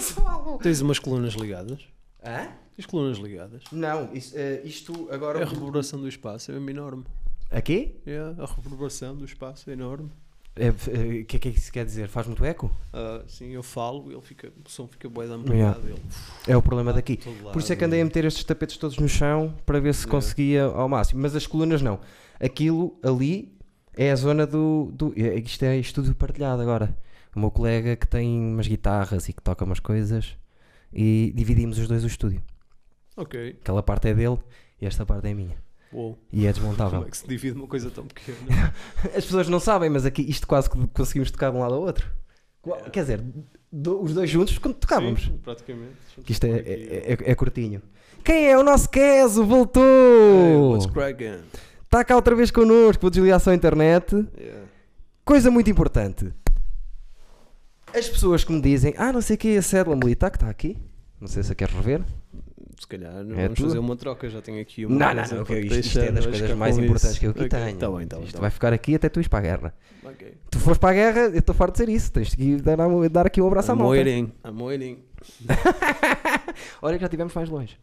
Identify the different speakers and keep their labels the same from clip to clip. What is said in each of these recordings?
Speaker 1: Sou maluco.
Speaker 2: Tens umas colunas ligadas?
Speaker 1: Hã?
Speaker 2: Tens colunas ligadas? É
Speaker 1: Não, isso, eh, isto
Speaker 2: A
Speaker 1: agora.
Speaker 2: reverberação do espaço é mesmo enorme.
Speaker 1: Aqui?
Speaker 2: É, a reverberação do espaço é enorme.
Speaker 1: É, eh, O que é que isso quer dizer? Faz muito eco?
Speaker 2: Ah, sim, eu falo, ele fica, o som fica bué da
Speaker 1: Yeah.
Speaker 2: ampliado. ele-
Speaker 1: É o problema daqui.
Speaker 2: Todo lado.
Speaker 1: Por isso é que andei a meter estes tapetes todos no chão para ver se
Speaker 2: É.
Speaker 1: conseguia ao máximo. Mas as colunas não. Aquilo ali é a zona do. do é- isto é estúdio partilhado agora. O meu colega que tem umas guitarras e que toca umas coisas e dividimos os dois o estúdio.
Speaker 2: Ok,
Speaker 1: Aquela parte é dele e esta parte é minha.
Speaker 2: uou.
Speaker 1: E é
Speaker 2: Como
Speaker 1: desmontável.
Speaker 2: é que se divide uma coisa tão pequena?
Speaker 1: As pessoas não sabem, mas aqui isto quase que conseguimos tocar de um lado ao outro. Qua-
Speaker 2: É.
Speaker 1: Quer dizer, do- os dois juntos quando tocávamos.
Speaker 2: Sim, praticamente.
Speaker 1: Tá, Que isto é,
Speaker 2: Aqui,
Speaker 1: é, é- é curtinho. Quem é? O nosso Keso voltou!
Speaker 2: é, what's cracking?
Speaker 1: Está cá outra vez connosco. Vou desligar só a internet.
Speaker 2: Yeah.
Speaker 1: Coisa muito importante. As pessoas que me dizem, ah, não sei o que é a cédula militar que está aqui. Não sei se a queres rever.
Speaker 2: Se calhar não
Speaker 1: É
Speaker 2: vamos
Speaker 1: tua?
Speaker 2: fazer uma troca, já tenho aqui
Speaker 1: não,
Speaker 2: uma.
Speaker 1: não, não. ok, Isto, isto é das coisas mais importantes que eu aqui tenho.
Speaker 2: Está bem, está bem.
Speaker 1: isto
Speaker 2: tá
Speaker 1: vai ficar aqui até tu ires para a guerra.
Speaker 2: bem. Ok.
Speaker 1: Tu fores para a guerra, eu estou farto de dizer isso. Tens de ir dar, dar aqui um abraço à
Speaker 2: I'm
Speaker 1: malta.
Speaker 2: waiting, I'm waiting.
Speaker 1: Olha que já estivemos mais longe.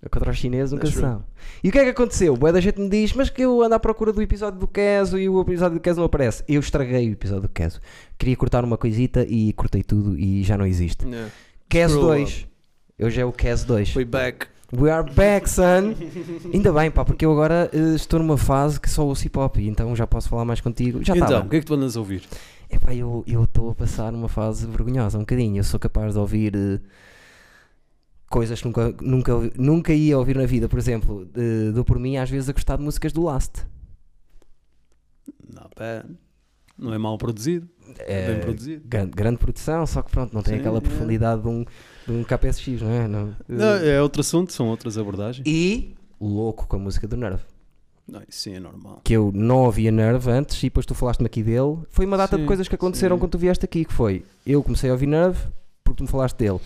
Speaker 1: Eu Contra os chineses nunca
Speaker 2: That's
Speaker 1: se
Speaker 2: true.
Speaker 1: sabe. E o que é que aconteceu? Boa da gente me diz, mas que eu ando à procura do episódio do Keso e o episódio do Keso não aparece. Eu estraguei o episódio do Keso. Queria cortar uma coisita e cortei tudo e já não existe.
Speaker 2: Yeah.
Speaker 1: Keso
Speaker 2: Screw
Speaker 1: 2. Hoje é o Keso 2.
Speaker 2: We back.
Speaker 1: We are back, son. Ainda bem, pá, porque eu agora eh, estou numa fase que só ouço hip hop, então já posso falar mais contigo. Já tá
Speaker 2: então,
Speaker 1: está.
Speaker 2: o que é que tu andas a ouvir?
Speaker 1: Epá, eu eu estou a passar uma fase vergonhosa um bocadinho. Eu sou capaz de ouvir eh, coisas que nunca, nunca, ouvi- nunca ia ouvir na vida. Por exemplo, eh, dou por mim às vezes a gostar de músicas do Last.
Speaker 2: Não, pá, não é mal produzido, é
Speaker 1: Eh,
Speaker 2: bem produzido.
Speaker 1: grande, grande produção, só que pronto, não tem
Speaker 2: Sim,
Speaker 1: aquela
Speaker 2: é.
Speaker 1: profundidade de um, de um KPSX, não é? Não-
Speaker 2: Não, é outro assunto, são outras abordagens.
Speaker 1: E louco com a música do Nerve.
Speaker 2: Não, isso sim, é normal.
Speaker 1: que eu não ouvia Nerve antes e depois tu falaste-me aqui dele. Foi uma data de
Speaker 2: Sim,
Speaker 1: coisas que aconteceram
Speaker 2: sim.
Speaker 1: quando tu vieste aqui, que foi eu comecei a ouvir Nerve porque tu me falaste dele.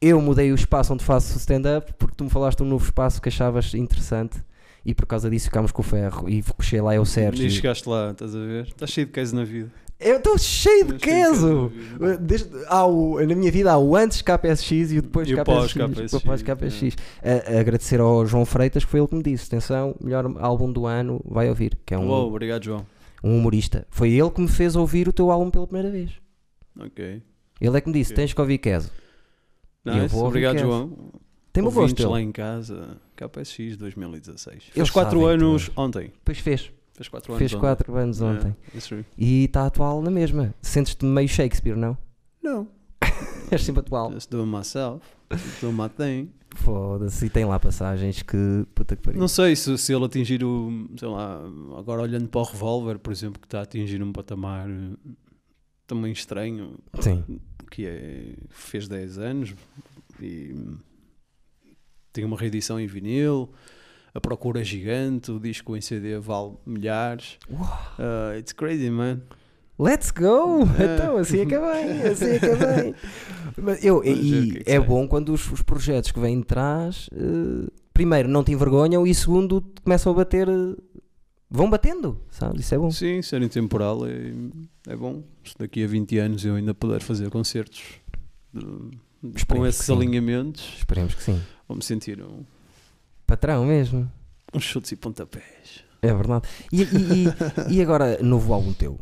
Speaker 1: Eu mudei o espaço onde faço stand-up porque tu me falaste um novo espaço que achavas interessante e por causa disso ficámos com o ferro e cheguei lá é o Sérgio.
Speaker 2: E chegaste lá, estás a ver? Estás cheio de queijo na vida.
Speaker 1: Eu estou cheio de
Speaker 2: Estás cheio de
Speaker 1: queso!
Speaker 2: queijo na vida.
Speaker 1: Uh, desde- há o- na minha vida há o antes KPSX e o depois
Speaker 2: E o
Speaker 1: KPSX.
Speaker 2: pós-KPSX,
Speaker 1: o pós-KPSX. A- a agradecer ao João Freitas que foi ele que me disse: atenção, melhor álbum do ano, vai ouvir. Que é um,
Speaker 2: Uou, Tá obrigado, João.
Speaker 1: um humorista. Foi ele que me fez ouvir o teu álbum pela primeira vez.
Speaker 2: Ok.
Speaker 1: Ele é que me disse:
Speaker 2: Ok.
Speaker 1: tens que ouvir Keso. E eu
Speaker 2: Nice,
Speaker 1: vou ouvir
Speaker 2: obrigado,
Speaker 1: queijo.
Speaker 2: João.
Speaker 1: Tem meu
Speaker 2: Ouvintes
Speaker 1: gosto. Ele.
Speaker 2: lá em casa, KPSX 2016.
Speaker 1: Eles
Speaker 2: Fez 4
Speaker 1: sabem
Speaker 2: anos ontem.
Speaker 1: Depois fez.
Speaker 2: Fez 4 anos
Speaker 1: fez
Speaker 2: ontem.
Speaker 1: 4 anos
Speaker 2: Yeah,
Speaker 1: ontem.
Speaker 2: that's true.
Speaker 1: E está atual na mesma. Sentes-te meio Shakespeare, não?
Speaker 2: Não.
Speaker 1: És sempre atual.
Speaker 2: Just doing myself. Just doing my thing.
Speaker 1: Foda-se. E tem lá passagens que. Puta que pariu.
Speaker 2: Não sei se, se ele atingir o. Sei lá, agora olhando para o revólver, por exemplo, que está a atingir um patamar eh, também estranho,
Speaker 1: Sim.
Speaker 2: que é. fez 10 anos e. tem uma reedição em vinil, a procura é gigante, o disco em CD vale milhares. Uh, it's crazy, man.
Speaker 1: Let's go!
Speaker 2: É.
Speaker 1: Então, assim é que é bem, assim é que é bem. Mas eu,
Speaker 2: Vamos ver o
Speaker 1: e
Speaker 2: que é que
Speaker 1: é
Speaker 2: sai.
Speaker 1: bom quando os, os projetos que vêm de trás, eh, primeiro, não te envergonham e segundo, te começam a bater, eh, vão batendo, sabes? Isso é bom.
Speaker 2: Sim, ser intemporal é, é bom. Se daqui a 20 anos eu ainda puder fazer concertos de- com
Speaker 1: Esperemos que
Speaker 2: esses
Speaker 1: sim.
Speaker 2: alinhamentos,
Speaker 1: Esperemos que sim.
Speaker 2: vou-me sentir um.
Speaker 1: Patrão mesmo.
Speaker 2: Uns chutes e pontapés.
Speaker 1: É verdade. E, e- e- e agora, novo álbum teu?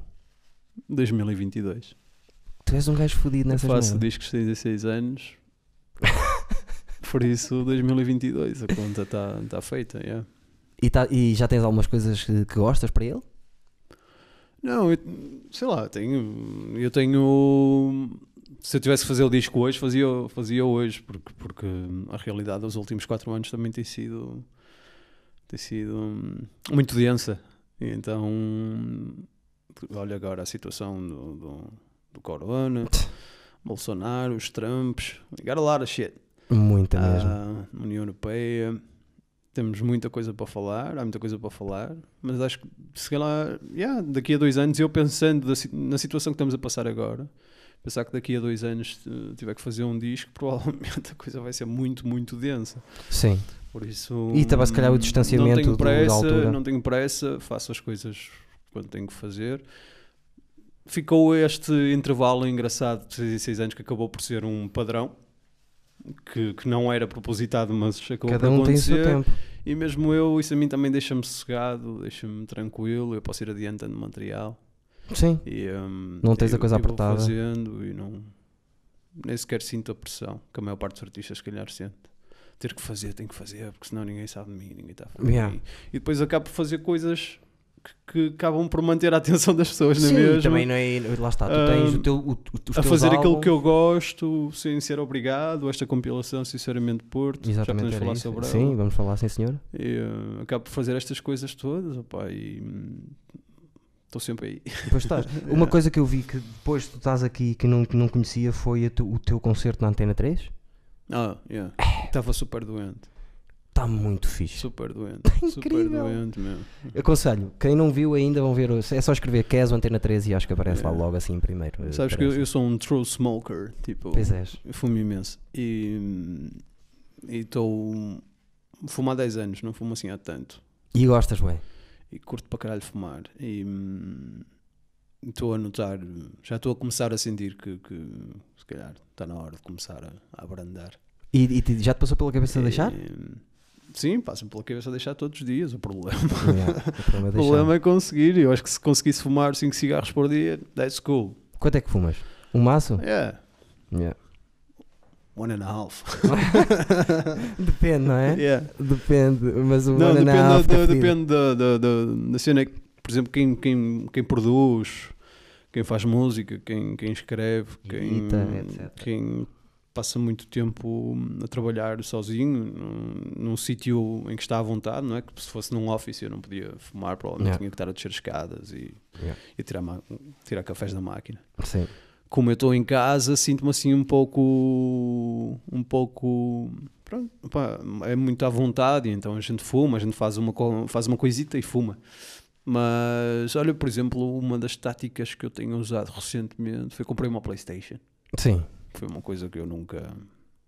Speaker 2: 2022.
Speaker 1: Tu és um gajo fodido nessas
Speaker 2: Faço
Speaker 1: merdas.
Speaker 2: discos 6 a 6 anos. Por isso, 2022. A conta está tá feita. yeah.
Speaker 1: E, tá- e já tens algumas coisas que, que gostas para ele?
Speaker 2: Não, eu, sei lá, tenho. Eu tenho. Se eu tivesse que fazer o disco hoje, fazia, fazia hoje, porque, porque a realidade dos últimos 4 anos também tem sido. tem sido hum, muito densa. E então. Olha agora a situação do, do, do Corona, Bolsonaro, os Trumps. Got a lot of shit.
Speaker 1: Muita mesmo.
Speaker 2: Ah, União Europeia. Temos muita coisa para falar, há muita coisa para falar, mas acho que se calhar, yeah, daqui a dois anos, eu pensando da si- na situação que estamos a passar agora, pensar que daqui a dois anos eh, tiver que fazer um disco, provavelmente a coisa vai ser muito, muito densa.
Speaker 1: Sim.
Speaker 2: Por isso.
Speaker 1: E estava, se calhar, o
Speaker 2: hum,
Speaker 1: distanciamento
Speaker 2: não tenho
Speaker 1: do- da
Speaker 2: pressa,
Speaker 1: altura.
Speaker 2: Não tenho pressa, faço as coisas quando tenho que fazer. ficou este intervalo engraçado de 6 em 6 anos que acabou por ser um padrão que, que não era propositado, mas acabou
Speaker 1: Cada
Speaker 2: por
Speaker 1: um tem o
Speaker 2: acontecer.
Speaker 1: seu tempo.
Speaker 2: E mesmo eu, isso a mim também deixa-me sossegado, deixa-me tranquilo. Eu posso ir adiantando material
Speaker 1: Sim.
Speaker 2: e hum,
Speaker 1: Não tens a
Speaker 2: eu-
Speaker 1: coisa
Speaker 2: eu vou
Speaker 1: apertada.
Speaker 2: fazendo e não nem sequer sinto a pressão que a maior parte dos artistas, se calhar, sente. Ter que fazer, tenho que fazer, porque senão ninguém sabe de mim, ninguém está a falar de
Speaker 1: Yeah.
Speaker 2: mim. E depois acabo por fazer coisas que, que acabam por manter a atenção das pessoas, não é
Speaker 1: Sim,
Speaker 2: mesmo? Ah,
Speaker 1: também não é. Lá está, tu tens o teu. O, o, os
Speaker 2: a
Speaker 1: teus
Speaker 2: fazer aquilo
Speaker 1: álbuns.
Speaker 2: que eu gosto, sem ser obrigado. Esta compilação, sinceramente, Porto. já
Speaker 1: Exatamente,
Speaker 2: podemos
Speaker 1: era
Speaker 2: falar
Speaker 1: isso.
Speaker 2: sobre ela.
Speaker 1: Sim, vamos falar, sim, senhor.
Speaker 2: E, eh, acabo por fazer estas coisas todas, opá, e hum, estou sempre aí.
Speaker 1: Depois estás. Uma coisa que eu vi que depois tu estás aqui que não, que não conhecia foi a tu- o teu concerto na Antena 3.
Speaker 2: Ah, yeah. Estava super doente,
Speaker 1: Está Tá muito fixe.
Speaker 2: super doente, super
Speaker 1: incrível.
Speaker 2: doente mesmo.
Speaker 1: Aconselho, quem não viu ainda vão ver. o- É só escrever Cas ou Antena 3 e acho que aparece lá
Speaker 2: É.
Speaker 1: logo assim primeiro.
Speaker 2: Sabes que eu, eu sou um true smoker, tipo,
Speaker 1: Pois é. és.
Speaker 2: eu fumo imenso. E estou. Fumo há 10 anos, não fumo assim há tanto.
Speaker 1: E gostas, bem.
Speaker 2: e curto para caralho fumar e hum, estou a notar, já estou a começar a sentir que, que, se calhar está na hora de começar a, a abrandar.
Speaker 1: E, e te- já te passou pela cabeça de deixar?
Speaker 2: E, hum, sim, passa-me pela cabeça deixar todos os dias, o problema.
Speaker 1: Yeah, o problema é
Speaker 2: O
Speaker 1: deixar.
Speaker 2: problema é conseguir, eu acho que se conseguisse fumar 5 cigarros por dia, that's cool.
Speaker 1: Quanto é que fumas? Um maço?
Speaker 2: Yeah,
Speaker 1: Yeah.
Speaker 2: one and a half.
Speaker 1: Depende, não é?
Speaker 2: Yeah.
Speaker 1: Depende, mas o
Speaker 2: Não,
Speaker 1: banana
Speaker 2: depende,
Speaker 1: half
Speaker 2: da,
Speaker 1: é fedido.
Speaker 2: depende da, da, da, da cena. É que, Por exemplo, quem, quem, quem produz, quem faz música, quem, quem escreve, quem,
Speaker 1: Edita, etc.
Speaker 2: quem passa muito tempo a trabalhar sozinho, num, num sítio em que está à vontade, não é? Que se fosse num office eu não podia fumar, provavelmente
Speaker 1: Yeah.
Speaker 2: tinha que estar a descer escadas e,
Speaker 1: Yeah.
Speaker 2: e tirar, ma- tirar cafés da máquina
Speaker 1: Sim.
Speaker 2: como eu estou em casa, sinto-me assim um pouco. um pouco. Pronto, pá, é muito à vontade, então a gente fuma, a gente faz uma, co- faz uma coisita e fuma. Mas olha, por exemplo, uma das táticas que eu tenho usado recentemente foi comprei uma PlayStation.
Speaker 1: Sim.
Speaker 2: Foi uma coisa que eu nunca,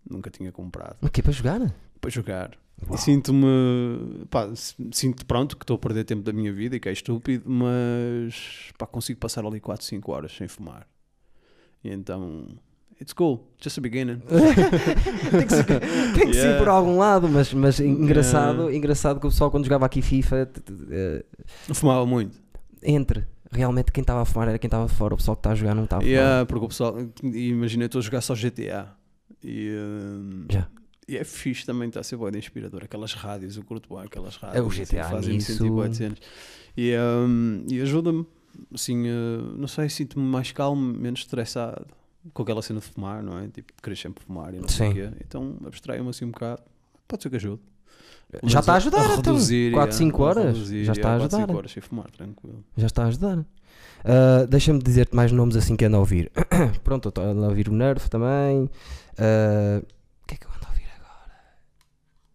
Speaker 2: nunca tinha comprado
Speaker 1: O quê? é Para jogar?
Speaker 2: para jogar. E sinto-me. pá, s- sinto pronto que estou a perder tempo da minha vida e que é estúpido, mas. pá, consigo passar ali 4, 5 horas sem fumar. E então. It's cool, just a beginning.
Speaker 1: tem que, se, tem que se ir
Speaker 2: Yeah.
Speaker 1: por algum lado, mas, mas engraçado,
Speaker 2: Yeah.
Speaker 1: engraçado que o pessoal quando jogava aqui FIFA t- t- eh,
Speaker 2: Não fumava muito.
Speaker 1: entre. Realmente quem estava a fumar era quem estava de fora, o pessoal que está a jogar não tá estava a fumar.
Speaker 2: Yeah, ah, porque o pessoal. Imagina, eu estou a jogar só GTA. E. hum,
Speaker 1: Já.
Speaker 2: E é fixe também, está a ser boa de inspirador. Aquelas rádios, eu curto bem aquelas rádios.
Speaker 1: É, o GTA
Speaker 2: assim, fazem-me
Speaker 1: nisso.
Speaker 2: sentir bué de cenas. E, hum, e ajuda-me, assim, eh, não sei, sinto-me mais calmo, menos estressado. Com aquela cena de fumar, não é? Tipo, querer sempre fumar e não sei o
Speaker 1: Sim.
Speaker 2: quê. Então, abstraio-me assim um bocado. Pode ser que ajude.
Speaker 1: Já está a ajudar,
Speaker 2: A
Speaker 1: então.
Speaker 2: reduzir.
Speaker 1: Quatro,
Speaker 2: yeah,
Speaker 1: cinco
Speaker 2: a
Speaker 1: horas,
Speaker 2: reduzir,
Speaker 1: já está a
Speaker 2: yeah, quatro,
Speaker 1: ajudar.
Speaker 2: cinco horas sem fumar, tranquilo.
Speaker 1: Já está a ajudar. Ah, Deixa-me dizer-te mais nomes assim que ando a ouvir. Pronto, eu estou a ouvir o Nerf também. Ah, o que é que eu ando a ouvir agora?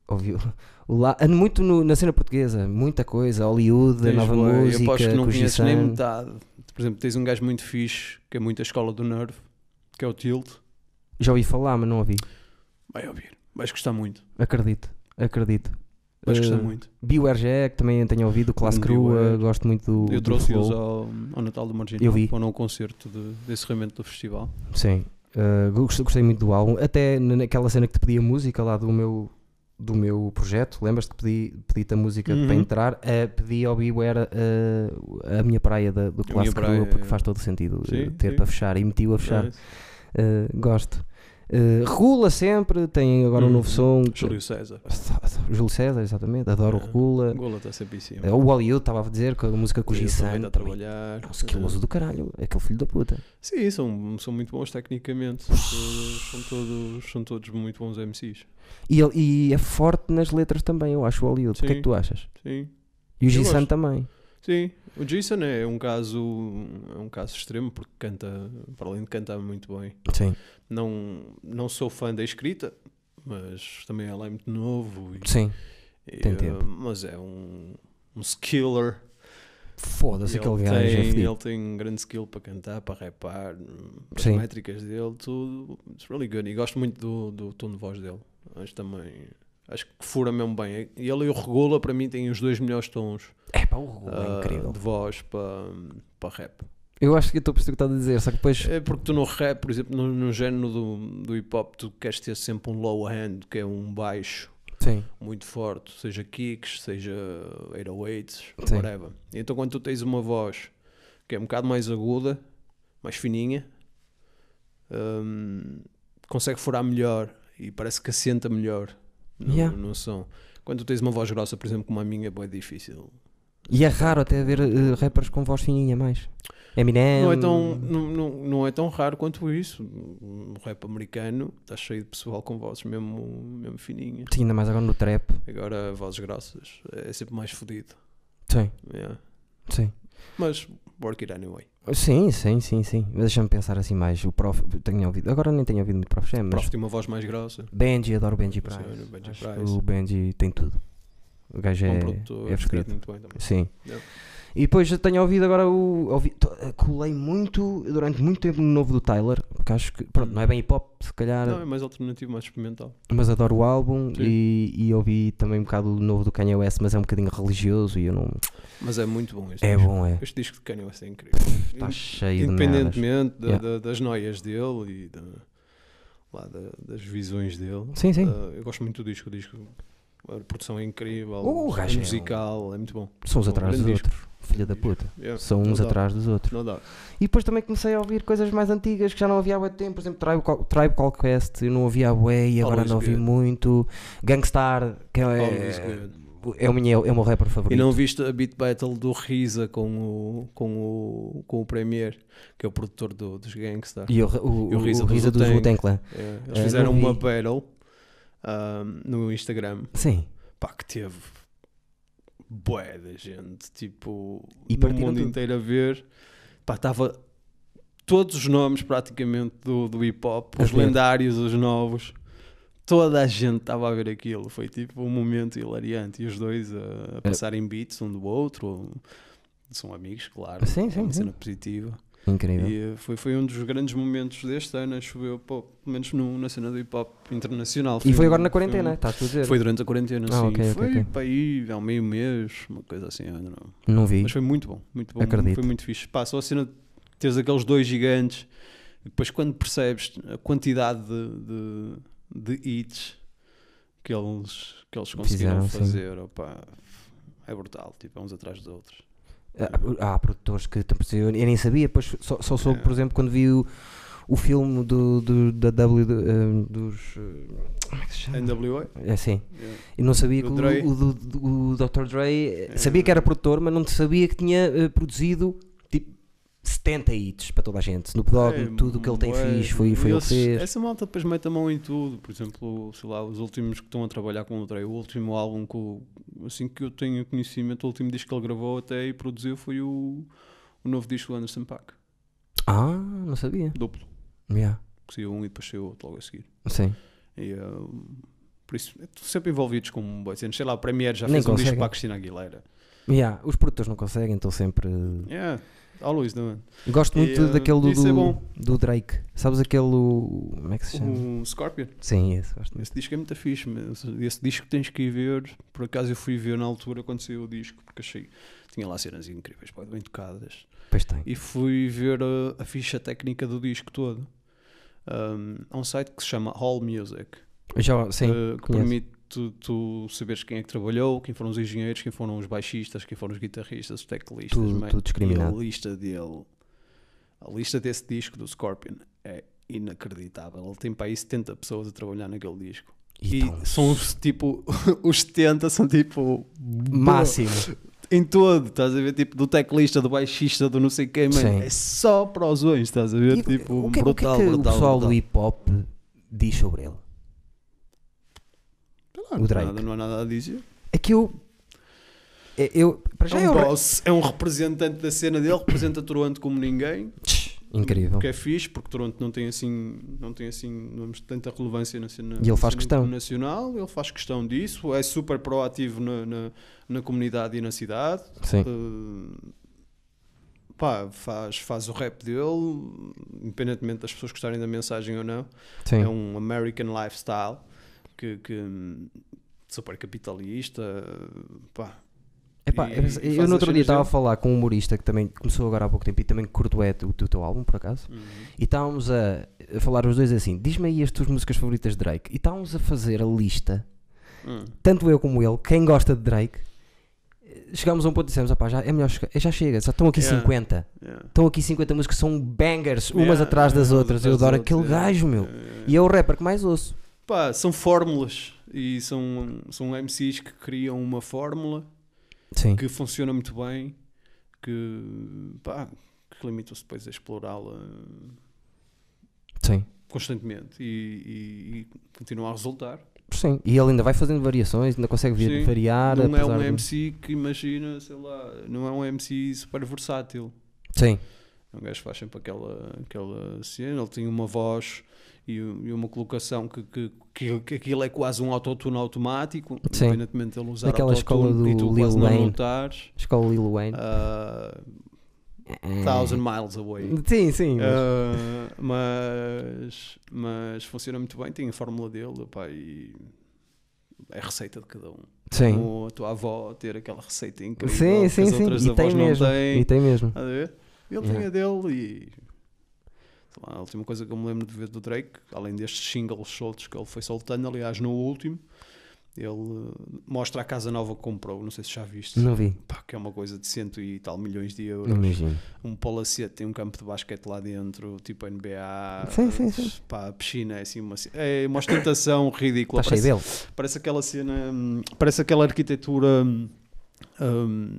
Speaker 1: Ouvi o- o lá, ando muito no- na cena portuguesa, muita coisa, Hollywood, a
Speaker 2: Tens
Speaker 1: nova
Speaker 2: bué,
Speaker 1: música,
Speaker 2: Eu aposto que não
Speaker 1: Koji
Speaker 2: conheces nem
Speaker 1: San.
Speaker 2: metade. Por exemplo, tens um gajo muito fixe, que é muito a escola do Nerve, que é o Tilt.
Speaker 1: Já ouvi falar, mas não ouvi.
Speaker 2: Vai ouvir. Vais gostar muito.
Speaker 1: Acredito, acredito.
Speaker 2: Vais gostar
Speaker 1: Eh,
Speaker 2: muito.
Speaker 1: Beware Jack, também tenho ouvido, Class Crew,
Speaker 2: Beware.
Speaker 1: eh, gosto muito do.
Speaker 2: Eu
Speaker 1: do
Speaker 2: trouxe-os
Speaker 1: Flow.
Speaker 2: ao, ao Natal do Marginal.
Speaker 1: Eu vi.
Speaker 2: Foram ao um concerto de, de encerramento do festival.
Speaker 1: Sim, eh, gost- gostei muito do álbum. Até na- naquela cena que te pedi a música lá do meu, do meu projeto, lembras-te que pedi, pedi-te a música
Speaker 2: Uhum.
Speaker 1: para entrar? Eh, pedi ao Beware eh, a minha praia da, do Class
Speaker 2: minha
Speaker 1: Crew,
Speaker 2: praia,
Speaker 1: porque
Speaker 2: é.
Speaker 1: faz todo sentido eh,
Speaker 2: Sim,
Speaker 1: ter
Speaker 2: sim.
Speaker 1: para fechar e meti-o a fechar.
Speaker 2: É.
Speaker 1: Eh, gosto. Eh, regula sempre, tem agora um
Speaker 2: Uhum.
Speaker 1: novo som. é
Speaker 2: Júlio César.
Speaker 1: Júlio César, exatamente, adoro o
Speaker 2: É.
Speaker 1: Regula.
Speaker 2: Gola está sempre em cima.
Speaker 1: Eh, O Hollywood estava a dizer com a música com o
Speaker 2: Ele também
Speaker 1: G-San.
Speaker 2: está a trabalhar.
Speaker 1: É um skilloso do caralho, é aquele filho da puta.
Speaker 2: Sim, são, são muito bons tecnicamente. São todos, são, todos, são todos muito bons MCs.
Speaker 1: E, ele- e é forte nas letras também, eu acho, o Hollywood. O que é que
Speaker 2: Sim.
Speaker 1: tu achas?
Speaker 2: Sim.
Speaker 1: E o
Speaker 2: Eu
Speaker 1: Gisan
Speaker 2: gosto.
Speaker 1: também.
Speaker 2: Sim, o Jason é um caso é um caso extremo porque canta, para além de cantar muito bem.
Speaker 1: Sim.
Speaker 2: Não, não sou fã da escrita, mas também ele é muito novo. e-
Speaker 1: Sim.
Speaker 2: e,
Speaker 1: Tem
Speaker 2: eh,
Speaker 1: tempo.
Speaker 2: Mas é um, um skiller.
Speaker 1: Foda-se
Speaker 2: Ele
Speaker 1: aquele gajo. é
Speaker 2: tem,
Speaker 1: fedido.
Speaker 2: ele tem um grande skill para cantar, para rapar, as
Speaker 1: Sim.
Speaker 2: métricas dele, tudo. It's really good. E gosto muito do, do tom de voz dele. Acho também. Acho que fura mesmo bem. E ele e o Regula, para mim, têm os dois melhores tons
Speaker 1: É pá, o Regula
Speaker 2: ah,
Speaker 1: é incrível.
Speaker 2: de voz para, para rap.
Speaker 1: Eu acho que eu estou a perceber o que estás a dizer, só que depois.
Speaker 2: É porque tu no rap, por exemplo, no, no género do, do hip hop, tu queres ter sempre um low hand, que é um baixo
Speaker 1: Sim,
Speaker 2: muito forte, seja kicks, seja 808s,
Speaker 1: Sim.
Speaker 2: whatever. E Então quando tu tens uma voz que é um bocado mais aguda, mais fininha, hum, consegue furar melhor e parece que assenta melhor no,
Speaker 1: Yeah.
Speaker 2: no som. Quando tu tens uma voz grossa, por exemplo, como a minha, é bué difícil.
Speaker 1: e é raro até ver eh, rappers com voz fininha mais. Eminem.
Speaker 2: Não é, tão, não, não, não é tão raro quanto isso. O rap americano está cheio de pessoal com vozes mesmo, mesmo fininhas.
Speaker 1: Sim, ainda mais agora no trap.
Speaker 2: Agora, vozes grossas é sempre mais fodido.
Speaker 1: Sim,
Speaker 2: yeah.
Speaker 1: sim.
Speaker 2: Mas, work it anyway.
Speaker 1: Sim, sim, sim, sim. Mas Deixa-me pensar assim mais. O prof. Tenho ouvido. Agora nem tenho ouvido muito prof. Jam,
Speaker 2: O
Speaker 1: mas
Speaker 2: prof tem uma voz mais grossa.
Speaker 1: Benji, adoro o
Speaker 2: Sim,
Speaker 1: Benji Price.
Speaker 2: o Benji
Speaker 1: Acho
Speaker 2: Price.
Speaker 1: que O Benji tem tudo. O gajo
Speaker 2: Bom
Speaker 1: é,
Speaker 2: um produtor,
Speaker 1: é
Speaker 2: escreve
Speaker 1: escrito.
Speaker 2: muito bem também.
Speaker 1: Sim.
Speaker 2: Yeah.
Speaker 1: E depois eu tenho ouvido agora o. Ouvi, to- eh, colei muito, durante muito tempo, no novo do Tyler, porque acho que. Pronto, não é bem hip hop, se calhar,
Speaker 2: Não, é mais alternativo, mais experimental.
Speaker 1: mas adoro o álbum.
Speaker 2: Sim.
Speaker 1: E, e ouvi também um bocado o novo do Kanye West, mas é um bocadinho religioso e eu não.
Speaker 2: Mas é muito bom este
Speaker 1: É
Speaker 2: disco.
Speaker 1: bom, é.
Speaker 2: Este disco de Kanye West é incrível.
Speaker 1: Está cheio de merdas.
Speaker 2: Independentemente da-
Speaker 1: Yeah.
Speaker 2: da- das noias dele e da, lá da- das visões dele.
Speaker 1: Sim, sim.
Speaker 2: Ah, eu gosto muito do disco, o disco. A produção é incrível,
Speaker 1: Oh, o
Speaker 2: a
Speaker 1: gajo é um-
Speaker 2: musical é muito bom.
Speaker 1: São uns
Speaker 2: Um
Speaker 1: atrás dos
Speaker 2: grande
Speaker 1: outros. Filha da puta.
Speaker 2: Yeah,
Speaker 1: São uns
Speaker 2: não dá,
Speaker 1: atrás dos outros.
Speaker 2: Não dá.
Speaker 1: E depois também comecei a ouvir coisas mais antigas que já não havia há bué de tempo. Por exemplo, Tribe, Call- Tribe Call Quest, eu não ouvia há bué e agora
Speaker 2: Always
Speaker 1: não ouvi
Speaker 2: good.
Speaker 1: muito. Gangstar, que
Speaker 2: Always
Speaker 1: é,
Speaker 2: good.
Speaker 1: é, o meu, é o meu rapper
Speaker 2: E
Speaker 1: favorito.
Speaker 2: não viste a beat battle do Risa com o, com o, com o Premier, que é o produtor do- dos Gangstar.
Speaker 1: E o, o,
Speaker 2: E o
Speaker 1: o
Speaker 2: Risa
Speaker 1: Risa,
Speaker 2: dos Wu
Speaker 1: dos
Speaker 2: Tang.
Speaker 1: Wu-Tang Clan.
Speaker 2: É, eles
Speaker 1: não
Speaker 2: fizeram uma
Speaker 1: vi.
Speaker 2: battle ah, no Instagram
Speaker 1: Sim.
Speaker 2: pá, que teve bué da gente, tipo,
Speaker 1: E
Speaker 2: no
Speaker 1: partiram
Speaker 2: mundo
Speaker 1: tudo.
Speaker 2: inteiro a ver, pá, estava todos os nomes praticamente do, do hip hop,
Speaker 1: A
Speaker 2: os
Speaker 1: ver.
Speaker 2: lendários, os novos, toda a gente estava a ver aquilo, foi tipo um momento hilariante, e os dois a,
Speaker 1: É.
Speaker 2: a passarem beats um do outro, são amigos, claro,
Speaker 1: Sim,
Speaker 2: é
Speaker 1: sim, É
Speaker 2: uma
Speaker 1: sim.
Speaker 2: cena positiva,
Speaker 1: Incrível.
Speaker 2: e eh, foi, foi um dos grandes momentos deste ano, acho eu, pô, pelo menos no- na cena do hip hop internacional.
Speaker 1: E foi agora
Speaker 2: um-
Speaker 1: na
Speaker 2: foi um-
Speaker 1: quarentena, estás tu a dizer?
Speaker 2: foi durante a quarentena,
Speaker 1: Ah,
Speaker 2: sim.
Speaker 1: ok, ok,
Speaker 2: foi
Speaker 1: ok.
Speaker 2: para aí há um meio mês, uma coisa assim, eu não know.
Speaker 1: Não vi.
Speaker 2: Mas foi muito bom, muito bom.
Speaker 1: Acredito.
Speaker 2: Foi muito fixe. Pá, só a cena de teres aqueles dois gigantes, e depois quando percebes a quantidade de, de, de hits que eles, que eles conseguiram
Speaker 1: Fizeram, sim.
Speaker 2: fazer, opá, é brutal, tipo, é uns atrás dos outros.
Speaker 1: Ah, Há, produtores que tipo, eu eu nem sabia, depois só, só soube,
Speaker 2: É.
Speaker 1: por exemplo, quando vi o, o filme do, do- da W do- eh, dos. eh, Como é que se chama?
Speaker 2: NWA?
Speaker 1: É assim.
Speaker 2: Yeah.
Speaker 1: Eu não sabia
Speaker 2: Do
Speaker 1: que o-
Speaker 2: Dre.
Speaker 1: o, do- do- o Dr. Dre eh,
Speaker 2: É.
Speaker 1: sabia que era produtor, mas não sabia que tinha eh, produzido tipo 70 hits para toda a gente. Snoop Dogg,
Speaker 2: É,
Speaker 1: tudo o que ele tem
Speaker 2: bué.
Speaker 1: fixe, foi, foi ele que
Speaker 2: Eles-
Speaker 1: fez.
Speaker 2: Essa malta depois mete a mão em tudo. Por exemplo, sei lá, os últimos que estão a trabalhar com o Dre, o último álbum que, o- assim que eu tenho conhecimento, o último disco que ele gravou até e produziu foi o, o novo disco do Anderson Paak,
Speaker 1: Ah, não sabia.
Speaker 2: duplo.
Speaker 1: Yeah.
Speaker 2: Que saiu um e depois saiu outro logo a seguir.
Speaker 1: Sim.
Speaker 2: E, um, por isso, estou sempre envolvidos com boas cenas. Sei lá, o Premier já
Speaker 1: Nem
Speaker 2: fez um disco
Speaker 1: conseguem.
Speaker 2: para a Cristina Aguilera.
Speaker 1: Yeah, Os produtores não conseguem, estão sempre.
Speaker 2: Yeah, always, não é?
Speaker 1: Gosto muito
Speaker 2: E, eh,
Speaker 1: daquele do,
Speaker 2: isso é
Speaker 1: do,
Speaker 2: bom.
Speaker 1: do Drake. Sabes aquele. o- Como é que se chama?
Speaker 2: O Scorpion.
Speaker 1: Sim, esse. Gosto muito.
Speaker 2: Esse disco é muito fixe, mas esse disco tens que ir ver. Por acaso eu fui ver na altura quando saiu o disco, porque achei tinha lá cenas incríveis, pá, bem tocadas.
Speaker 1: Pois tem.
Speaker 2: E fui ver uh, a, a ficha técnica do disco todo. Um, há um site que se chama Hall Music,
Speaker 1: Já, sim.
Speaker 2: eh, que
Speaker 1: conheço.
Speaker 2: permite tu, tu saberes quem é que trabalhou, quem foram os engenheiros, quem foram os baixistas, quem foram os guitarristas, os teclistas.
Speaker 1: Tudo-
Speaker 2: man.
Speaker 1: tudo discriminado.
Speaker 2: E a lista dele, a lista desse disco do Scorpion é inacreditável. Ele tem para aí 70 pessoas a trabalhar naquele disco. E
Speaker 1: Então,
Speaker 2: são os, tipo, os 70 são tipo.
Speaker 1: Máximo.
Speaker 2: Em todo, estás a ver? Tipo, do teclista, do baixista, do não sei quem, mano.
Speaker 1: Sim.
Speaker 2: É só para os olhos, estás a ver?
Speaker 1: E
Speaker 2: tipo,
Speaker 1: o que,
Speaker 2: brutal,
Speaker 1: o que é que
Speaker 2: brutal.
Speaker 1: o pessoal
Speaker 2: brutal.
Speaker 1: do hip hop diz sobre ele?
Speaker 2: Ah,
Speaker 1: o Drake.
Speaker 2: Nada, não há nada a dizer.
Speaker 1: É que eu. é- Eu. Para já
Speaker 2: É um
Speaker 1: eu.
Speaker 2: boss, é um representante da cena dele, representa Toronto como ninguém.
Speaker 1: Tch, Incrível.
Speaker 2: O que é fixe, porque Toronto não tem assim, não tem assim, não temos tanta relevância na cena,
Speaker 1: E ele
Speaker 2: na
Speaker 1: faz
Speaker 2: cena
Speaker 1: questão.
Speaker 2: internacional, ele faz questão disso, é super proativo na, na, na comunidade e na cidade.
Speaker 1: Sim.
Speaker 2: Eh, Hum, pá, faz, faz o rap dele, independentemente das pessoas gostarem da mensagem ou não.
Speaker 1: Sim.
Speaker 2: É um American lifestyle que, que, hum, super capitalista. eh, Pá,
Speaker 1: Epá,
Speaker 2: E-
Speaker 1: eu-
Speaker 2: e faz
Speaker 1: eu no
Speaker 2: as
Speaker 1: outro
Speaker 2: cenas
Speaker 1: dia estava a
Speaker 2: dele.
Speaker 1: falar com um humorista que também começou agora há pouco tempo e também curto é o, o teu álbum, por acaso. E estávamos a, a falar os dois assim: diz-me aí as tuas músicas favoritas de Drake. E estávamos a fazer a lista,
Speaker 2: Hum.
Speaker 1: tanto eu como ele, quem gosta de Drake. Eh, Chegámos a um ponto e dissemos: "Opá, já, é melhor, chegar- já chega, já estão aqui
Speaker 2: Yeah.
Speaker 1: 50.
Speaker 2: Yeah.
Speaker 1: Estão aqui 50 músicas que são bangers, umas
Speaker 2: Yeah,
Speaker 1: atrás das
Speaker 2: umas
Speaker 1: outras. Eu
Speaker 2: atrás das
Speaker 1: adoro
Speaker 2: outras,
Speaker 1: aquele
Speaker 2: yeah.
Speaker 1: gajo, meu.
Speaker 2: Eh,
Speaker 1: E é o rapper que mais ouço.
Speaker 2: Pá, são fórmulas e são, são MCs que criam uma fórmula
Speaker 1: Sim.
Speaker 2: que funciona muito bem, que, pá, que limitam-se depois a explorá-la
Speaker 1: Sim.
Speaker 2: constantemente e, e- e continua a resultar.
Speaker 1: Sim. E ele ainda vai fazendo variações, ainda consegue vi-
Speaker 2: Sim.
Speaker 1: variar.
Speaker 2: não é
Speaker 1: apesar
Speaker 2: um
Speaker 1: de-
Speaker 2: MC que imagina, sei lá, não é um MC super versátil.
Speaker 1: Sim.
Speaker 2: É um gajo que faz sempre aquela, aquela cena, ele tem uma voz e, u- e uma colocação que, que, que, que aquilo é quase um autotune automático,
Speaker 1: Sim.
Speaker 2: independentemente dele usar
Speaker 1: Daquela escola
Speaker 2: autotune e
Speaker 1: do
Speaker 2: tu
Speaker 1: Lil
Speaker 2: quase não
Speaker 1: Wayne.
Speaker 2: notares.
Speaker 1: Escola Lil Wayne.
Speaker 2: Ah, thousand miles away.
Speaker 1: É, Sim, sim. mas-
Speaker 2: Ah, mas, mas funciona muito bem, tem a fórmula dele pá, e é a receita de cada um.
Speaker 1: sim.
Speaker 2: Como a tua avó ter aquela receita incrível
Speaker 1: Sim,
Speaker 2: que
Speaker 1: sim,
Speaker 2: as
Speaker 1: sim.
Speaker 2: outras
Speaker 1: E
Speaker 2: avós
Speaker 1: tem
Speaker 2: não
Speaker 1: mesmo.
Speaker 2: têm.
Speaker 1: E tem mesmo.
Speaker 2: Estás a ver? Ele
Speaker 1: Yeah.
Speaker 2: tem a dele e. sei lá, a última coisa que eu me lembro de ver do Drake, além destes singles soltos que ele foi soltando, aliás, no último, ele eh, mostra a casa nova que comprou. Não sei se já viste.
Speaker 1: Não vi.
Speaker 2: Pá, que é uma coisa de cento e tal milhões de euros.
Speaker 1: Não imagino.
Speaker 2: Um palacete, tem um campo de basquete lá dentro, tipo NBA.
Speaker 1: Sim, sim, sim.
Speaker 2: Pá, a piscina é assim uma, ce- é uma ostentação ridícula.
Speaker 1: Está Tá cheio dele.
Speaker 2: Parece aquela cena, hum, parece aquela arquitetura hum, hum,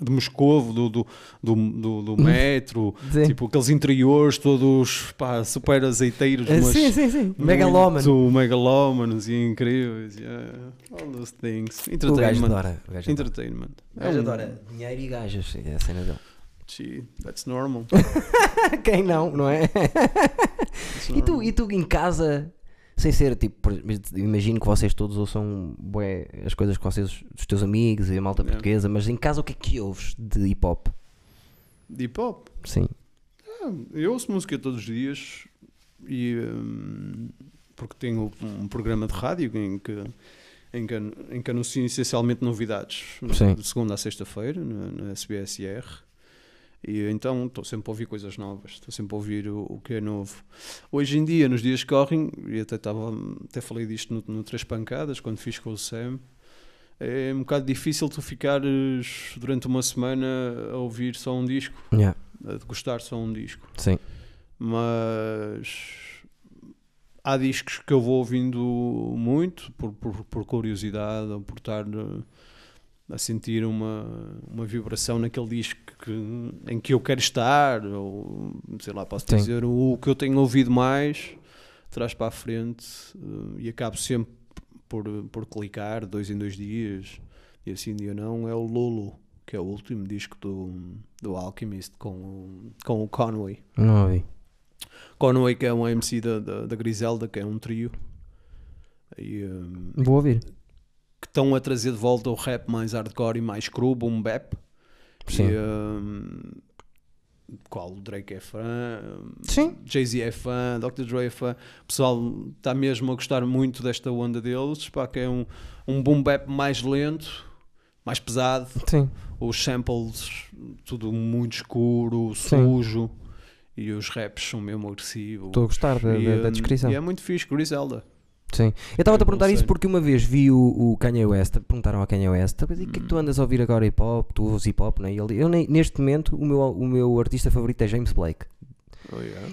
Speaker 2: de Moscovo, do, do, do, do- do metro,
Speaker 1: Uhum. Sim.
Speaker 2: tipo aqueles interiores todos pá, super azeiteiros,
Speaker 1: Ah,
Speaker 2: mas
Speaker 1: sim, sim, sim. Megaloman.
Speaker 2: muito megalómanos e incríveis. yeah. All those things.
Speaker 1: O gajo
Speaker 2: Entertainment.
Speaker 1: adora. O gajo adora.
Speaker 2: Entertainment. É um-
Speaker 1: O gajo adora dinheiro e gajas. É a cena dele.
Speaker 2: Gee, that's normal.
Speaker 1: Quem não, não é?
Speaker 2: That's
Speaker 1: E tu,
Speaker 2: normal.
Speaker 1: e tu em casa, sem ser tipo, por- mas imagino que vocês todos ouçam bué, as coisas que vocês, os teus amigos e a malta
Speaker 2: Yeah.
Speaker 1: portuguesa, mas em casa o que é que ouves de hip hop?
Speaker 2: De hip hop.
Speaker 1: Sim.
Speaker 2: Ah, Eu ouço música todos os dias e hum, porque tenho um programa de rádio em que, em que, anu- em que anuncio essencialmente novidades
Speaker 1: Sim.
Speaker 2: de segunda a sexta-feira na, na SBSR e então estou sempre a ouvir coisas novas, estou sempre a ouvir o, o que é novo. Hoje em dia, nos dias que correm, e até, tava, até falei disto no, no Três Pancadas, quando fiz com o Sam, é um bocado difícil tu ficares durante uma semana a ouvir só um disco
Speaker 1: Yeah.
Speaker 2: a degustar só um disco.
Speaker 1: Sim.
Speaker 2: Mas há discos que eu vou ouvindo muito por, por, por curiosidade ou por estar eh, a sentir uma, uma vibração naquele disco que- em que eu quero estar, ou sei lá, posso
Speaker 1: Sim.
Speaker 2: dizer o que eu tenho ouvido mais, traz para a frente eh, e acabo sempre por, por clicar dois em dois dias, e assim dia não, é o Lulu. Que é o último disco do, do Alchemist com o, com o Conway.
Speaker 1: Não ouvi.
Speaker 2: Conway, que é um MC da, da, da Griselda, que é um trio, e, hum,
Speaker 1: Vou ouvir.
Speaker 2: que estão a trazer de volta o rap mais hardcore e mais cru, boom bap.
Speaker 1: Sim.
Speaker 2: E, eh, hum, qual o Drake é fã, hum,
Speaker 1: Sim.
Speaker 2: Jay-Z é fã, Dr. Dre é fã. O pessoal está mesmo a gostar muito desta onda deles, pá, que é um, um boom bap mais lento, mais pesado,
Speaker 1: Sim.
Speaker 2: os samples, tudo muito escuro,
Speaker 1: Sim.
Speaker 2: sujo. E os raps são mesmo agressivos.
Speaker 1: Estou a gostar da,
Speaker 2: E,
Speaker 1: da- da
Speaker 2: hum,
Speaker 1: descrição.
Speaker 2: E é muito fixe, Griselda.
Speaker 1: Sim. Eu estava-te a
Speaker 2: Eu não
Speaker 1: perguntar isso
Speaker 2: sei.
Speaker 1: porque uma vez vi o, o Kanye West, perguntaram ao Kanye West, mas e o que é que
Speaker 2: Hum.
Speaker 1: tu andas a ouvir agora hip hop? Tu ouves hip hop, não é? E ele, eu nem- neste momento o meu, o meu artista favorito é James Blake.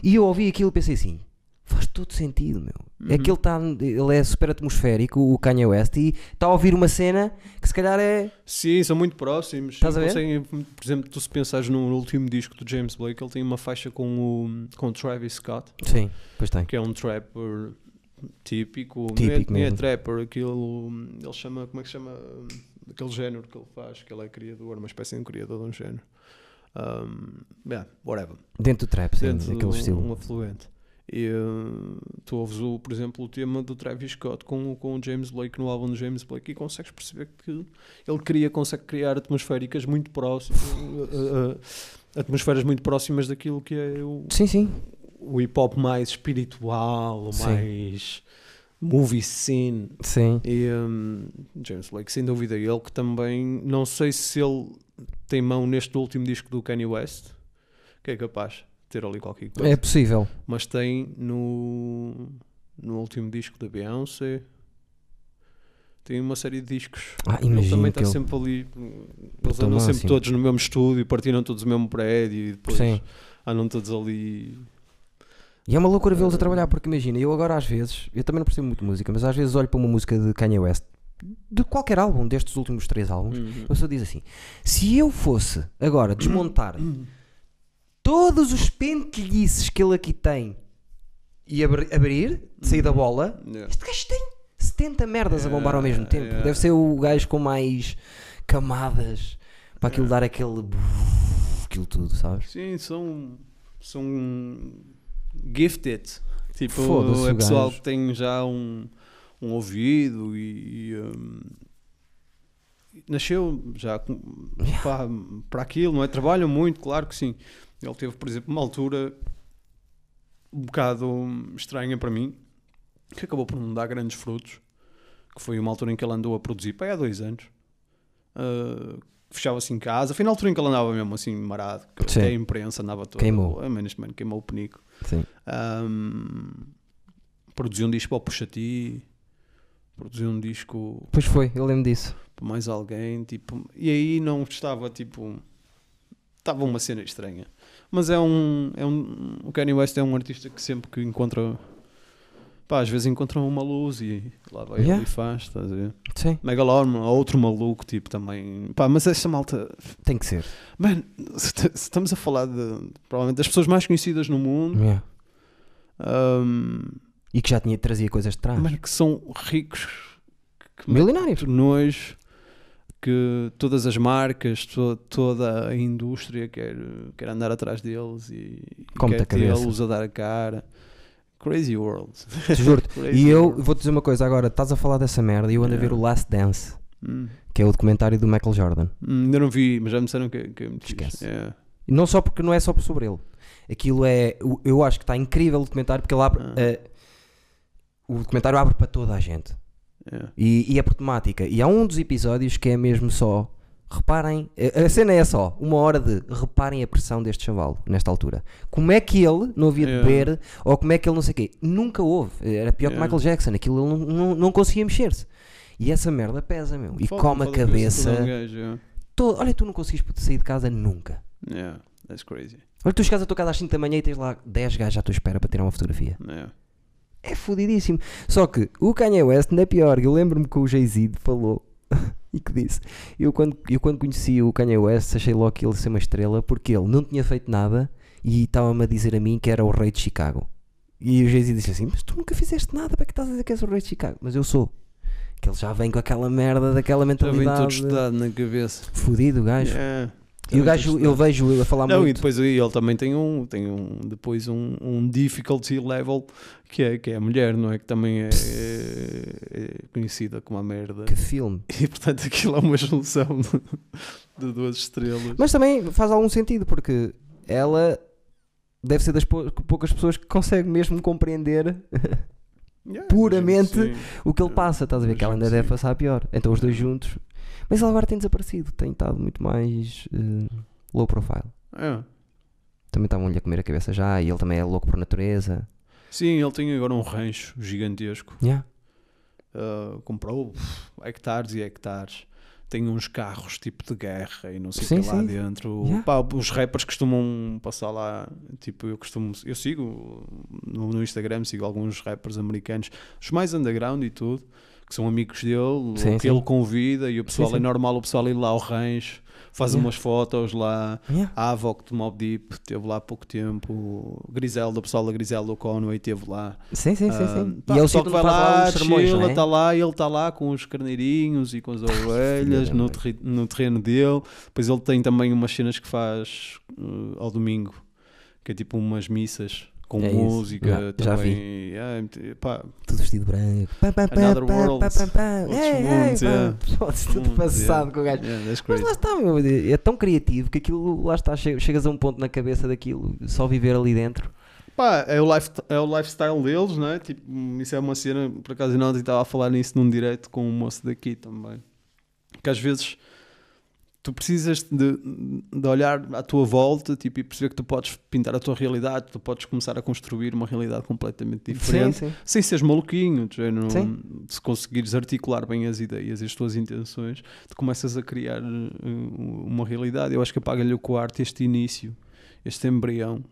Speaker 1: E eu ouvi aquilo e pensei assim, faz todo sentido, meu. É
Speaker 2: Uhum.
Speaker 1: que ele, tá, ele é super atmosférico, o Kanye West, e está a ouvir uma cena que se calhar é.
Speaker 2: Sim, são muito próximos.
Speaker 1: Estás a ver?
Speaker 2: Conseguem, por exemplo, tu se pensares no último disco do James Blake, ele tem uma faixa com o, com o Travis Scott,
Speaker 1: Sim, pois tem.
Speaker 2: que é um trapper típico.
Speaker 1: Típico
Speaker 2: não é, não é
Speaker 1: mesmo.
Speaker 2: trapper, aquilo. Ele chama. Como é que chama? hum, Aquele género que ele faz, que ele é criador, uma espécie de um criador de um género. Um, yeah, whatever.
Speaker 1: Dentro do trap, sim,
Speaker 2: Dentro
Speaker 1: aquele
Speaker 2: de um-
Speaker 1: estilo.
Speaker 2: um afluente. E hum, tu ouves, o, por exemplo, o tema do Travis Scott com, o- com o James Blake no álbum do James Blake e consegues perceber que ele cria, consegue criar atmosféricas muito próximas, eh, eh, atmosferas muito próximas daquilo que é o,
Speaker 1: Sim, sim.
Speaker 2: o hip hop mais espiritual, o
Speaker 1: Sim.
Speaker 2: mais movie scene.
Speaker 1: Sim.
Speaker 2: E hum, James Blake, sem dúvida, ele que também. Não sei se ele tem mão neste último disco do Kanye West, que é capaz de ter ali qualquer coisa,
Speaker 1: É possível.
Speaker 2: mas tem no, no último disco da Beyoncé. Tem uma série de discos.
Speaker 1: Ah,
Speaker 2: ele
Speaker 1: imagino
Speaker 2: também
Speaker 1: que
Speaker 2: está
Speaker 1: ele...
Speaker 2: sempre ali. Eles
Speaker 1: Puta,
Speaker 2: andam sempre
Speaker 1: máximo.
Speaker 2: todos no mesmo estúdio, partiram todos o mesmo prédio e depois
Speaker 1: Sim.
Speaker 2: andam todos ali.
Speaker 1: E é uma loucura vê-los a trabalhar, porque imagina, eu agora às vezes, eu também não percebo muito de música, mas às vezes olho para uma música de Kanye West, de qualquer álbum, destes últimos três
Speaker 2: Hum.
Speaker 1: álbuns,
Speaker 2: Uhum.
Speaker 1: a pessoa diz assim: se eu fosse agora desmontar todos os pentelhices que ele aqui tem e abri- abrir, sair da bola,
Speaker 2: Yeah.
Speaker 1: este gajo tem 70 merdas a bombar ao
Speaker 2: Yeah,
Speaker 1: mesmo tempo.
Speaker 2: yeah.
Speaker 1: Deve ser o gajo com mais camadas para aquilo dar aquele. aquilo tudo, sabes?
Speaker 2: Sim, são, são gifted. Tipo,
Speaker 1: Foda-se
Speaker 2: é
Speaker 1: o
Speaker 2: pessoal
Speaker 1: gajo.
Speaker 2: que tem já um, um ouvido e, e, hum, nasceu já com- pá, para aquilo, não é? Trabalham muito, claro que sim. Ele teve, por exemplo, uma altura um bocado hum, estranha para mim, que acabou por não dar grandes frutos, que foi uma altura em que ele andou a produzir, pá, há dois anos. Ah, Fechava-se em casa, foi na altura em que ele andava mesmo assim marado, que
Speaker 1: Sim.
Speaker 2: até a imprensa andava toda.
Speaker 1: Queimou.
Speaker 2: "Ah, mas este mano, queimou o penico.
Speaker 1: Sim.
Speaker 2: Ahm, produziu um disco para o Puxati, produziu um disco
Speaker 1: Pois foi, eu lembro disso.
Speaker 2: para mais alguém, tipo, e aí não estava tipo. Estava uma cena estranha. Mas é um, é um. O Kanye West é um artista que sempre que encontra. Pá, às vezes encontra uma luz e lá vai
Speaker 1: Yeah.
Speaker 2: ele e faz, estás a ver?
Speaker 1: Sim.
Speaker 2: Megalorma, outro maluco, tipo, também. Pá, mas essa malta.
Speaker 1: Tem que ser.
Speaker 2: Mano, se t- se estamos a falar de. Provavelmente das pessoas mais conhecidas no mundo.
Speaker 1: Yeah.
Speaker 2: ahm,
Speaker 1: E que já tinha, trazia coisas de trás.
Speaker 2: Mano, que são ricos, que
Speaker 1: Milionários.
Speaker 2: metem nojo, que todas as marcas, to- toda a indústria quer, quer andar atrás deles e, e
Speaker 1: Come-te
Speaker 2: quer
Speaker 1: a cabeça.
Speaker 2: tê-los a dar a cara. Crazy World.
Speaker 1: Te juro-te.
Speaker 2: Crazy
Speaker 1: E eu
Speaker 2: world.
Speaker 1: vou-te dizer uma coisa agora. Estás a falar dessa merda e eu ando a ver o Last Dance,
Speaker 2: Hum,
Speaker 1: que é o documentário do Michael Jordan.
Speaker 2: hum, ainda não vi, mas já me disseram que, que é muito fixe.
Speaker 1: Esquece.
Speaker 2: É.
Speaker 1: E não só porque não é só sobre ele. Aquilo é. o- Eu acho que está incrível o documentário porque ele abre.
Speaker 2: Ah.
Speaker 1: eh, o documentário abre para toda a gente.
Speaker 2: É.
Speaker 1: E, e é por temática. E há um dos episódios que é mesmo só. Reparem, a- a cena é só, uma hora de reparem a pressão deste chaval, nesta altura. Como é que ele não havia de
Speaker 2: É.
Speaker 1: beber, ou como é que ele não sei o quê? Nunca houve. Era pior que
Speaker 2: É.
Speaker 1: Michael Jackson, aquilo ele não, não, não conseguia mexer-se. E essa merda pesa, meu. E
Speaker 2: Foda-me,
Speaker 1: come a
Speaker 2: foda-me, cabeça toda um
Speaker 1: cabeça.
Speaker 2: gajo,
Speaker 1: todo- olha, tu não consegues sair de casa nunca.
Speaker 2: é. Yeah, that's crazy.
Speaker 1: Olha, tu chegas à tua casa às 5 da manhã e tens lá 10 gajos à tua espera para tirar uma fotografia.
Speaker 2: Yeah.
Speaker 1: É fodidíssimo. Só que o Kanye West não é pior. Eu lembro-me que o Jay-Z falou e que disse: eu quando, eu quando conheci o Kanye West achei logo que ele ia ser uma estrela porque ele não tinha feito nada e estava-me a dizer a mim que era o rei de Chicago. E o Jay-Z disse assim: Mas tu nunca fizeste nada, para que estás a dizer que és o rei de Chicago? Mas eu sou. Que ele já vem com aquela merda daquela
Speaker 2: Já vem todo
Speaker 1: mentalidade.
Speaker 2: Tá estudado na cabeça.
Speaker 1: Fodido, o gajo.
Speaker 2: Yeah, já
Speaker 1: E
Speaker 2: vem
Speaker 1: o gajo,
Speaker 2: todo
Speaker 1: eu
Speaker 2: estudado.
Speaker 1: vejo ele a falar
Speaker 2: Não, e
Speaker 1: muito.
Speaker 2: depois aí ele também tem um, tem um depois um, um difficulty level que é, que é a mulher, não é? Que também é, é- é conhecida como a merda.
Speaker 1: Que filme.
Speaker 2: E portanto aquilo é uma junção de- de duas estrelas.
Speaker 1: Mas também faz algum sentido, porque ela deve ser das pou- poucas pessoas que consegue mesmo compreender
Speaker 2: Yeah,
Speaker 1: puramente
Speaker 2: imagino que sim.
Speaker 1: o que ele passa, estás a ver? Que ela ainda
Speaker 2: É, Sim.
Speaker 1: deve passar pior. Então os dois juntos. Mas ela agora tem desaparecido, tem estado muito mais eh, low profile.
Speaker 2: É.
Speaker 1: Também estavam-lhe a comer a cabeça já, e ele também é louco por natureza.
Speaker 2: Sim, ele tem agora um rancho gigantesco.
Speaker 1: Yeah.
Speaker 2: Uh, comprou uf, hectares e hectares. Tem uns carros tipo de guerra e não sei
Speaker 1: Sim,
Speaker 2: o que lá
Speaker 1: sim.
Speaker 2: dentro.
Speaker 1: Yeah.
Speaker 2: Pá, os rappers costumam passar lá. Tipo, eu costumo. Eu sigo no, no Instagram, sigo alguns rappers americanos, os mais underground e tudo, que são amigos dele,
Speaker 1: Sim,
Speaker 2: que
Speaker 1: sim.
Speaker 2: ele convida e o pessoal
Speaker 1: sim.
Speaker 2: é normal o pessoal ir lá ao rancho, faz
Speaker 1: Yeah.
Speaker 2: umas fotos lá.
Speaker 1: Yeah.
Speaker 2: A Avok de Mob Deep teve lá há pouco tempo. Griselda, o pessoal da Griselda Conway teve lá.
Speaker 1: Sim, sim, sim.
Speaker 2: Ah,
Speaker 1: sim.
Speaker 2: pá,
Speaker 1: e é o
Speaker 2: pessoal
Speaker 1: sítio
Speaker 2: que
Speaker 1: onde
Speaker 2: vai
Speaker 1: faz lá
Speaker 2: lá,
Speaker 1: os sermões, não
Speaker 2: chila,
Speaker 1: é?
Speaker 2: tá lá, ele está lá com os carneirinhos e com as ovelhas
Speaker 1: da
Speaker 2: no,
Speaker 1: mãe.
Speaker 2: terri- no terreno dele. Depois ele tem também umas cenas que faz eh, ao domingo, que é tipo umas missas com
Speaker 1: É isso.
Speaker 2: música
Speaker 1: Já- já
Speaker 2: também. Yeah, é muito- pá,
Speaker 1: Tudo vestido branco. Pá, pá, pá,
Speaker 2: Another
Speaker 1: pá,
Speaker 2: world.
Speaker 1: pá, pá, pá.
Speaker 2: Outros
Speaker 1: Ei,
Speaker 2: mundos,
Speaker 1: ei, pá.
Speaker 2: yeah.
Speaker 1: Foda-se, tudo
Speaker 2: hum,
Speaker 1: passado
Speaker 2: yeah,
Speaker 1: com o gajo.
Speaker 2: yeah, that's
Speaker 1: Mas
Speaker 2: crazy.
Speaker 1: lá está, meu, é tão criativo que aquilo lá está, che- chegas a um ponto na cabeça daquilo, só viver ali dentro.
Speaker 2: Pá, é o, life, é o lifestyle deles, né? Tipo, hum, isso é uma cena, por acaso, não estava a falar nisso num direto com um moço daqui também. Que às vezes tu precisas de, de olhar à tua volta tipo, e perceber que tu podes pintar a tua realidade, tu podes começar a construir uma realidade completamente diferente,
Speaker 1: Sim, sim.
Speaker 2: sem seres maluquinho. de género,
Speaker 1: Sim.
Speaker 2: se conseguires articular bem as ideias e as tuas intenções, tu começas a criar eh, uma realidade. Eu acho que apaga-lhe o quarto este início. Este embrião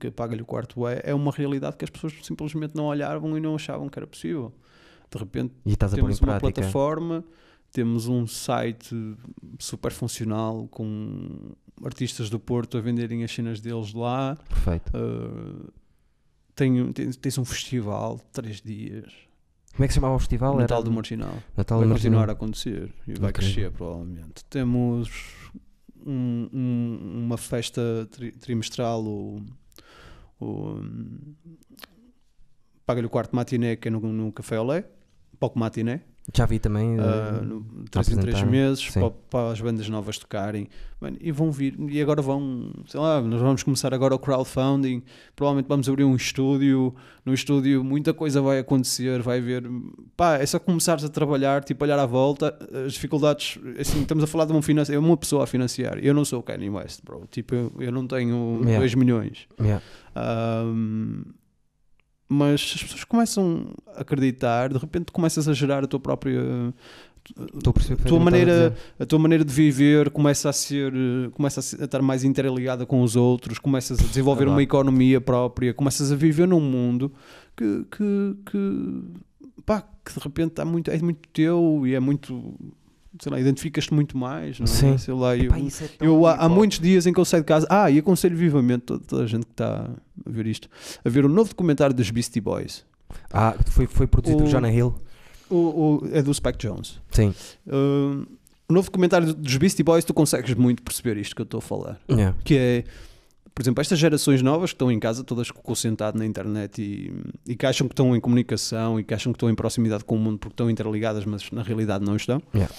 Speaker 2: que apaga-lhe o quarto é, é uma realidade que as pessoas simplesmente não olhavam e não achavam que era possível. De repente
Speaker 1: E estás a pôr é em
Speaker 2: temos uma
Speaker 1: prática.
Speaker 2: plataforma, temos um site super funcional com artistas do Porto a venderem as cenas deles lá.
Speaker 1: Perfeito.
Speaker 2: Uh, tem, tem- tens um festival de três dias.
Speaker 1: Como é que se chamava o festival?
Speaker 2: Natal
Speaker 1: Era-
Speaker 2: do Marginal.
Speaker 1: Natal
Speaker 2: vai
Speaker 1: do
Speaker 2: continuar a
Speaker 1: Marginal.
Speaker 2: acontecer e vai
Speaker 1: Incrível.
Speaker 2: crescer, provavelmente. Temos um- um- uma festa tri- trimestral, o, o hum, Paga-lhe o quarto matiné, que é no, no Café Olé, Poco matiné,
Speaker 1: Já vi também.
Speaker 2: ah,
Speaker 1: eh,
Speaker 2: no- três em três
Speaker 1: apresentar,
Speaker 2: meses
Speaker 1: sim.
Speaker 2: pa- para, as bandas novas tocarem Mano, e vão vir, e agora vão sei lá, nós vamos começar agora o crowdfunding provavelmente vamos abrir um estúdio no estúdio muita coisa vai acontecer vai haver, pá, é só começares a trabalhar, tipo olhar à volta as dificuldades, assim, estamos a falar de um finan- é uma pessoa a financiar, eu não sou o Kanye West bro, tipo, eu, eu não tenho
Speaker 1: Yeah.
Speaker 2: 2 milhões
Speaker 1: yeah.
Speaker 2: Ahm, mas as pessoas começam a acreditar, de repente começas a gerar a tua própria
Speaker 1: Estou a perceber
Speaker 2: tua
Speaker 1: perfeitamente o que estás a
Speaker 2: maneira,
Speaker 1: dizer.
Speaker 2: a tua maneira de viver começa a ser, eh, começa a, se- a estar mais interligada com os outros, começas a desenvolver
Speaker 1: Adoro.
Speaker 2: uma economia própria, começas a viver num mundo que, que, que, pá, que de repente está muito, é muito teu e é muito, sei lá, identificas-te muito mais, não é?
Speaker 1: Sim.
Speaker 2: Sei lá, eu,
Speaker 1: Epá, isso é tão
Speaker 2: eu há, há
Speaker 1: hip-hop.
Speaker 2: muitos dias em que eu saio de casa. Ah, e aconselho vivamente toda, toda a gente que está a ver isto a ver o novo documentário dos Beastie Boys.
Speaker 1: Ah, foi, foi produzido
Speaker 2: O-
Speaker 1: por Jonah Hill.
Speaker 2: O, o- é do Spike Jones.
Speaker 1: Sim.
Speaker 2: Uh, o novo documentário dos Beastie Boys, tu consegues muito perceber isto que eu estou a falar.
Speaker 1: Yeah.
Speaker 2: Que é, por exemplo, estas gerações novas que estão em casa, todas com o sentado na internet e, e que acham que estão em comunicação e que acham que estão em proximidade com o mundo porque estão interligadas, mas na realidade não estão.
Speaker 1: Yeah.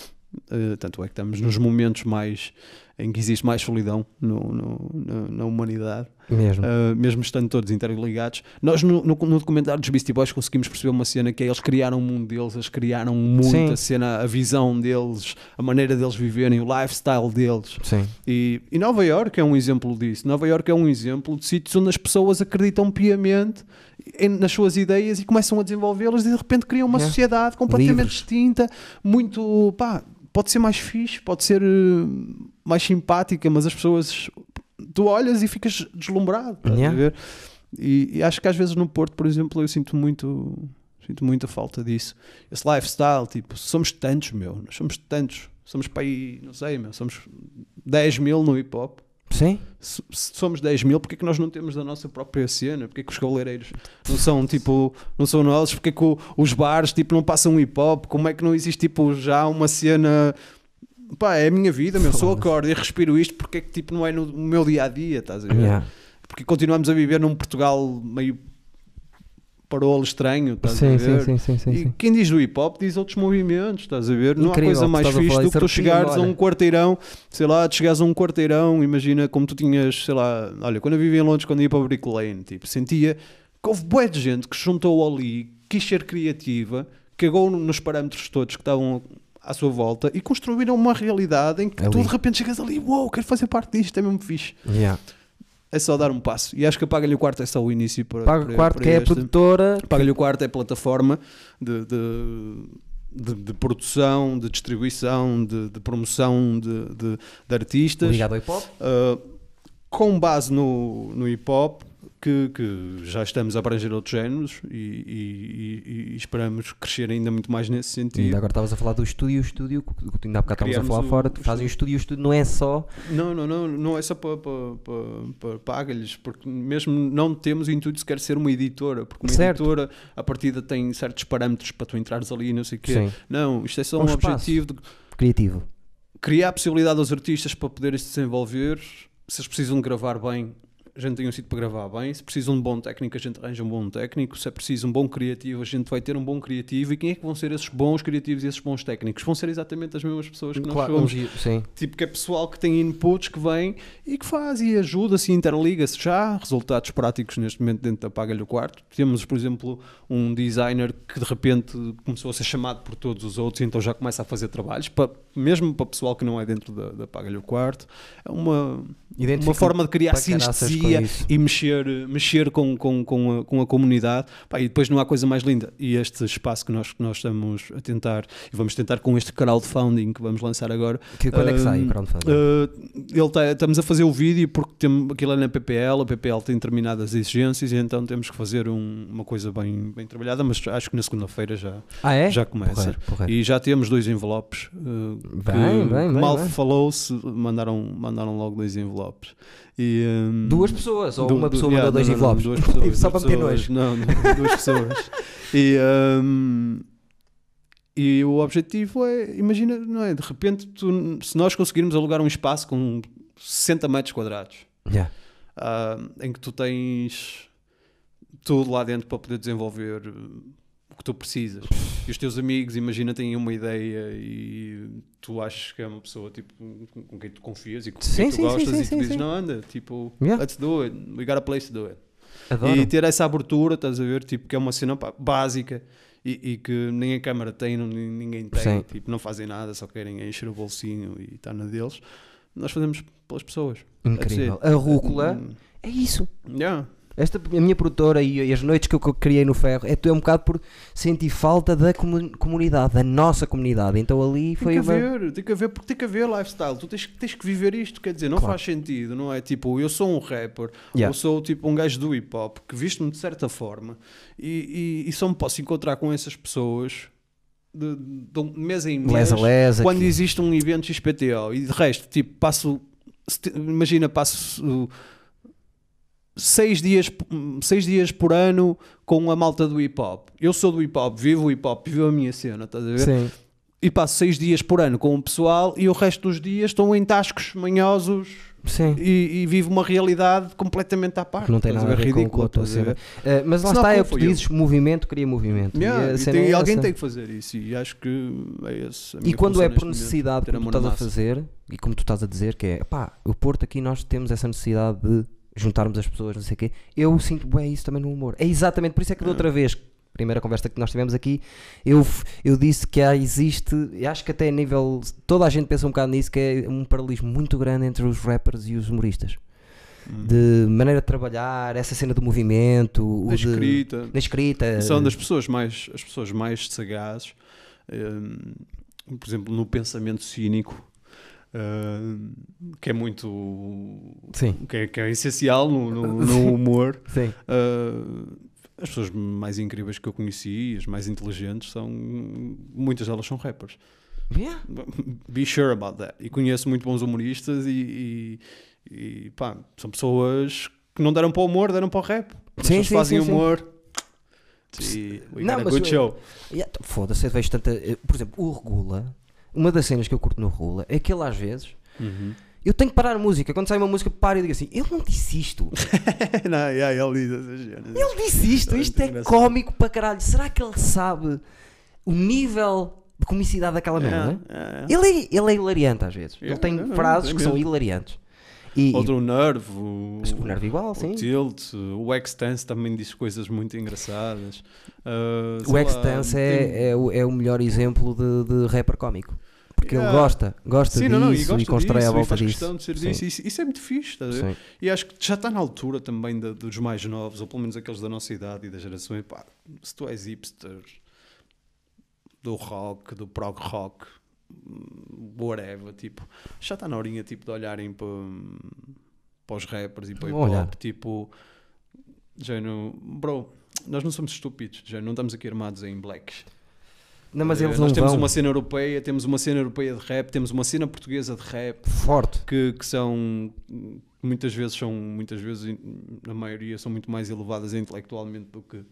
Speaker 2: Uh, tanto é que estamos nos momentos mais em que existe mais solidão no- no- na- na humanidade.
Speaker 1: Mesmo.
Speaker 2: Uh, mesmo estando todos interligados. Nós no, no, no documentário dos Beastie Boys conseguimos perceber uma cena que é eles criaram o mundo deles, eles criaram muito
Speaker 1: Sim.
Speaker 2: a cena, a visão deles, a maneira deles viverem, o lifestyle deles.
Speaker 1: Sim.
Speaker 2: E, e Nova York é um exemplo disso. Nova York é um exemplo de sítios onde as pessoas acreditam piamente em- nas suas ideias e começam a desenvolvê-las e de repente criam uma
Speaker 1: Yeah.
Speaker 2: sociedade completamente
Speaker 1: Livres.
Speaker 2: distinta, muito pá, pode ser mais fixe, pode ser eh, mais simpática, mas as pessoas tu olhas e ficas deslumbrado, estás
Speaker 1: Yeah.
Speaker 2: a ver? E, e acho que às vezes no Porto, por exemplo, eu sinto muito sinto muita falta disso. Esse lifestyle, tipo, somos tantos, meu, nós somos tantos. Somos para aí, não sei, meu, somos 10 mil no hip hop.
Speaker 1: Sim.
Speaker 2: Se, se somos 10 mil, porque é que nós não temos da nossa própria cena? Porque é que os cavaleireiros não são tipo, não são nossos? Porque é que o- os bares tipo, não passam hip hop? Como é que não existe tipo, já uma cena? Pá, é a minha vida, meu. Sou
Speaker 1: Foda-se.
Speaker 2: acordo e respiro isto. Porque é que tipo, não é no, no meu dia a dia? Estás a ver?
Speaker 1: Yeah.
Speaker 2: Porque continuamos a viver num Portugal meio parolo estranho. Estás a
Speaker 1: Sim,
Speaker 2: ver?
Speaker 1: sim, sim, sim, sim,
Speaker 2: E
Speaker 1: sim.
Speaker 2: quem diz do hip hop diz outros movimentos, estás a ver? Não
Speaker 1: Incrível,
Speaker 2: há coisa mais
Speaker 1: estás a
Speaker 2: fixe
Speaker 1: falar
Speaker 2: do que
Speaker 1: isso,
Speaker 2: tu
Speaker 1: arrepia-me,
Speaker 2: chegares a
Speaker 1: olha.
Speaker 2: um quarteirão, sei lá, tu chegares a um quarteirão, imagina como tu tinhas, sei lá, olha, quando eu vivia em Londres, quando ia para a Brick Lane, tipo, sentia que houve bué de gente que se juntou ali, quis ser criativa, cagou no- nos parâmetros todos que estavam à sua volta e construíram uma realidade em que tu
Speaker 1: Ali.
Speaker 2: de repente chegas ali, uou, quero fazer parte disto, é mesmo fixe.
Speaker 1: Yeah.
Speaker 2: É só dar um passo. E acho que apaga-lhe o quarto é só o início para
Speaker 1: Pago
Speaker 2: para-
Speaker 1: Quarto,
Speaker 2: para
Speaker 1: que é a
Speaker 2: este.
Speaker 1: produtora.
Speaker 2: Paga-lhe o quarto é plataforma de, de, de- de produção, de distribuição, de, de promoção de, de- de artistas,
Speaker 1: Ligado ao hip hop.
Speaker 2: ah, com base no, no hip hop, que, que já estamos a abranger outros géneros e, e- e- e esperamos crescer ainda muito mais nesse
Speaker 1: E
Speaker 2: sentido.
Speaker 1: agora estavas a falar do estúdio, o estúdio, que que ainda há bocado estávamos a
Speaker 2: Criamos
Speaker 1: falar
Speaker 2: o-
Speaker 1: fora,
Speaker 2: o
Speaker 1: tu fazem o estúdio, o estúdio não é só.
Speaker 2: Não, não, não, não é só para, para, pagar-lhes, porque mesmo não temos o intuito sequer de ser uma editora, porque uma
Speaker 1: Certo.
Speaker 2: editora, a partida, tem certos parâmetros para tu entrares ali e não sei o quê.
Speaker 1: Sim.
Speaker 2: Não, isto é só
Speaker 1: Um
Speaker 2: um,
Speaker 1: espaço.
Speaker 2: objetivo de
Speaker 1: Criativo.
Speaker 2: criar a possibilidade aos artistas para poderem se desenvolver. Se eles precisam de gravar bem, a gente tem um sítio para gravar bem. Se precisa de um bom técnico, a gente arranja um bom técnico. Se é preciso um bom criativo, a gente vai ter um bom criativo. E quem é que vão ser esses bons criativos e esses bons técnicos? Vão ser exatamente as mesmas pessoas que nós
Speaker 1: Claro,
Speaker 2: somos.
Speaker 1: vamos- sim.
Speaker 2: Tipo, que é pessoal que tem inputs, que vem e que faz e ajuda-se, e interliga-se. Já há resultados práticos neste momento dentro da Paga-lhe o Quarto. Temos, por exemplo, um designer que de repente começou a ser chamado por todos os outros, então já começa a fazer trabalhos, pa- mesmo para pessoal que não é dentro da, da Paga-lhe o Quarto. É uma, uma
Speaker 1: Identifico-me
Speaker 2: forma de criar
Speaker 1: para caraças
Speaker 2: sinestesia
Speaker 1: com isso.
Speaker 2: e mexer, mexer com, com, com, a, com a comunidade. Pá, e depois não há coisa mais linda. E este espaço que nós, que nós estamos a tentar, e vamos tentar com este crowdfunding que vamos lançar agora,
Speaker 1: Que, quando é que sai
Speaker 2: Hum,
Speaker 1: o crowdfunding?
Speaker 2: Uh, ele tá- estamos a fazer o vídeo porque tem, aquilo é na PPL, a PPL tem determinadas exigências e então temos que fazer um- uma coisa bem, bem trabalhada, mas acho que na segunda-feira já,
Speaker 1: ah, é?
Speaker 2: já começa.
Speaker 1: Porreiro, porreiro.
Speaker 2: E já temos dois envelopes. uh, que
Speaker 1: Bem, bem, bem,
Speaker 2: mal
Speaker 1: bem.
Speaker 2: falou-se, mandaram, mandaram logo dois envelopes. E, um,
Speaker 1: Duas pessoas, ou
Speaker 2: Du-
Speaker 1: uma
Speaker 2: du-
Speaker 1: pessoa
Speaker 2: yeah,
Speaker 1: mandou dois
Speaker 2: não, não, não,
Speaker 1: envelopes.
Speaker 2: duas pessoas,
Speaker 1: Só
Speaker 2: duas
Speaker 1: para meter
Speaker 2: pessoas,
Speaker 1: nojo.
Speaker 2: Não, não, duas pessoas. E, hum, e o objetivo é, imagina, não é? De repente, tu- se nós conseguirmos alugar um espaço com 60 metros quadrados,
Speaker 1: Yeah.
Speaker 2: ah, em que tu tens tudo lá dentro para poder desenvolver uh, o que tu precisas. E os teus amigos, imagina, têm uma ideia e tu achas que é uma pessoa tipo, com, com quem tu confias e com
Speaker 1: Sim,
Speaker 2: quem tu
Speaker 1: sim,
Speaker 2: gostas
Speaker 1: sim, sim,
Speaker 2: e tu
Speaker 1: sim,
Speaker 2: dizes,
Speaker 1: sim.
Speaker 2: não anda, tipo,
Speaker 1: Yeah.
Speaker 2: let's do it, we got a place to do it.
Speaker 1: Adoro.
Speaker 2: E ter essa abertura, estás a ver, tipo, que é uma cena pá, básica e, e que nem a Câmara tem, nem- ninguém tem,
Speaker 1: Sim.
Speaker 2: tipo, não fazem nada, só querem encher o bolsinho e está na deles. Nós fazemos pelas pessoas.
Speaker 1: Incrível. A rúcula.
Speaker 2: Hum,
Speaker 1: É isso.
Speaker 2: Yeah.
Speaker 1: Esta, a minha produtora e, e as noites que eu, que eu criei no ferro é, é um bocado por sentir falta da comu- comunidade, da nossa comunidade. Então
Speaker 2: Tem
Speaker 1: ali
Speaker 2: que
Speaker 1: foi uma.
Speaker 2: haver, tem que haver, porque tem que haver lifestyle. Tu tens, que- tens que viver isto, quer dizer, não
Speaker 1: Claro.
Speaker 2: faz sentido, não é? Tipo, eu sou um rapper,
Speaker 1: Yeah.
Speaker 2: eu sou tipo um gajo do hip hop que visto-me de certa forma e, e, e só me posso encontrar com essas pessoas de, de um mês em mês
Speaker 1: Lesa, lesa.
Speaker 2: quando
Speaker 1: que-
Speaker 2: existe um evento XPTO e de resto, tipo, passo, sete- imagina, passo uh, seis dias, p- hum, seis dias por ano com a malta do hip hop. Eu sou do hip hop, vivo o hip hop, vivo a minha cena, estás a ver?
Speaker 1: Sim.
Speaker 2: e passo seis dias por ano com o pessoal e o resto dos dias estão em tascos manhosos
Speaker 1: Sim.
Speaker 2: e, e vivo uma realidade completamente à parte.
Speaker 1: Não tem
Speaker 2: Estás
Speaker 1: nada a ver com,
Speaker 2: Ridículo,
Speaker 1: com é a tua
Speaker 2: estás a
Speaker 1: cena.
Speaker 2: ver?
Speaker 1: Eh, mas lá
Speaker 2: Senão
Speaker 1: está,
Speaker 2: quem
Speaker 1: é o que tu
Speaker 2: fui eu?
Speaker 1: dizes: movimento cria movimento.
Speaker 2: Yeah,
Speaker 1: a
Speaker 2: e
Speaker 1: cena
Speaker 2: tem-
Speaker 1: é
Speaker 2: alguém
Speaker 1: essa.
Speaker 2: tem que fazer isso e acho que é esse a
Speaker 1: E
Speaker 2: minha
Speaker 1: quando
Speaker 2: função
Speaker 1: é
Speaker 2: neste
Speaker 1: por
Speaker 2: momento,
Speaker 1: necessidade,
Speaker 2: ter a
Speaker 1: como tu
Speaker 2: mão na
Speaker 1: estás a
Speaker 2: massa.
Speaker 1: fazer, e como tu estás a dizer, que é pá, o Porto aqui nós temos essa necessidade de juntarmos as pessoas, não sei o quê, eu sinto bem isso também no humor. É exatamente por isso é que da outra vez, primeira conversa que nós tivemos aqui, eu, f- eu disse que há, existe, e acho que até a nível. toda a gente pensa um bocado nisso, que é um paralelismo muito grande entre os rappers e os humoristas.
Speaker 2: Hum.
Speaker 1: De maneira de trabalhar, essa cena do movimento, o
Speaker 2: Na
Speaker 1: de-
Speaker 2: escrita.
Speaker 1: na escrita.
Speaker 2: São das pessoas mais, as pessoas mais sagazes, hum, por exemplo, no pensamento cínico, hum, que é muito.
Speaker 1: Sim,
Speaker 2: que é, que é essencial no- no- no humor.
Speaker 1: sim.
Speaker 2: Uh, as pessoas mais incríveis que eu conheci, as mais inteligentes, são. Muitas delas são rappers.
Speaker 1: Yeah.
Speaker 2: Be sure about that. E conheço muito bons humoristas e. e, e, pá, são pessoas que não deram para o humor, deram para o rap. As
Speaker 1: Sim,
Speaker 2: pessoas
Speaker 1: sim,
Speaker 2: fazem
Speaker 1: sim, sim.
Speaker 2: humor. E we
Speaker 1: Não,
Speaker 2: got a
Speaker 1: mas
Speaker 2: good
Speaker 1: eu-
Speaker 2: show.
Speaker 1: Yeah, t- é, Foda-se, eu vejo tanta. eh, Por exemplo, o Regula. Uma das cenas que eu curto no Regula é que ele às vezes. Eu tenho que parar a música. Quando sai uma música, paro e digo assim: ele não disse isto.
Speaker 2: não, yeah, ele diz essas cenas.
Speaker 1: Ele disse isto.
Speaker 2: Muito
Speaker 1: Isto é
Speaker 2: engraçado.
Speaker 1: cómico para caralho. Será que ele sabe o nível de comicidade daquela
Speaker 2: É.
Speaker 1: merda?
Speaker 2: Yeah, yeah, yeah.
Speaker 1: Ele, é, ele é hilariante às vezes.
Speaker 2: Yeah,
Speaker 1: ele tem
Speaker 2: yeah,
Speaker 1: frases
Speaker 2: tem
Speaker 1: que são
Speaker 2: é, mesmo.
Speaker 1: hilariantes. E,
Speaker 2: Outro nervo.
Speaker 1: e o Nervo igual, sim.
Speaker 2: O Tilt, o Extense também diz coisas muito engraçadas. Ah, sei
Speaker 1: O
Speaker 2: lá,
Speaker 1: Extance
Speaker 2: tem-
Speaker 1: é, é, o- é o melhor exemplo de, de rapper cómico. Porque ele
Speaker 2: Yeah.
Speaker 1: gosta, gosta
Speaker 2: Sim,
Speaker 1: disso
Speaker 2: não, não,
Speaker 1: e,
Speaker 2: e gosta
Speaker 1: constrói
Speaker 2: disso,
Speaker 1: a
Speaker 2: e
Speaker 1: volta
Speaker 2: faz
Speaker 1: disso.
Speaker 2: questão de ser
Speaker 1: Sim,
Speaker 2: disso. Isso, isso é muito fixe, estás a ver?
Speaker 1: sim.
Speaker 2: E acho que já está na altura também da- dos mais novos, ou pelo menos aqueles da nossa idade e da geração. E pá, se tu és hipster do rock, do prog rock, hum, whatever, tipo, já está na horinha tipo, de olharem para, para os rappers e para o
Speaker 1: Vão olhar.
Speaker 2: hip-hop, tipo, já não, bro, nós não somos estúpidos, já não estamos aqui armados em blacks.
Speaker 1: Não, mas
Speaker 2: Eh,
Speaker 1: eles
Speaker 2: nós
Speaker 1: não
Speaker 2: temos
Speaker 1: vão
Speaker 2: uma cena europeia, temos uma cena europeia de rap, temos uma cena portuguesa de rap
Speaker 1: forte.
Speaker 2: que, que são muitas vezes são muitas vezes na maioria são muito mais elevadas intelectualmente do que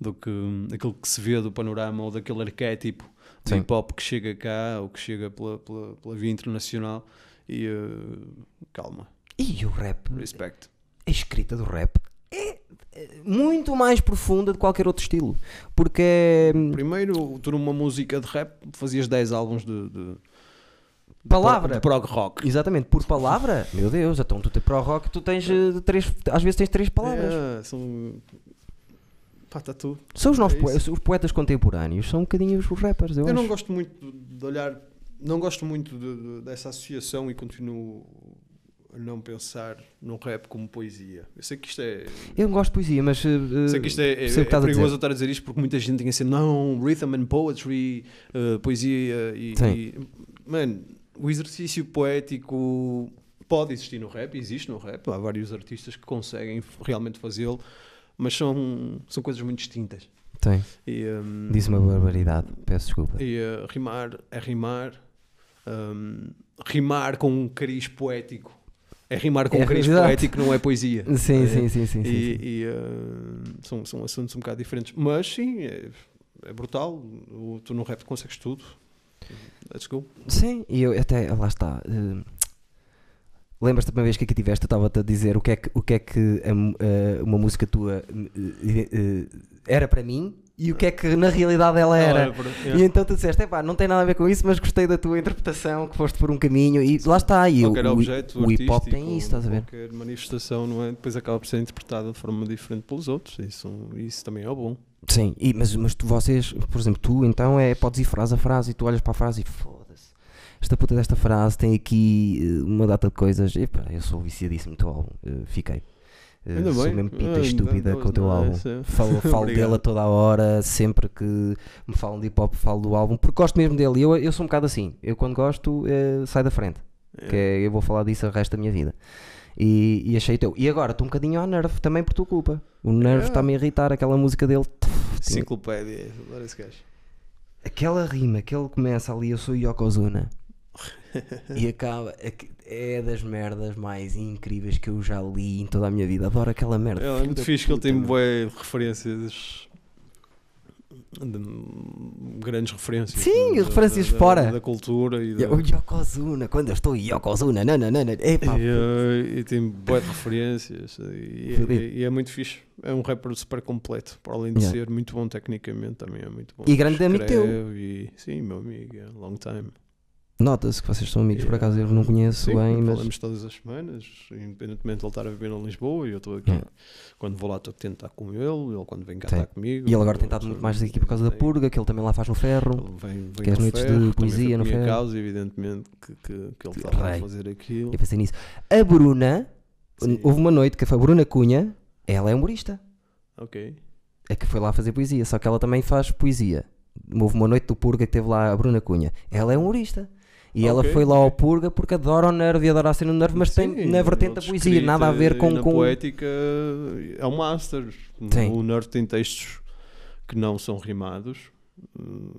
Speaker 2: do que hum, aquilo que se vê do panorama ou daquele arquétipo de
Speaker 1: Sim.
Speaker 2: hip hop que chega cá ou que chega pela, pela, pela via internacional e eh, calma
Speaker 1: E o rap
Speaker 2: respect
Speaker 1: a escrita do rap é eh, muito mais profunda de qualquer outro estilo. Porque é hum,
Speaker 2: Primeiro, tu numa música de rap fazias 10 álbuns de, de- de
Speaker 1: palavra.
Speaker 2: pro- de prog rock.
Speaker 1: Exatamente, por palavra? Meu Deus, então tu te- para o rock tu tens eh, três, às vezes tens três palavras.
Speaker 2: É, são. Pá, tá tu.
Speaker 1: São os novos
Speaker 2: é
Speaker 1: poetas, os poetas contemporâneos, são um bocadinho os rappers, eu,
Speaker 2: Eu
Speaker 1: Então, acho.
Speaker 2: não gosto muito de olhar, não gosto muito de- de- dessa associação e continuo a não pensar no rap como poesia. Eu sei que isto é,
Speaker 1: Eu não gosto de poesia, mas. eh,
Speaker 2: sei que isto é, é-
Speaker 1: percebo o que
Speaker 2: é
Speaker 1: estás a dizer.
Speaker 2: perigoso estar a dizer isto porque muita gente tem assim, não, rhythm and poetry, eh, poesia e,
Speaker 1: Sim.
Speaker 2: e- Mano, o exercício poético pode existir no rap, existe no rap, há vários artistas que conseguem realmente fazê-lo, mas são, são coisas muito distintas.
Speaker 1: Tem.
Speaker 2: E, hum,
Speaker 1: Disse uma barbaridade, peço desculpa.
Speaker 2: e eh, rimar é rimar. Hum, rimar com um cariz poético. É rimar com
Speaker 1: É,
Speaker 2: um cariz
Speaker 1: exato.
Speaker 2: poético, não é poesia.
Speaker 1: Sim,
Speaker 2: É,
Speaker 1: sim, sim, sim. sim,
Speaker 2: E,
Speaker 1: sim.
Speaker 2: e, eh, são, são assuntos um bocado diferentes. Mas sim, é, é brutal. O- tu no rap consegues tudo. Ah, Let's go.
Speaker 1: Sim, e eu até, lá está. eh, Lembras-te da primeira vez que aqui tiveste, eu estava-te a dizer o que é que, o que, é que a mu- eh, uma música tua eh, eh, era para mim e o que é que na realidade ela era.
Speaker 2: é
Speaker 1: E
Speaker 2: Yeah.
Speaker 1: então tu disseste, epá, não tem nada a ver com isso, mas gostei da tua interpretação, que foste por um caminho e lá está. E
Speaker 2: Qualquer
Speaker 1: o, o-
Speaker 2: objeto
Speaker 1: o hip hop
Speaker 2: artístico,
Speaker 1: tem isso, estás a ver?
Speaker 2: qualquer manifestação, não é? Depois acaba por ser interpretada de forma diferente pelos outros. Isso, isso também é bom.
Speaker 1: Sim, e- mas, mas tu, vocês, por exemplo, tu então é, podes ir frase a frase e tu olhas para a frase e foda-se. Esta puta desta frase tem aqui eh, uma data de coisas. Epá, eu sou viciadíssimo do teu álbum. eh, fiquei. Eh,
Speaker 2: Ainda
Speaker 1: sou
Speaker 2: bem.
Speaker 1: mesmo pita
Speaker 2: Ah,
Speaker 1: estúpida
Speaker 2: não-
Speaker 1: com o teu
Speaker 2: não é
Speaker 1: álbum.
Speaker 2: isso.
Speaker 1: Falo, falo dele a
Speaker 2: Obrigado.
Speaker 1: toda a hora, sempre que me falam de hip hop, falo do álbum, porque gosto mesmo dele. E Eu, eu sou um bocado assim. Eu quando gosto, eh, saio da frente. Que é, eu vou falar disso o resto da minha vida. E, e achei teu. E agora estou um bocadinho à nerve também por tua culpa. O nerve
Speaker 2: É.
Speaker 1: está-me a irritar, aquela música dele. Tinha-
Speaker 2: Enciclopédia, adoro esse gajo.
Speaker 1: Aquela rima que ele começa ali, eu sou Yokozuna, e acaba, aqu- é das merdas mais incríveis que eu já li em toda a minha vida. Adoro aquela merda.
Speaker 2: É,
Speaker 1: Filho
Speaker 2: é muito
Speaker 1: da
Speaker 2: fixe que ele
Speaker 1: puta,
Speaker 2: tem
Speaker 1: meu.
Speaker 2: bué de referências. de- grandes referências.
Speaker 1: Sim,
Speaker 2: da- da-
Speaker 1: referências
Speaker 2: da-
Speaker 1: fora.
Speaker 2: Da cultura e da.
Speaker 1: E é O Yokozuna, quando eu estou em Yokozuna, nananana, epá,
Speaker 2: E, eh, e tem bué de referências. E,
Speaker 1: Fodido.
Speaker 2: e- e é muito fixe. É um rapper super completo. Para além de
Speaker 1: Yeah.
Speaker 2: ser muito bom tecnicamente, também é muito bom.
Speaker 1: E grande amigo teu.
Speaker 2: Escreve E, sim, meu amigo. é long time.
Speaker 1: nota-se que vocês são amigos, por acaso eu não conheço
Speaker 2: Sim,
Speaker 1: bem, mas
Speaker 2: falamos todas as semanas, independentemente de ele estar a viver em Lisboa, e eu estou aqui.
Speaker 1: Yeah.
Speaker 2: Quando vou lá, estou a tentar com ele, ele quando vem cá
Speaker 1: Sim.
Speaker 2: está comigo.
Speaker 1: e ele agora tem
Speaker 2: Uma
Speaker 1: estado muito
Speaker 2: pessoa
Speaker 1: mais aqui por causa da
Speaker 2: tem-
Speaker 1: purga, que ele também lá faz no ferro.
Speaker 2: ele Vem, vem
Speaker 1: que é as
Speaker 2: no
Speaker 1: noites de
Speaker 2: ferro, também foi
Speaker 1: poesia no
Speaker 2: por minha
Speaker 1: ferro.
Speaker 2: causa, evidentemente, que, que, que ele estava a
Speaker 1: Rei.
Speaker 2: fazer aquilo.
Speaker 1: Eu pensei nisso. A Bruna,
Speaker 2: Sim.
Speaker 1: houve uma noite que foi a Bruna Cunha, ela é humorista.
Speaker 2: Ok.
Speaker 1: é que foi lá fazer poesia, só que ela também faz poesia. Houve uma noite do Purga que teve lá a Bruna Cunha. Ela é humorista. E
Speaker 2: Ah,
Speaker 1: ela
Speaker 2: ok,
Speaker 1: foi lá ao
Speaker 2: ok.
Speaker 1: Purga porque adora o nervo e adora a cena do nervo, mas tem
Speaker 2: Sim,
Speaker 1: na vertente da
Speaker 2: na
Speaker 1: poesia, nada a ver
Speaker 2: escrita
Speaker 1: com.
Speaker 2: e na
Speaker 1: com...
Speaker 2: poética é um master.
Speaker 1: Sim.
Speaker 2: O Nerd tem textos que não são rimados. hum,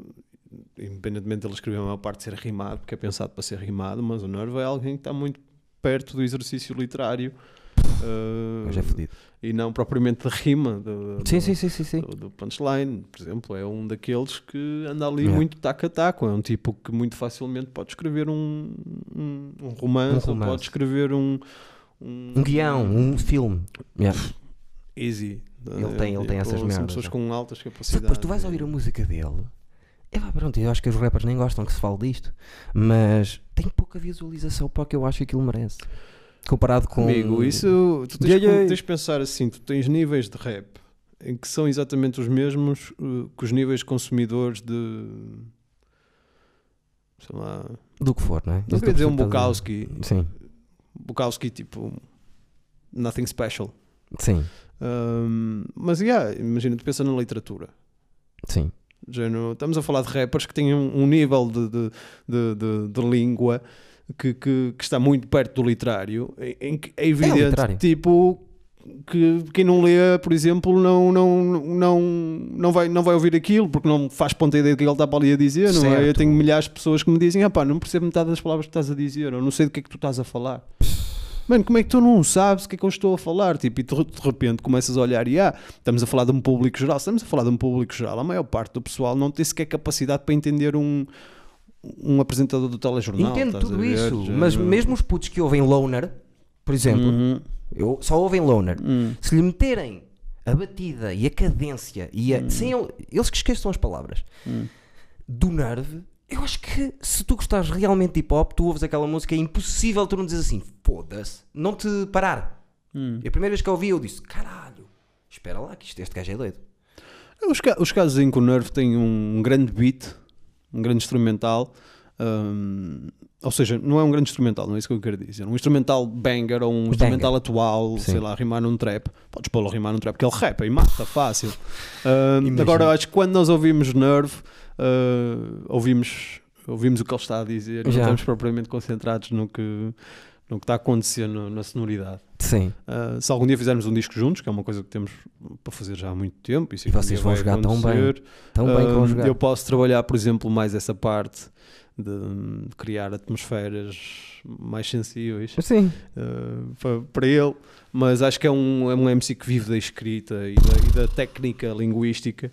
Speaker 2: Independentemente de ele escrever a maior parte de ser rimado, porque é pensado para ser rimado, mas o Nervo é alguém que está muito perto do exercício literário ah,
Speaker 1: Mas é fodido.
Speaker 2: e não propriamente da rima, do,
Speaker 1: Sim,
Speaker 2: do-
Speaker 1: sim, sim, sim. sim.
Speaker 2: do, do punchline, por exemplo, é um daqueles que anda ali
Speaker 1: Yeah.
Speaker 2: muito taco a taco. É um tipo que muito facilmente pode escrever um, um, um romance,
Speaker 1: Um
Speaker 2: ou
Speaker 1: romance.
Speaker 2: pode escrever um, um,
Speaker 1: Um guião, um filme. Yeah.
Speaker 2: Easy.
Speaker 1: Ele tem- ele tem
Speaker 2: Tipo,
Speaker 1: essas
Speaker 2: são
Speaker 1: merdas,
Speaker 2: pessoas
Speaker 1: não é?
Speaker 2: com altas
Speaker 1: Só que
Speaker 2: capacidades.
Speaker 1: depois tu vais ouvir a música dele. É pá, pronto, eu acho que os rappers nem gostam que se fale disto, mas tem pouca visualização para o que eu acho que aquilo merece. Comparado com.
Speaker 2: Comigo, isso tu tens,
Speaker 1: Yeah, yeah.
Speaker 2: que- tens de pensar assim: tu tens níveis de rap em que são exatamente os mesmos uh, que os níveis consumidores de sei lá,
Speaker 1: Do que for, não é?
Speaker 2: não
Speaker 1: Eu
Speaker 2: queria
Speaker 1: estou a
Speaker 2: dizer um
Speaker 1: perceber o que
Speaker 2: Bukowski,
Speaker 1: estás a dizer. Sim,
Speaker 2: Bukowski tipo nothing special.
Speaker 1: sim,
Speaker 2: Um, mas yeah, imagina, tu pensa na literatura.
Speaker 1: sim.
Speaker 2: Do género, estamos a falar de rappers que têm um, um nível de, de, de, de- de língua que, que, que está muito perto do literário, em, em que é evidente,
Speaker 1: literário.
Speaker 2: tipo, que quem não lê, por exemplo, não, não, não, não, vai, não vai ouvir aquilo, porque não faz ponta ideia do que ele está para ali a dizer, não é? Eu
Speaker 1: Certo.
Speaker 2: tenho milhares de pessoas que me dizem, ah pá, não percebo metade das palavras que estás a dizer, ou não sei do que é que tu estás a falar. Mano, como é que tu não sabes o que é que eu estou a falar? Tipo, e tu, de repente começas a olhar e ah, estamos a falar de um público geral. Se Estamos a falar de um público geral. A maior parte do pessoal não tem sequer capacidade para entender um, um apresentador do telejornal.
Speaker 1: Entendo
Speaker 2: estás a
Speaker 1: tudo
Speaker 2: ver?
Speaker 1: isso,
Speaker 2: Já
Speaker 1: mas
Speaker 2: não-
Speaker 1: mesmo os putos que ouvem Loner, por exemplo,
Speaker 2: Uhum.
Speaker 1: Eu, só ouvem loner.
Speaker 2: Hum.
Speaker 1: Se lhe meterem a batida e a cadência e
Speaker 2: Hum.
Speaker 1: a, sem ele- eles que esqueçam as palavras do Nerve, eu acho que se tu gostares realmente de hip hop, tu ouves aquela música, é impossível tu não dizes assim, foda-se, não te parar.
Speaker 2: Hum.
Speaker 1: E a primeira vez que eu ouvi, eu disse, caralho, espera lá, que isto, este gajo é doido.
Speaker 2: É, Os, ca- os casos em que o Nerve tem um, grande beat, um grande instrumental, hum, ou seja, não é um grande instrumental, não é isso que eu quero dizer. Um instrumental banger ou um instrumental atual, sei lá, rimar num trap, podes pô-lo a rimar num trap, que ele rapa e mata fácil. Hum,
Speaker 1: Imagina.
Speaker 2: agora, acho que quando nós ouvimos Nerve, hum, ouvimos, ouvimos o que ele está a dizer, e não
Speaker 1: Já.
Speaker 2: estamos propriamente concentrados no que, no que está a acontecer no- na sonoridade.
Speaker 1: Sim.
Speaker 2: Uh, se algum dia fizermos um disco juntos, que é uma coisa que temos para fazer já há muito tempo, isso
Speaker 1: E vocês vão jogar tão bem, Tão bem conjugado.
Speaker 2: ah, Hum, Eu posso trabalhar, por exemplo, mais essa parte de hum, criar atmosferas mais sensíveis
Speaker 1: Sim.
Speaker 2: uh, para, para ele, mas acho que é um, é um MC que vive da escrita e da, e da técnica linguística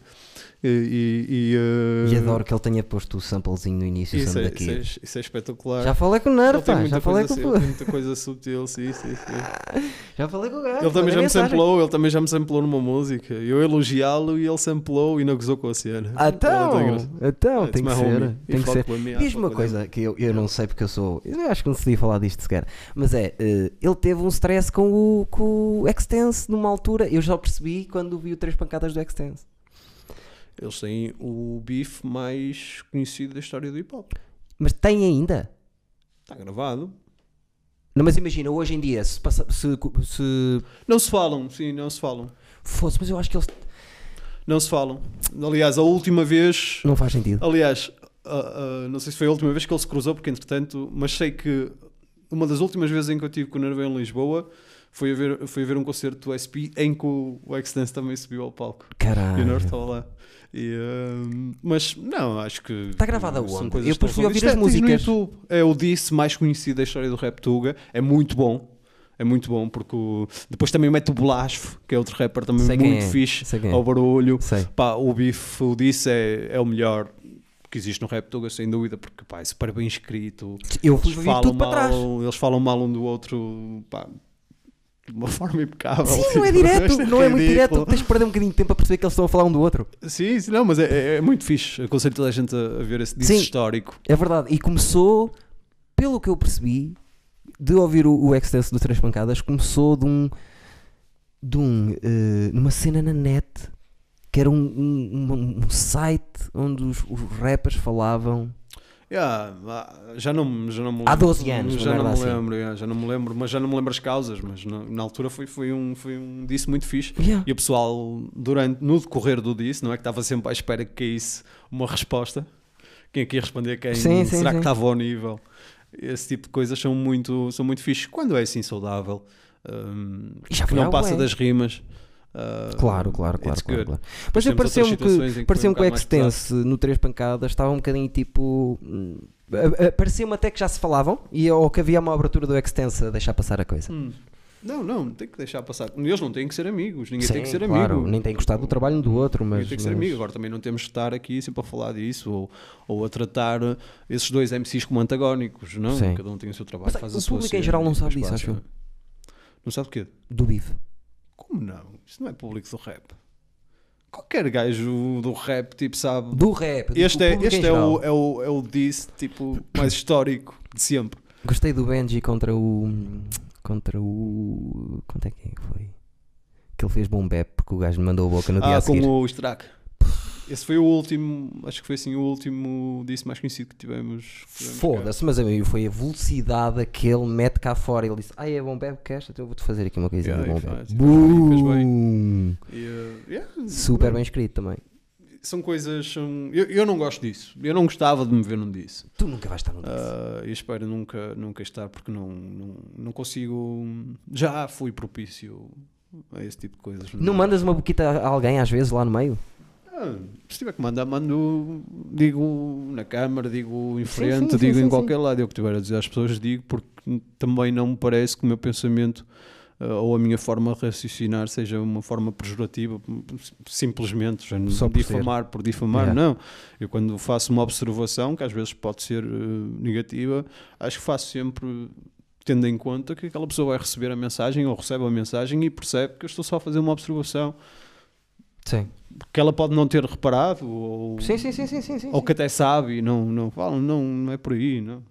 Speaker 2: e, e, e, uh,
Speaker 1: E adoro que ele tenha posto o samplezinho no início,
Speaker 2: isso,
Speaker 1: sendo
Speaker 2: é, isso, é,
Speaker 1: daqui.
Speaker 2: isso é espetacular.
Speaker 1: Já falei com o
Speaker 2: Ele
Speaker 1: Nero,
Speaker 2: tem
Speaker 1: pá,
Speaker 2: muita
Speaker 1: já falei,
Speaker 2: coisa,
Speaker 1: com,
Speaker 2: ele tem muita coisa subtil, sim, sim, sim.
Speaker 1: já falei com o gajo.
Speaker 2: Ele também
Speaker 1: mandei
Speaker 2: já me
Speaker 1: Ah, mensagem.
Speaker 2: samplou, ele também já me samplou numa música. Eu elogiá-lo e ele samplou e não gozou com a cena.
Speaker 1: Ah, Então,
Speaker 2: Ele é muito engraçado.
Speaker 1: então,
Speaker 2: It's
Speaker 1: tem que
Speaker 2: my
Speaker 1: ser.
Speaker 2: homie. He
Speaker 1: Tem que
Speaker 2: fuck
Speaker 1: ser.
Speaker 2: with me, I
Speaker 1: Diz
Speaker 2: fuck
Speaker 1: uma
Speaker 2: with
Speaker 1: coisa que eu, eu não sei porque eu sou. Eu acho que não se devia falar disto sequer. Mas é, eh, ele teve um stress com o, com o Extense numa altura. Eu já percebi quando vi o Três Pancadas do Extense.
Speaker 2: him. Eles têm o bife mais conhecido da história do hip hop.
Speaker 1: Mas tem ainda.
Speaker 2: Está gravado.
Speaker 1: Não, mas imagina, hoje em dia, se, passa, se, se
Speaker 2: Não se falam, sim, não se falam.
Speaker 1: fosse, mas eu acho que eles.
Speaker 2: Não se falam. Aliás, a última vez.
Speaker 1: Não faz sentido.
Speaker 2: Aliás, a- a- não sei se foi a última vez que ele se cruzou, porque entretanto, mas sei que uma das últimas vezes em que eu tive com o Nervão em Lisboa foi a ver, foi a ver um concerto do SP em que o, o X-Dance também subiu ao palco. E o
Speaker 1: Caralho.
Speaker 2: Norte estava lá. E, hum, mas não, acho que.
Speaker 1: Está Tá gravada
Speaker 2: são
Speaker 1: onde?
Speaker 2: coisas
Speaker 1: Eu
Speaker 2: que não
Speaker 1: prefiro
Speaker 2: são-
Speaker 1: ouvir
Speaker 2: Isto é- diz
Speaker 1: as
Speaker 2: no
Speaker 1: músicas.
Speaker 2: YouTube. É o disse mais conhecido da história do Rap Tuga. É muito bom. É muito bom, porque o- depois também mete o Blasfo, que é outro rapper também
Speaker 1: Sei quem
Speaker 2: muito
Speaker 1: é,
Speaker 2: fixe,
Speaker 1: sei quem é.
Speaker 2: ao barulho.
Speaker 1: Sei.
Speaker 2: Pá, o Bife, o disse, é, é o melhor que existe no Rap Tuga, sem dúvida, porque pá, é super bem escrito.
Speaker 1: Eu fui
Speaker 2: Eles
Speaker 1: ver
Speaker 2: falam,
Speaker 1: tudo para
Speaker 2: mal,
Speaker 1: trás.
Speaker 2: eles falam mal um do outro pá, de uma forma impecável.
Speaker 1: Sim, não é
Speaker 2: tipo,
Speaker 1: direto,
Speaker 2: isto é
Speaker 1: não é muito direto.
Speaker 2: ridículo.
Speaker 1: Tens de perder um bocadinho de tempo a perceber que eles estão a falar um do outro.
Speaker 2: Sim, sim, não, mas é, é- é muito fixe. Aconselho toda a gente a, a ver esse disco
Speaker 1: Sim.
Speaker 2: histórico.
Speaker 1: É verdade. E começou, pelo que eu percebi, de ouvir o, o Extense do Três Pancadas, começou de um. de um. eh, numa cena na net que era um, um- um- um site onde os, os rappers falavam.
Speaker 2: Yeah, ah, já, não, já não me
Speaker 1: Há
Speaker 2: lembro.
Speaker 1: 12 anos,
Speaker 2: já
Speaker 1: uma
Speaker 2: não me
Speaker 1: merda assim.
Speaker 2: lembro, yeah, já não me lembro, mas já não me lembro as causas. Mas na, na altura foi, foi, um, foi um disso muito fixe.
Speaker 1: Yeah.
Speaker 2: E o pessoal, durante, no decorrer do disso, não é que estava sempre à espera que caísse uma resposta. Quem é que ia responder a quem?
Speaker 1: Sim, sim,
Speaker 2: Será
Speaker 1: sim.
Speaker 2: que estava ao nível? Esse tipo de coisas são muito, são muito fixe. Quando é assim saudável, hum,
Speaker 1: E já
Speaker 2: que
Speaker 1: foi
Speaker 2: não
Speaker 1: há
Speaker 2: passa
Speaker 1: bué.
Speaker 2: das rimas. ah,
Speaker 1: Claro, claro, claro,
Speaker 2: it's
Speaker 1: claro,
Speaker 2: good.
Speaker 1: claro.
Speaker 2: Mas
Speaker 1: Mas eu
Speaker 2: temos outras
Speaker 1: pareceu-me
Speaker 2: situações em que foi
Speaker 1: que, pareceu
Speaker 2: um
Speaker 1: que o
Speaker 2: bocado mais pesado.
Speaker 1: Extense no Três Pancadas estava um bocadinho tipo. hum, a- a- Parecia-me até que já se falavam e ou que havia uma abertura do Extense a deixar passar a coisa.
Speaker 2: Hum. Não, não, tem que deixar passar. Eles não têm que ser amigos, ninguém tem que ser
Speaker 1: claro,
Speaker 2: amigo.
Speaker 1: nem tem gostado do trabalho um do outro, mas.
Speaker 2: Ninguém tem que ser
Speaker 1: mas-
Speaker 2: amigo. Agora também não temos de estar aqui sempre a falar disso ou, ou a tratar esses dois MCs como antagónicos, não?
Speaker 1: Sim.
Speaker 2: Cada um tem o seu trabalho,
Speaker 1: Mas,
Speaker 2: faz
Speaker 1: o
Speaker 2: a sua
Speaker 1: público em
Speaker 2: cena
Speaker 1: geral não
Speaker 2: e
Speaker 1: sabe
Speaker 2: depois
Speaker 1: disso,
Speaker 2: passa.
Speaker 1: acho
Speaker 2: Não sabe o quê?
Speaker 1: Do bife.
Speaker 2: Como não? Isso não é público do rap. Qualquer gajo do rap, tipo, sabe.
Speaker 1: Do rap. do
Speaker 2: Este, é,
Speaker 1: público em
Speaker 2: este é,
Speaker 1: geral.
Speaker 2: o, é, o, é o diss, tipo, mais histórico de sempre.
Speaker 1: Gostei do Benji contra o. Contra o. Quanto é que foi? Que ele fez bom bep porque o gajo lhe mandou a boca no dia
Speaker 2: ah,
Speaker 1: a seguir.
Speaker 2: com o Strack. Esse foi o último, acho que foi assim o último disso mais conhecido que tivemos. que tivemos cá.
Speaker 1: Foda-se, mas amigo, foi a velocidade a que ele mete cá fora. Ele disse: Ah, é bom bep que esta? Então eu vou-te fazer aqui uma coisinha
Speaker 2: Yeah,
Speaker 1: de bom
Speaker 2: e faz,
Speaker 1: bep.
Speaker 2: e faz bem, fez bem.
Speaker 1: Boom!
Speaker 2: E, uh, yeah,
Speaker 1: Super
Speaker 2: não,
Speaker 1: bem escrito também.
Speaker 2: São coisas. são- eu, eu não gosto disso. Eu não gostava de me ver num disso.
Speaker 1: Tu nunca vais estar no disso.
Speaker 2: Ah, e espero nunca, nunca estar, porque não, não, não consigo. Já fui propício a esse tipo de coisas.
Speaker 1: Não mandas uma boquita a alguém às vezes lá no meio?
Speaker 2: Ah, se tiver que mandar, mando, digo na câmara, digo em frente,
Speaker 1: sim,
Speaker 2: digo
Speaker 1: sim,
Speaker 2: em
Speaker 1: sim,
Speaker 2: qualquer lado. Eu que tiver a dizer às pessoas, digo, porque também não me parece que o meu pensamento ah, ou a minha forma de raciocinar seja uma forma pejorativa, sim- simplesmente, já não
Speaker 1: Só por ser.
Speaker 2: difamar por difamar,
Speaker 1: Yeah.
Speaker 2: não. Eu quando ah, faço uma observação, que às vezes pode ser eh, negativa, acho que faço sempre tendo em conta que aquela pessoa vai receber a mensagem ou recebe a mensagem e percebe que eu estou só a fazer uma observação
Speaker 1: Sim.
Speaker 2: que ela pode não ter reparado ou,
Speaker 1: Sim, sim, sim, sim, sim, sim.
Speaker 2: ou que até sabe e não, não fala, não, não é por aí, não.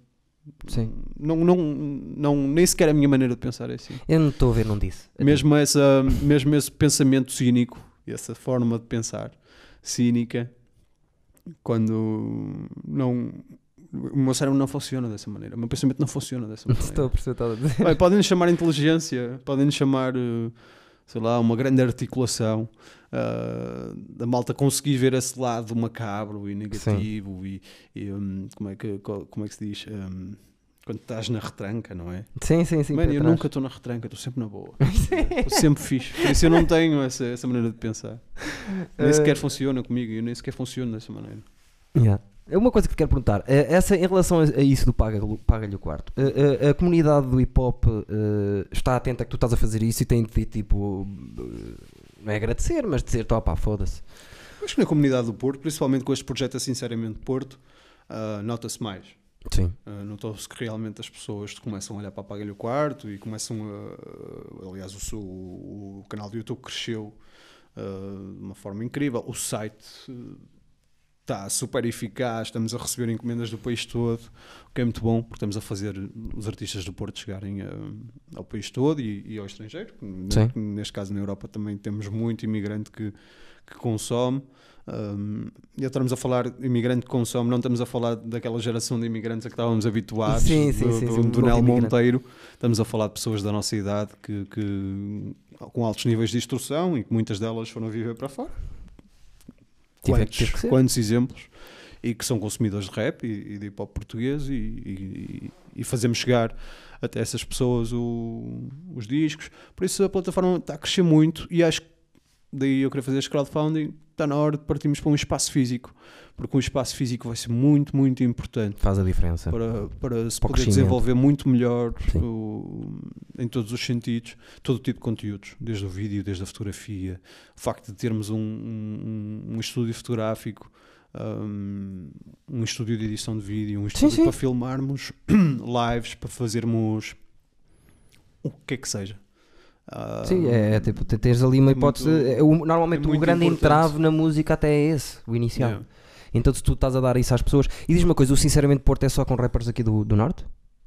Speaker 1: sim.
Speaker 2: Não, não, não, nem sequer a minha maneira de pensar é assim.
Speaker 1: Eu não estou a ver, não disse.
Speaker 2: Mesmo, essa, mesmo esse pensamento cínico, essa forma de pensar cínica, quando não, o meu cérebro não funciona dessa maneira, o meu pensamento não funciona dessa
Speaker 1: Estou
Speaker 2: maneira.
Speaker 1: a perceber o que estás a dizer.
Speaker 2: Bem, podem nos chamar inteligência, podem nos chamar, eh, sei lá, uma grande articulação. ah, da malta conseguir ver esse lado macabro e negativo e, e, hum, como, é que, co- como é que se diz? Hum, quando estás na retranca, não é?
Speaker 1: Sim, sim, sim.
Speaker 2: Mano,
Speaker 1: para
Speaker 2: eu
Speaker 1: trás.
Speaker 2: nunca estou na retranca, estou sempre na boa. Estou sempre fixe. Por isso eu não tenho essa, essa maneira de pensar. Nem
Speaker 1: Eh,
Speaker 2: sequer funciona comigo, eu nem sequer funciono dessa maneira.
Speaker 1: Yeah. É Uma coisa que te quero perguntar, eh, essa, em relação a a isso do paga-lhe paga o quarto, eh, eh, a comunidade do hip hop eh, está atenta que tu estás a fazer isso e tem de tipo, eh, não é agradecer, mas dizer, "Tó, pá, foda-se.
Speaker 2: Acho que na comunidade do Porto, principalmente com este projeto a Sinceramente Porto, ah, nota-se mais.
Speaker 1: Sim,
Speaker 2: Ah, Notou-se que realmente as pessoas começam a olhar para Apaga-lhe o Quarto e começam a. ah, Aliás, o, seu- o canal do YouTube cresceu ah, de uma forma incrível. O site ah, está super eficaz. Estamos a receber encomendas do país todo, o que é muito bom, porque estamos a fazer os artistas do Porto chegarem ah, ao país todo e, e ao estrangeiro.
Speaker 1: Sim.
Speaker 2: Ne- Neste caso, na Europa também temos muito imigrante que, que consome. Hum, e estamos a falar de imigrante que consome, não estamos a falar daquela geração de imigrantes a que estávamos habituados,
Speaker 1: Sim, sim,
Speaker 2: do,
Speaker 1: sim,
Speaker 2: do, do
Speaker 1: sim, novo
Speaker 2: Nel
Speaker 1: imigrante.
Speaker 2: Monteiro. Estamos a falar de pessoas da nossa idade que, que- com altos níveis de instrução e que muitas delas foram viver para fora.
Speaker 1: Tive-
Speaker 2: Quantos,
Speaker 1: teve é que ser.
Speaker 2: quantos exemplos? E que são consumidores de rap e, e de hip hop português e, e- e fazemos chegar até essas pessoas o- os discos. Por isso a plataforma está a crescer muito e acho que daí eu queria fazer este crowdfunding. Está na hora de partirmos para um espaço físico, porque um espaço físico vai ser muito, muito importante
Speaker 1: faz a diferença.
Speaker 2: para, para se
Speaker 1: Para o
Speaker 2: poder
Speaker 1: crescimento.
Speaker 2: desenvolver muito melhor
Speaker 1: Sim.
Speaker 2: o- em todos os sentidos, todo tipo de conteúdos, desde o vídeo, desde a fotografia, o facto de termos um, um, um estúdio fotográfico, um, um estúdio de edição de vídeo, um estúdio
Speaker 1: sim.
Speaker 2: para filmarmos lives, para fazermos o que é que seja. Ah,
Speaker 1: Sim, é, é tipo, te- tens ali uma
Speaker 2: é
Speaker 1: hipótese.
Speaker 2: muito-
Speaker 1: é o- normalmente
Speaker 2: é
Speaker 1: o
Speaker 2: muito
Speaker 1: grande
Speaker 2: importante.
Speaker 1: entrave na música até é esse, o inicial.
Speaker 2: yeah.
Speaker 1: Então, se tu estás a dar isso às pessoas. E diz-me uma coisa, o Sinceramente Porto é só com rappers aqui do, do Norte?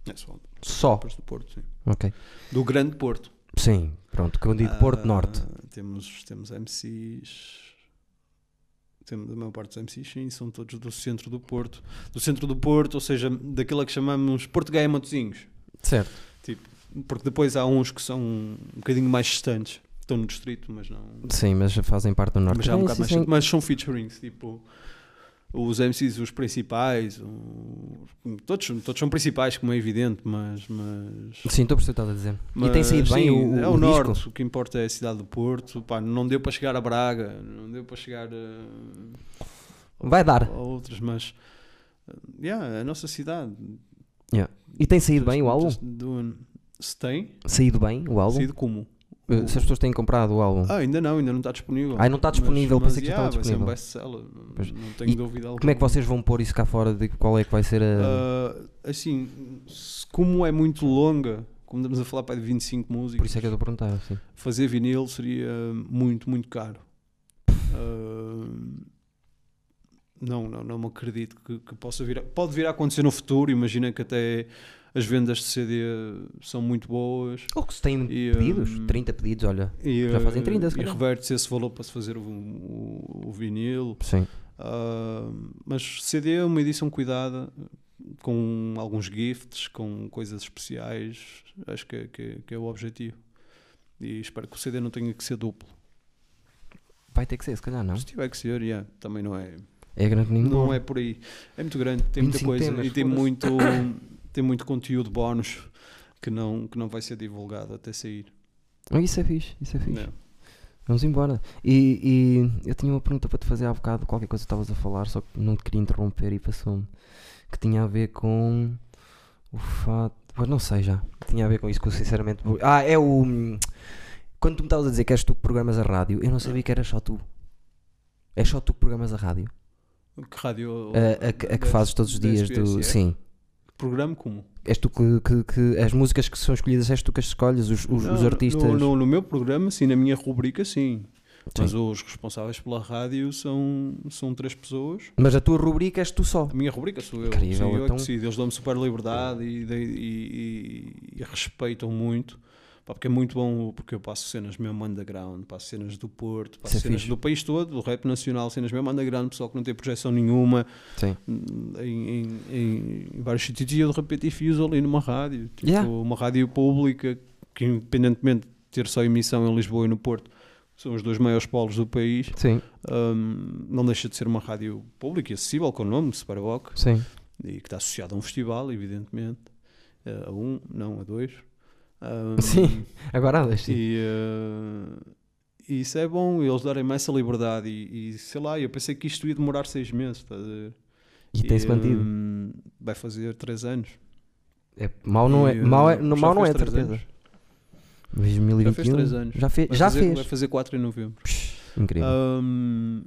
Speaker 2: É só
Speaker 1: Só.
Speaker 2: rappers do Porto, sim.
Speaker 1: Ok.
Speaker 2: Do Grande Porto.
Speaker 1: Sim, pronto, quando digo Porto
Speaker 2: Ah,
Speaker 1: Norte.
Speaker 2: Temos, temos MCs. Temos a maior parte dos MCs, sim, são todos do centro do Porto. Do centro do Porto, ou seja, daquela que chamamos Porto Gaia Matozinhos.
Speaker 1: Certo.
Speaker 2: Porque depois há uns que são um bocadinho mais distantes. Estão no distrito, mas não.
Speaker 1: Sim, mas já é fazem parte do Norte.
Speaker 2: Mas, já há um
Speaker 1: Sim,
Speaker 2: bocado
Speaker 1: sim,
Speaker 2: mais
Speaker 1: sim.
Speaker 2: distante, mas são featurings, tipo. Os MCs, os principais, o- todos, todos são principais, como é evidente, mas- mas
Speaker 1: Sim, estou a perceber o que estás a dizer.
Speaker 2: Mas,
Speaker 1: e tem saído bem
Speaker 2: sim,
Speaker 1: o,
Speaker 2: é
Speaker 1: o
Speaker 2: o
Speaker 1: disco?
Speaker 2: norte, o que importa é a cidade do Porto. Pá, não deu para chegar a Braga, não deu para chegar a,
Speaker 1: Vai dar.
Speaker 2: a outras, mas eh, yeah, a nossa cidade.
Speaker 1: E tem saído bem o álbum?
Speaker 2: Just doing- Se tem,
Speaker 1: Saído bem o álbum?
Speaker 2: saído como?
Speaker 1: Eh, Se as pessoas têm comprado o álbum.
Speaker 2: Ah, ainda não, ainda não está disponível.
Speaker 1: Ah, não está
Speaker 2: Mas-
Speaker 1: disponível,
Speaker 2: mas,
Speaker 1: pensei que já
Speaker 2: yeah,
Speaker 1: estava
Speaker 2: vai ser um best-seller,
Speaker 1: disponível. Pois.
Speaker 2: não tenho
Speaker 1: E
Speaker 2: dúvida alguma.
Speaker 1: Como é que vocês vão pôr isso cá fora? De qual é que vai ser a.
Speaker 2: Ah, assim, se- como é muito longa, como estamos a falar para de 25 músicas,
Speaker 1: Por isso é que eu estou a perguntar. Assim.
Speaker 2: fazer vinil seria muito, muito caro. Ah, não, não, não me acredito que, que possa vir. a- Pode vir a acontecer no futuro. Imagina que até as vendas de CD são muito boas.
Speaker 1: Ou que se têm
Speaker 2: E,
Speaker 1: pedidos?
Speaker 2: hum,
Speaker 1: 30 pedidos, olha.
Speaker 2: E,
Speaker 1: Já fazem
Speaker 2: ah,
Speaker 1: 30, se
Speaker 2: E
Speaker 1: calhar.
Speaker 2: reverte-se esse valor para se fazer o, o- o vinil.
Speaker 1: Sim.
Speaker 2: Ah, mas CD é uma edição cuidada, com alguns gifts, com coisas especiais. Acho que, é- que é- que é o objetivo. E espero que o CD não tenha que ser duplo.
Speaker 1: Vai ter que ser, se calhar não.
Speaker 2: Se tiver que ser, yeah, também não é.
Speaker 1: É grande nenhum.
Speaker 2: Não é por aí. É muito grande, tem muita
Speaker 1: 25
Speaker 2: coisa
Speaker 1: temas,
Speaker 2: e tem
Speaker 1: foda-se.
Speaker 2: muito, tem muito conteúdo bónus que não, que não vai ser divulgado até sair. né?
Speaker 1: Oh, Isso é fixe, isso é fixe.
Speaker 2: Não.
Speaker 1: Vamos embora. E, e eu tinha uma pergunta para te fazer há bocado, qualquer coisa que estavas a falar, só que não te queria interromper e passou-me. Que tinha a ver com o fato. Pois não sei já. Tinha a ver com isso que eu sinceramente. vou- Ah, é o. Quando tu me estavas a dizer que és tu que programas a rádio, eu não sabia que eras só tu. É só tu que programas a rádio.
Speaker 2: Que rádio.
Speaker 1: a, a que- a que fazes todos os
Speaker 2: da
Speaker 1: dias do.
Speaker 2: SBS, é?
Speaker 1: Sim.
Speaker 2: Programa como?
Speaker 1: És tu que, que- que- as músicas que são escolhidas, és tu que as escolhes, os, os,
Speaker 2: Não,
Speaker 1: os artistas.
Speaker 2: No, no- no meu programa, sim, na minha rubrica, sim. Mas
Speaker 1: Sim.
Speaker 2: os responsáveis pela rádio são, são três pessoas.
Speaker 1: Mas a tua rubrica és tu só.
Speaker 2: A minha rubrica sou eu.
Speaker 1: Incrível,
Speaker 2: sim, eu é que
Speaker 1: então-
Speaker 2: decido. Eles dão-me super liberdade e, dei- e- e- e respeitam muito. Pá, porque é muito bom, porque eu passo cenas mesmo underground, passo cenas do Porto, passo
Speaker 1: Isso é
Speaker 2: cenas
Speaker 1: fixe.
Speaker 2: do país todo, do rap nacional, cenas mesmo underground, pessoal que não tem projeção nenhuma
Speaker 1: Sim.
Speaker 2: em, em- em- em vários sítios e eu de repente enfio ali numa rádio, tipo,
Speaker 1: Yeah.
Speaker 2: uma rádio pública que independentemente de ter só emissão em Lisboa e no Porto, que são os dois maiores polos do país,
Speaker 1: Sim,
Speaker 2: hum, não deixa de ser uma rádio pública e acessível com o nome Superboc
Speaker 1: sim.
Speaker 2: e que está associado a um festival, evidentemente, eh, a um, não a dois. Ahm,
Speaker 1: Sim. Agora há dois, sim.
Speaker 2: E, eh, e isso é bom, eles darem-me essa liberdade. E, e, sei lá, eu pensei que isto ia demorar seis meses, estás a ver?
Speaker 1: E, tem-se mantido.
Speaker 2: hum, vai fazer três anos.
Speaker 1: É, mal não é,
Speaker 2: E,
Speaker 1: mal é,
Speaker 2: eh,
Speaker 1: não,
Speaker 2: já
Speaker 1: mal não é,
Speaker 2: fez
Speaker 1: de
Speaker 2: três
Speaker 1: certeza.
Speaker 2: anos.
Speaker 1: 2021.
Speaker 2: Já fez três anos.
Speaker 1: Já, fe-
Speaker 2: Vai
Speaker 1: já
Speaker 2: fazer-
Speaker 1: fez.
Speaker 2: Vai fazer quatro em novembro.
Speaker 1: Psh, Incrível.
Speaker 2: Hum,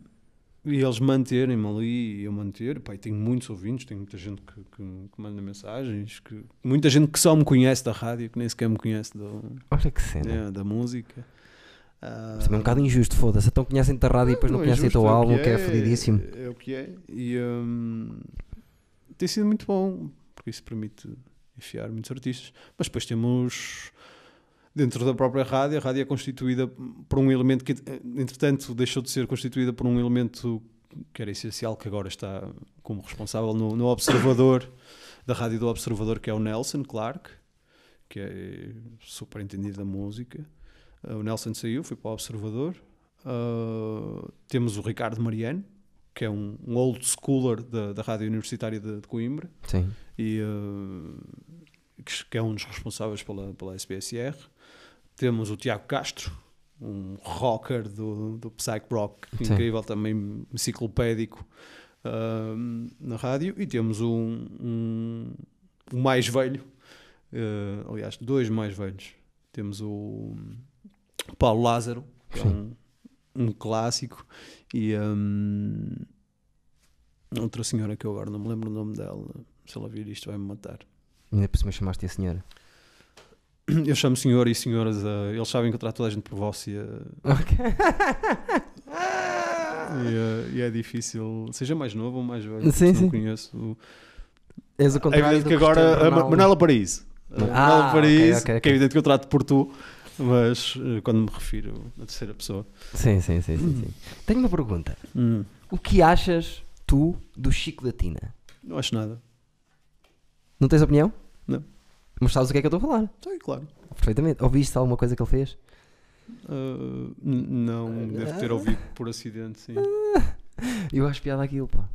Speaker 2: e eles manterem-me ali e eu manter. Pá, e tenho muitos ouvintes, tenho muita gente que, que- que manda mensagens, que, muita gente que só me conhece da rádio, que nem sequer me conhece do-
Speaker 1: Olha que cena.
Speaker 2: né, da música. Ah,
Speaker 1: Isso é um bocado injusto, foda-se. Então conhecem-te a rádio e depois não,
Speaker 2: é
Speaker 1: conhecem o
Speaker 2: justo,
Speaker 1: teu
Speaker 2: é o
Speaker 1: álbum, que é fodidíssimo.
Speaker 2: É o que é. E hum, tem sido muito bom, porque isso permite enfiar muitos artistas. Mas depois temos. Dentro da própria rádio, a rádio é constituída por um elemento que, entretanto, deixou de ser constituída por um elemento que era essencial, que agora está como responsável no, no Observador, da rádio do Observador, que é o Nelson Clark, que é super entendido da música. Ah, O Nelson saiu, foi para o Observador. Ah, temos o Ricardo Mariano, que é um, um old schooler da, da Rádio Universitária de, de Coimbra,
Speaker 1: Sim.
Speaker 2: e, ah, que, que é um dos responsáveis pela, pela SBSR. Temos o Tiago Castro, um rocker do, do Psych Rock,
Speaker 1: Sim.
Speaker 2: incrível, também enciclopédico ah, na rádio. E temos um, um- o mais velho, ah, aliás, dois mais velhos. Temos o Paulo Lázaro, que é um, um clássico, e hum, outra senhora que eu agora não me lembro o nome dela. Se ela vir isto, vai-me matar.
Speaker 1: Ainda por cima chamaste a senhora.
Speaker 2: Eu chamo senhor e senhoras, eh, eles sabem que eu trato toda a gente por vós e, eh, e, eh, e é difícil, seja mais novo ou mais velho,
Speaker 1: Sim,
Speaker 2: se
Speaker 1: sim.
Speaker 2: não conheço.
Speaker 1: És o
Speaker 2: É
Speaker 1: contrário
Speaker 2: evidente
Speaker 1: do
Speaker 2: que agora, a Ma-
Speaker 1: Cristiano
Speaker 2: Manuela Paraíso, A
Speaker 1: Ah,
Speaker 2: Manuela
Speaker 1: ok,
Speaker 2: Paraíso,
Speaker 1: ok, ok.
Speaker 2: que é evidente que eu trato por tu, mas eh, quando me refiro à terceira pessoa.
Speaker 1: Sim, sim, sim, sim, sim. Tenho uma pergunta.
Speaker 2: Hum,
Speaker 1: O que achas tu do Chico da Tina?
Speaker 2: não acho nada.
Speaker 1: Não tens opinião?
Speaker 2: Não.
Speaker 1: Mas sabes o que é que eu estou a falar?
Speaker 2: Sei, claro.
Speaker 1: Perfeitamente. Ouviste alguma coisa que ele fez?
Speaker 2: Uh, n-
Speaker 1: Ah,
Speaker 2: não, deve ter ouvido por acidente, sim.
Speaker 1: Eu acho piada aquilo, pá.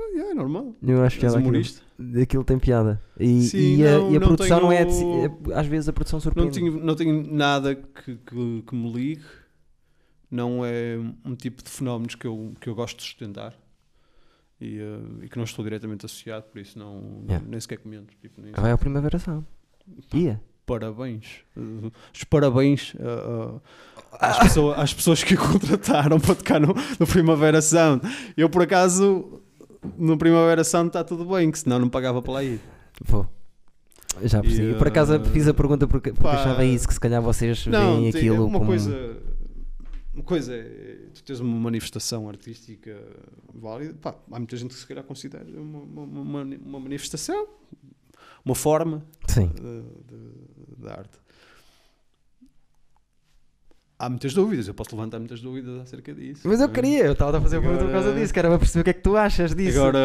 Speaker 2: Ah, yeah, é normal.
Speaker 1: Eu acho
Speaker 2: És
Speaker 1: piada aquilo.
Speaker 2: humorista.
Speaker 1: Aquilo tem piada. E,
Speaker 2: Sim,
Speaker 1: e a,
Speaker 2: não-
Speaker 1: e a
Speaker 2: não
Speaker 1: produção não é. de
Speaker 2: tenho-
Speaker 1: si- é- Às vezes a produção
Speaker 2: Não
Speaker 1: surpreende.
Speaker 2: tenho, não tenho nada que, que, que me ligue. Não é um tipo de fenómenos que eu, que eu gosto de sustentar e, eh, e que não estou diretamente associado, por isso não,
Speaker 1: Yeah.
Speaker 2: nem sequer comento. Tipo, nem-
Speaker 1: Ah, Vai ao Primavera Sound. Ia.
Speaker 2: Parabéns. eh, os parabéns eh, eh, às, pessoa- às pessoas que contrataram para tocar no, no Primavera Sound. Eu, por acaso, no Primavera Sound está tudo bem, que senão não pagava para lá ir.
Speaker 1: Vou. Já percebi.
Speaker 2: E,
Speaker 1: Por acaso
Speaker 2: eh,
Speaker 1: fiz a pergunta porque, porque
Speaker 2: pá,
Speaker 1: achava isso, que se calhar vocês
Speaker 2: tem-
Speaker 1: veem aquilo
Speaker 2: é uma
Speaker 1: como.
Speaker 2: coisa uma coisa é tu tens uma manifestação artística válida pá, há muita gente que se calhar considera uma, uma- uma- uma manifestação uma forma
Speaker 1: Sim,
Speaker 2: de- de- da arte há muitas dúvidas eu posso levantar muitas dúvidas acerca disso
Speaker 1: mas eu
Speaker 2: não é?
Speaker 1: queria, eu estava a fazer a pergunta por causa
Speaker 2: Agora-
Speaker 1: disso, que era para perceber o que é que tu achas disso.
Speaker 2: Agora.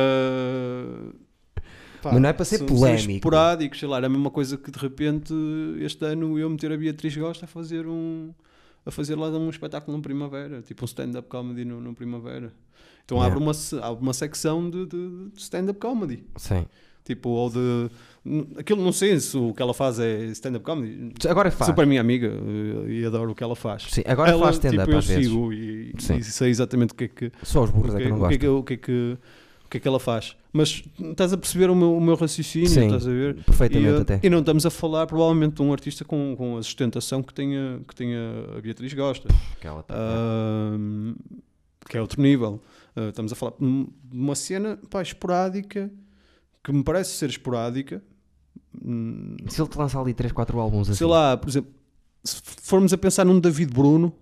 Speaker 1: Mas não é para ser
Speaker 2: são-
Speaker 1: polémico.
Speaker 2: São esporádicos, sei lá, era a mesma coisa que de repente este ano eu meter a Beatriz Gosta a fazer um. a fazer lá um espetáculo no Primavera, tipo um stand-up comedy no, no Primavera. Então
Speaker 1: Yeah.
Speaker 2: abre, uma, se- abre uma secção de, de- de stand-up comedy.
Speaker 1: Sim.
Speaker 2: Tipo, ou de. n- Aquilo não sei se o que ela faz é stand-up comedy.
Speaker 1: Agora faz.
Speaker 2: Super minha amiga eh, e adoro o que ela faz.
Speaker 1: Sim, agora
Speaker 2: ela,
Speaker 1: faz stand-up
Speaker 2: tipo, eu
Speaker 1: às vezes.
Speaker 2: sigo e,
Speaker 1: Sim.
Speaker 2: e sei exatamente o que é que
Speaker 1: Só os burros
Speaker 2: o
Speaker 1: é
Speaker 2: que,
Speaker 1: que eu não
Speaker 2: o que é
Speaker 1: gosto.
Speaker 2: que- o que é que- o que é que ela faz. Mas estás a perceber o meu, o meu raciocínio,
Speaker 1: Sim,
Speaker 2: estás a ver? E,
Speaker 1: perfeitamente
Speaker 2: eh,
Speaker 1: até.
Speaker 2: e não estamos a falar provavelmente de um artista com, com a sustentação que tenha, que tenha a Beatriz Gosta, Ahm, que é outro nível. Ah, estamos a falar de um- de uma cena pá, esporádica que me parece ser esporádica. hum,
Speaker 1: Se ele te lança ali 3, 4 álbuns assim.
Speaker 2: Sei lá, por exemplo, se formos a pensar num David Bruno,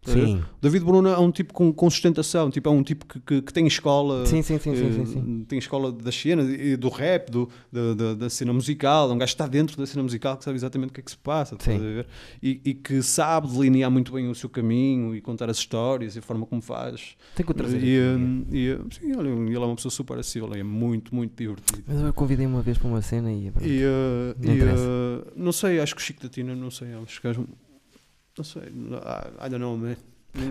Speaker 2: estás a ver?
Speaker 1: Sim.
Speaker 2: O David Bruno é um tipo com, com sustentação, tipo, é um tipo que, que- que tem escola.
Speaker 1: Sim, sim, sim, sim,
Speaker 2: eh,
Speaker 1: sim, sim.
Speaker 2: Tem escola das cenas, e do rap, do, da, da- da cena musical. É um gajo que está dentro da cena musical que sabe exatamente o que é que se passa, estás
Speaker 1: Sim.
Speaker 2: a ver? E, e que sabe delinear muito bem o seu caminho e contar as histórias e a forma como faz.
Speaker 1: Tem que o trazer.
Speaker 2: E,
Speaker 1: aqui um dia.
Speaker 2: eh, e, eh, sim, olha, ele é uma pessoa super acessível, é muito, muito divertido.
Speaker 1: Mas eu convidei uma vez para uma cena e. é
Speaker 2: E, eh,
Speaker 1: Não
Speaker 2: e,
Speaker 1: interessa.
Speaker 2: eh, não sei, acho que o Chico da Tina, não sei, acho que és um- Não sei, ah, I, I don't know, man.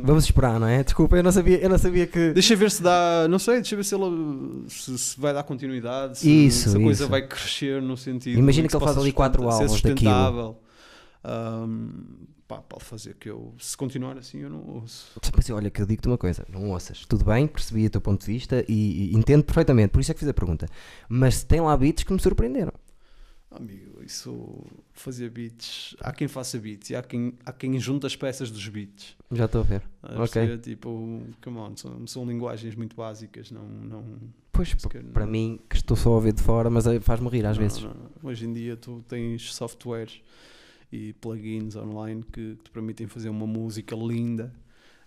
Speaker 1: Vamos esperar, não é? Desculpa, eu não sabia, eu não sabia que.
Speaker 2: Deixa ver se dá, não sei, deixa ver se ele se, se vai dar continuidade, se,
Speaker 1: Isso,
Speaker 2: se a coisa
Speaker 1: isso.
Speaker 2: vai crescer no sentido.
Speaker 1: Imagina
Speaker 2: em
Speaker 1: que ele
Speaker 2: se
Speaker 1: faz ali
Speaker 2: possa
Speaker 1: quatro
Speaker 2: sustenta-
Speaker 1: álbuns
Speaker 2: ser
Speaker 1: daquilo.
Speaker 2: sustentável. Ahm, pá, pode fazer que eu, se continuar assim, eu não ouço.
Speaker 1: Mas olha, que eu digo-te uma coisa, não ouças. Tudo bem, percebi o teu ponto de vista e, e entendo perfeitamente, por isso é que fiz a pergunta. Mas tem lá beats que me surpreenderam.
Speaker 2: Amigo, isso fazer beats. Há quem faça beats e há quem, há quem junta as peças dos beats.
Speaker 1: Já estou a ver.
Speaker 2: Estás a
Speaker 1: Ok.
Speaker 2: perceber? Tipo, come on, são, são linguagens muito básicas, não. não
Speaker 1: Pois,
Speaker 2: Isso
Speaker 1: pa-
Speaker 2: que eu não-
Speaker 1: Tipo, para mim, que estou só a ver de fora, mas eh, faz-me rir às
Speaker 2: não-
Speaker 1: vezes.
Speaker 2: não- Hoje em dia tu tens softwares e plugins online que, que te permitem fazer uma música linda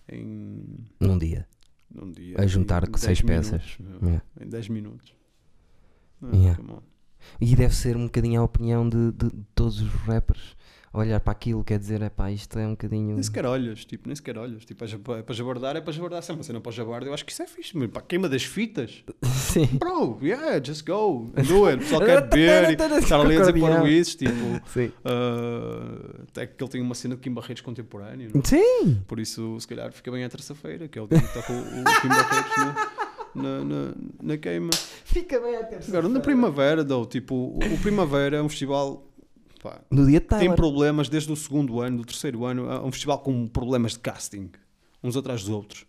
Speaker 2: em
Speaker 1: Num dia. é?
Speaker 2: num dia.
Speaker 1: A juntar
Speaker 2: em
Speaker 1: com
Speaker 2: 10
Speaker 1: seis
Speaker 2: minutos,
Speaker 1: peças.
Speaker 2: meu,
Speaker 1: Yeah.
Speaker 2: Em 10 minutos. Ah,
Speaker 1: Yeah.
Speaker 2: come on.
Speaker 1: E deve ser um bocadinho a opinião de, de- de todos os rappers a olhar para aquilo, quer dizer, é pá, isto é um bocadinho.
Speaker 2: Nem sequer olhas, tipo, nem sequer olhas. Tipo, é ja- é para jabardar, é para jabardar. Se é uma cena para jabardar, eu acho que isso é fixe. meu. Pá, queima das fitas.
Speaker 1: Sim.
Speaker 2: Bro, yeah, just go. Do it. O pessoal quer beber
Speaker 1: Tá
Speaker 2: e estar ali a dizer isso, tipo...
Speaker 1: Sim.
Speaker 2: Ah, até que ele tem uma cena de Kim Barreiros contemporâneo, não é?
Speaker 1: Sim!
Speaker 2: por isso se calhar fica bem à terça-feira, que é o dia que toca o, o Kim Barreiros na, na, na, na queima.
Speaker 1: Fica bem a terça.
Speaker 2: Agora, na Primavera, though, tipo, o, o Primavera é um festival. pá,
Speaker 1: No dia de
Speaker 2: tem
Speaker 1: Tyler.
Speaker 2: problemas desde o segundo ano, do terceiro ano. É um festival com problemas de casting, uns atrás dos outros.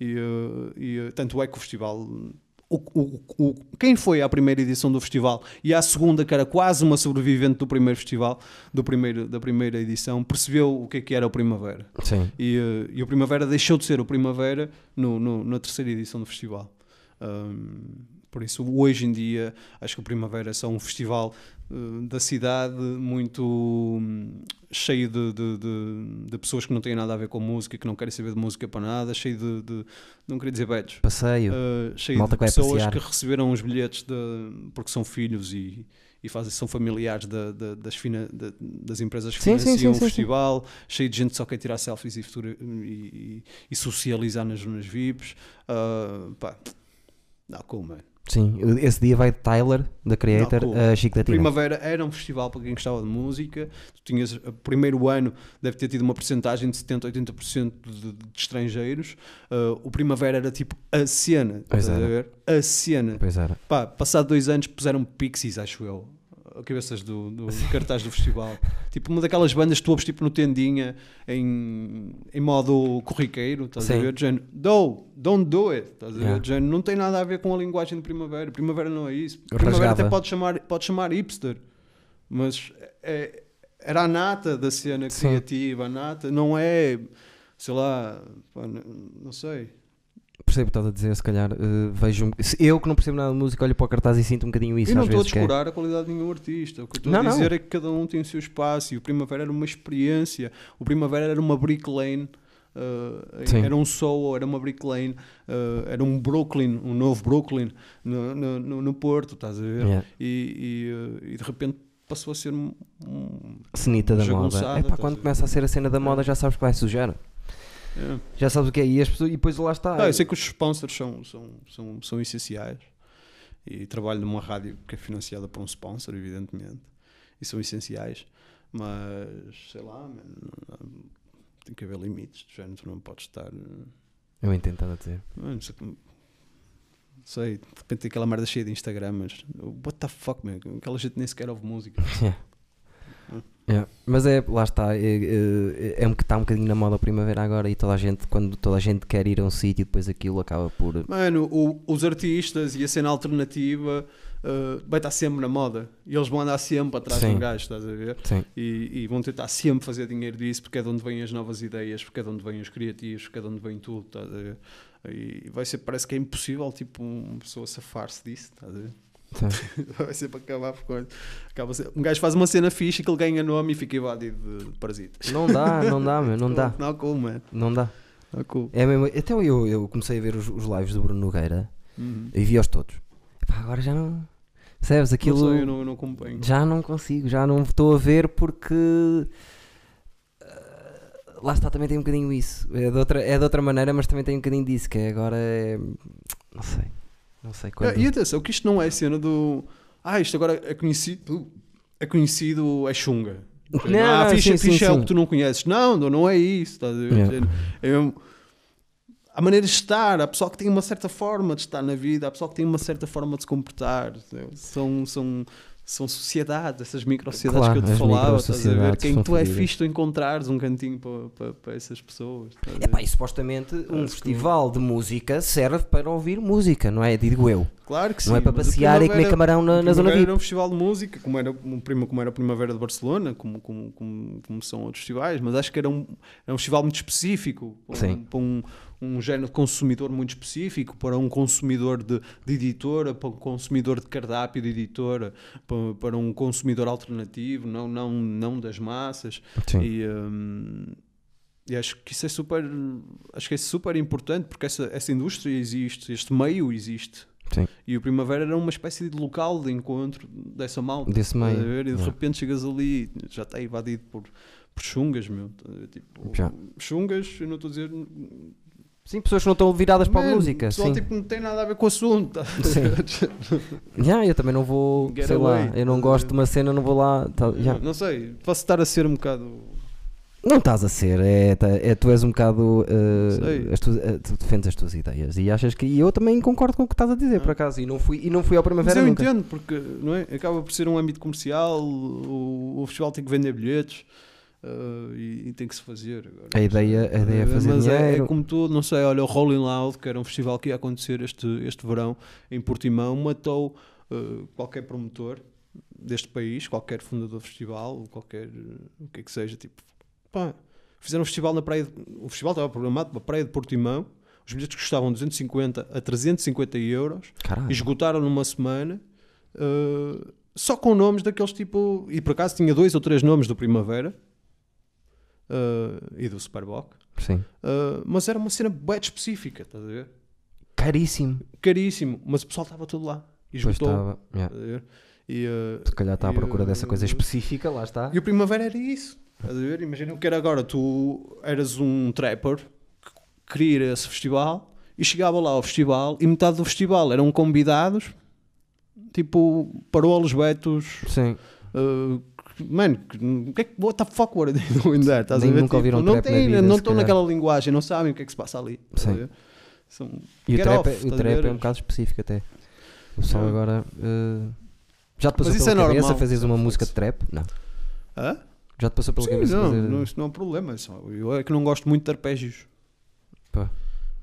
Speaker 2: E, eh, e, eh, tanto é que o festival. o- o- o- quem foi à primeira edição do festival e à segunda, que era quase uma sobrevivente do primeiro festival, do primeiro, da primeira edição, percebeu o que é que era o Primavera.
Speaker 1: Sim.
Speaker 2: E, eh, e o Primavera deixou de ser o Primavera no, no- na terceira edição do festival. Ahm, por isso, hoje em dia, acho que o Primavera é só um festival eh, da cidade muito hum, cheio de, de- de- de pessoas que não têm nada a ver com música, que não querem saber de música para nada, cheio de. de- não queria dizer betos.
Speaker 1: Passeio.
Speaker 2: eh, cheio
Speaker 1: Malta
Speaker 2: de
Speaker 1: que vai
Speaker 2: pessoas
Speaker 1: passear.
Speaker 2: que receberam os bilhetes de- porque são filhos e, e fazem, são familiares da- da- das, fina- da- das empresas que
Speaker 1: Sim, sim,
Speaker 2: financiam o
Speaker 1: sim, sim, sim.
Speaker 2: festival, cheio de gente que só quer tirar selfies e, futura- e- e- e socializar nas zonas VIPs. Ah, pá, não, cool, man.
Speaker 1: Sim. Esse dia vai de Tyler, da Creator,
Speaker 2: Não, cool.
Speaker 1: a Chico da Tina.
Speaker 2: Primavera era um festival para quem gostava de música. Tu tinhas, o primeiro ano deve ter tido uma porcentagem de 70, 80% de, de estrangeiros. Ah, o Primavera era tipo a cena,
Speaker 1: Pois
Speaker 2: estás a
Speaker 1: era.
Speaker 2: ver? A cena.
Speaker 1: Pois era.
Speaker 2: Pá, passado dois anos puseram Pixies, acho eu, a cabeças do, do cartaz do festival. tipo uma daquelas bandas que tu ouves tipo no tendinha em, em modo corriqueiro, estás a
Speaker 1: Sim.
Speaker 2: ver? Do género, do, don't do it, estás a
Speaker 1: Yeah.
Speaker 2: ver? Do género, não tem nada a ver com a linguagem de primavera. Primavera não é isso.
Speaker 1: Eu
Speaker 2: Primavera
Speaker 1: rasgava.
Speaker 2: até pode chamar, pode chamar hipster, mas é- era a nata da cena
Speaker 1: Sim.
Speaker 2: criativa, a nata, não é, sei lá, pá, n- não sei.
Speaker 1: Percebo o que estás a dizer, se calhar eh, vejo um... se eu que não percebo nada de música olho para o cartaz e sinto um bocadinho isso
Speaker 2: eu não
Speaker 1: às
Speaker 2: estou a
Speaker 1: vezes. que é-
Speaker 2: descurar a qualidade de nenhum artista. O que eu estou
Speaker 1: Não,
Speaker 2: a
Speaker 1: não.
Speaker 2: dizer é que cada um tem o seu espaço e o Primavera era uma experiência. O Primavera era uma brick lane. eh,
Speaker 1: Sim.
Speaker 2: era um Soho, era uma Brick Lane, eh, era um Brooklyn, um novo Brooklyn no, no, no- no Porto, estás a ver?
Speaker 1: Yeah.
Speaker 2: E, e, eh, e de repente passou a ser um, um-
Speaker 1: Cenita da moda.
Speaker 2: Jagunçada,
Speaker 1: É pá,
Speaker 2: estás a
Speaker 1: quando
Speaker 2: ver?
Speaker 1: começa a ser a cena da moda já sabes que vai sujar.
Speaker 2: é.
Speaker 1: Já sabes o que é. E, as pessoas... e depois lá está.
Speaker 2: Ah, eu sei que os sponsors são, são, são, são essenciais e trabalho numa rádio que é financiada por um sponsor, evidentemente, e são essenciais, mas sei lá, man, não- tem que haver limites, do género, tu não podes estar. eh,
Speaker 1: Eu entendo, estás a dizer.
Speaker 2: Não sei, como- não sei, de repente tem aquela merda cheia de Instagram, mas what the fuck, man? Aquela gente nem sequer ouve música.
Speaker 1: Yeah. Mas é, lá está, é, é, é um que está um bocadinho na moda a primavera agora e toda a gente, quando toda a gente quer ir a um sítio, depois aquilo acaba por.
Speaker 2: Mano, o- os artistas e a cena alternativa eh, vai estar sempre na moda e eles vão andar sempre atrás de
Speaker 1: Sim.
Speaker 2: um gajo, estás a ver?
Speaker 1: Sim.
Speaker 2: e, e vão tentar sempre fazer dinheiro disso porque é de onde vêm as novas ideias, porque é de onde vêm os criativos, porque é de onde vem tudo. Estás a ver? E vai ser, parece que é impossível tipo, uma pessoa safar-se disso. Estás a ver?
Speaker 1: Tá.
Speaker 2: Vai sempre acabar por coisa. Acaba sempre- Um gajo faz uma cena fixe que ele ganha nome e fica invadido de parasitas.
Speaker 1: Não dá, não dá, meu, não dá.
Speaker 2: Não há como, mano.
Speaker 1: Não dá.
Speaker 2: Não há como.
Speaker 1: É mesmo. Até eu, eu comecei a ver os, os lives do Bruno Nogueira
Speaker 2: Uhum.
Speaker 1: e vi-os todos. Epá, agora já não. Percebes? Aquilo.
Speaker 2: Não sei, eu não, não acompanho.
Speaker 1: Já não consigo, já não estou a ver porque. ah, Lá está, também tem um bocadinho isso. É de, outra, é de outra maneira, mas também tem um bocadinho disso. Que é agora é. Não sei. Não sei quando.
Speaker 2: E atenção, que isto não é cena do. Ah, isto agora é conhecido. É conhecido, é chunga.
Speaker 1: Não,
Speaker 2: ah,
Speaker 1: não,
Speaker 2: ficha,
Speaker 1: sim, sim,
Speaker 2: ficha é o
Speaker 1: sim.
Speaker 2: que tu não conheces. Não, não, não é isso. Estás a ver?
Speaker 1: Yeah.
Speaker 2: É mesmo- Há maneiras de estar, há pessoal que tem uma certa forma de estar na vida, há pessoal que tem uma certa forma de se comportar. entendeu? São, são, são sociedades, essas micro-sociedades
Speaker 1: Claro,
Speaker 2: que eu te
Speaker 1: as
Speaker 2: falava. Estás a ver?
Speaker 1: micro-sociedades
Speaker 2: Quem
Speaker 1: são
Speaker 2: tu é
Speaker 1: fodidas.
Speaker 2: fixe, tu encontrares um cantinho para, para, para essas pessoas. estás a ver?
Speaker 1: Epá, e supostamente um
Speaker 2: Acho que-
Speaker 1: festival de música serve para ouvir música, não é? Digo eu.
Speaker 2: Claro que sim.
Speaker 1: não é para
Speaker 2: mas o
Speaker 1: passear e comer
Speaker 2: Primavera-
Speaker 1: camarão na, na zona
Speaker 2: Primavera
Speaker 1: VIP.
Speaker 2: era um festival de música, como era, um primo, como era a Primavera de Barcelona, como, como, como, como são outros festivais, mas acho que era um, era um festival muito específico, para um-
Speaker 1: Sim.
Speaker 2: para um, um género de consumidor muito específico, para um consumidor de, de editora, para um consumidor de cardápio de editora, para, para um consumidor alternativo, não, não, não das massas.
Speaker 1: Sim.
Speaker 2: E, hum, e acho que isso é super, acho que é super importante porque essa, essa indústria existe, este meio existe.
Speaker 1: Sim.
Speaker 2: E o Primavera era uma espécie de local de encontro dessa malta.
Speaker 1: Desse
Speaker 2: estás a
Speaker 1: meio,
Speaker 2: ver? E de
Speaker 1: já.
Speaker 2: repente chegas ali e já está invadido por, por chungas, meu. Estás a ver? Tipo,
Speaker 1: Já.
Speaker 2: chungas, eu não estou a dizer.
Speaker 1: Sim, pessoas que não estão viradas para
Speaker 2: Man,
Speaker 1: a música.
Speaker 2: Pessoal,
Speaker 1: Sim.
Speaker 2: tipo, não tem nada a ver com o assunto. estás a ver?
Speaker 1: Já, eu também não vou,
Speaker 2: Get
Speaker 1: sei
Speaker 2: away.
Speaker 1: lá, eu não gosto de uma cena, não vou lá. tá- já.
Speaker 2: Não sei, posso estar a ser um bocado.
Speaker 1: Não estás a ser, é, tá- é- tu és um bocado. uh,
Speaker 2: Sei.
Speaker 1: as tuas- uh, tu defendes as tuas ideias e achas que. E eu também concordo com o que estás a dizer,
Speaker 2: Ah.
Speaker 1: por acaso. E não fui, e não fui ao
Speaker 2: Mas
Speaker 1: Primavera
Speaker 2: eu
Speaker 1: nunca.
Speaker 2: entendo, porque não é? acaba por ser um âmbito comercial, o, o festival tem que vender bilhetes ah, e, e tem que se fazer. Agora,
Speaker 1: A ideia- a ideia é fazer
Speaker 2: Mas é- É,
Speaker 1: dinheiro.
Speaker 2: como tudo, não sei, olha, o Rolling Loud, que era um festival que ia acontecer este, este verão em Portimão, matou ah, qualquer promotor deste país, qualquer fundador de festival, ou qualquer ah, o que é que seja, tipo, pá, fizeram um festival na praia, de- o festival estava programado para a praia de Portimão, os bilhetes custavam 250 a 350 euros,
Speaker 1: Caralho.
Speaker 2: esgotaram numa semana uh, só com nomes daqueles tipo e por acaso tinha dois ou três nomes do Primavera uh, e do Superboc
Speaker 1: Sim.
Speaker 2: uh, mas era uma cena bem específica estás a ver?
Speaker 1: Caríssimo.
Speaker 2: caríssimo, mas o pessoal estava todo lá e
Speaker 1: Pois
Speaker 2: esgotou
Speaker 1: estava. yeah.
Speaker 2: estás a ver? E, uh,
Speaker 1: Se calhar está à
Speaker 2: E,
Speaker 1: procura
Speaker 2: uh,
Speaker 1: dessa coisa específica, lá está.
Speaker 2: E o Primavera era isso. Estás a ver? Imagina o que era agora. Tu eras um trapper que queria ir a esse festival e chegava lá ao festival e metade do festival eram convidados tipo parolos betos.
Speaker 1: Sim.
Speaker 2: Uh, que- mano, que- o que é que what the fuck were they doing there? Estás a
Speaker 1: Nem
Speaker 2: ver? Tipo,
Speaker 1: nunca ouviram
Speaker 2: não
Speaker 1: trap na
Speaker 2: têm-
Speaker 1: vida,
Speaker 2: não
Speaker 1: se
Speaker 2: estão
Speaker 1: calhar.
Speaker 2: naquela linguagem, não sabem o que é que se passa ali. estás a
Speaker 1: Sim.
Speaker 2: ver? São
Speaker 1: E o
Speaker 2: get
Speaker 1: trap,
Speaker 2: off,
Speaker 1: é-
Speaker 2: estás
Speaker 1: o
Speaker 2: a
Speaker 1: trap
Speaker 2: ver?
Speaker 1: é um bocado específico até. O pessoal
Speaker 2: Yeah.
Speaker 1: agora. uh, já te passou
Speaker 2: Mas isso
Speaker 1: pela
Speaker 2: é
Speaker 1: cabeça
Speaker 2: normal,
Speaker 1: fazeres
Speaker 2: isso é
Speaker 1: uma música de
Speaker 2: fixe.
Speaker 1: trap? Não.
Speaker 2: Hã?
Speaker 1: Já te passou pela
Speaker 2: Sim,
Speaker 1: cabeça
Speaker 2: não,
Speaker 1: fazer.
Speaker 2: não, isso não é um problema. Só- Eu é que não gosto muito de arpégios.
Speaker 1: Pá.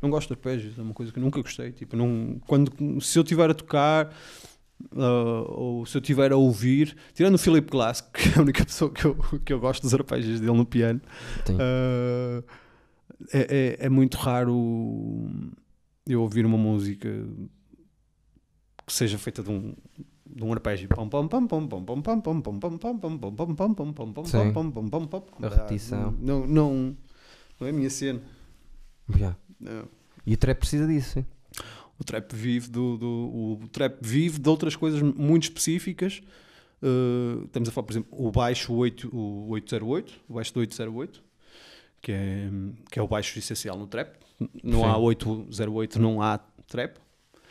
Speaker 2: Não gosto de arpégios, é uma coisa que eu nunca gostei. Tipo, não, quando, se eu estiver a tocar ah, ou se eu estiver a ouvir, tirando o Filipe Glass, que é a única pessoa que eu, que eu gosto dos arpégios dele no piano,
Speaker 1: Sim.
Speaker 2: ah, é, é- é muito raro eu ouvir uma música que seja feita de um de um arpégio pam pam pam pam pam pam pam pam pam pam pam pam pam pam pam pam pam
Speaker 1: Sim.
Speaker 2: pam pam pam pam pam
Speaker 1: A repetição.
Speaker 2: não não não é a minha cena É.
Speaker 1: Yeah.
Speaker 2: Não.
Speaker 1: E o trap precisa disso. sim.
Speaker 2: o trap vive do, do- o trap vive de outras coisas muito específicas Uh, estamos a falar por exemplo o baixo 8 o 808 o baixo do 808 que é que é o baixo essencial no trap não
Speaker 1: Sim.
Speaker 2: há 808 não há trap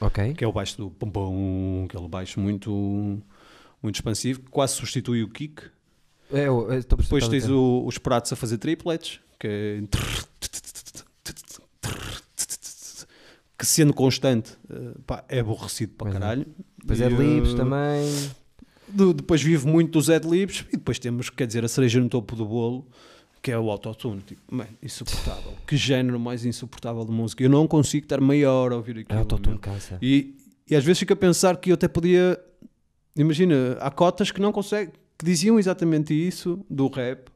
Speaker 1: Ok.
Speaker 2: que é o baixo do pom pom aquele é baixo muito muito expansivo que quase substitui o kick
Speaker 1: É, eu- eu estou a perceber o que
Speaker 2: depois
Speaker 1: estás a
Speaker 2: tens
Speaker 1: dizer.
Speaker 2: o- os pratos a fazer triplets, que é. que sendo constante eh, pá, é aborrecido para
Speaker 1: Pois é.
Speaker 2: caralho.
Speaker 1: Depois
Speaker 2: E,
Speaker 1: é de Lips
Speaker 2: eh,
Speaker 1: também.
Speaker 2: de- depois vive muito dos adlibs e depois temos, quer dizer, a cereja no topo do bolo, que é o autotune. Tipo, man, insuportável. que género mais insuportável de música. Eu não consigo estar meia hora a ouvir
Speaker 1: É
Speaker 2: aquilo.
Speaker 1: autotune
Speaker 2: meu.
Speaker 1: cansa.
Speaker 2: E, e às vezes fico a pensar que eu até podia. Imagina, há cotas que não conseguem, que diziam exatamente isso do rap,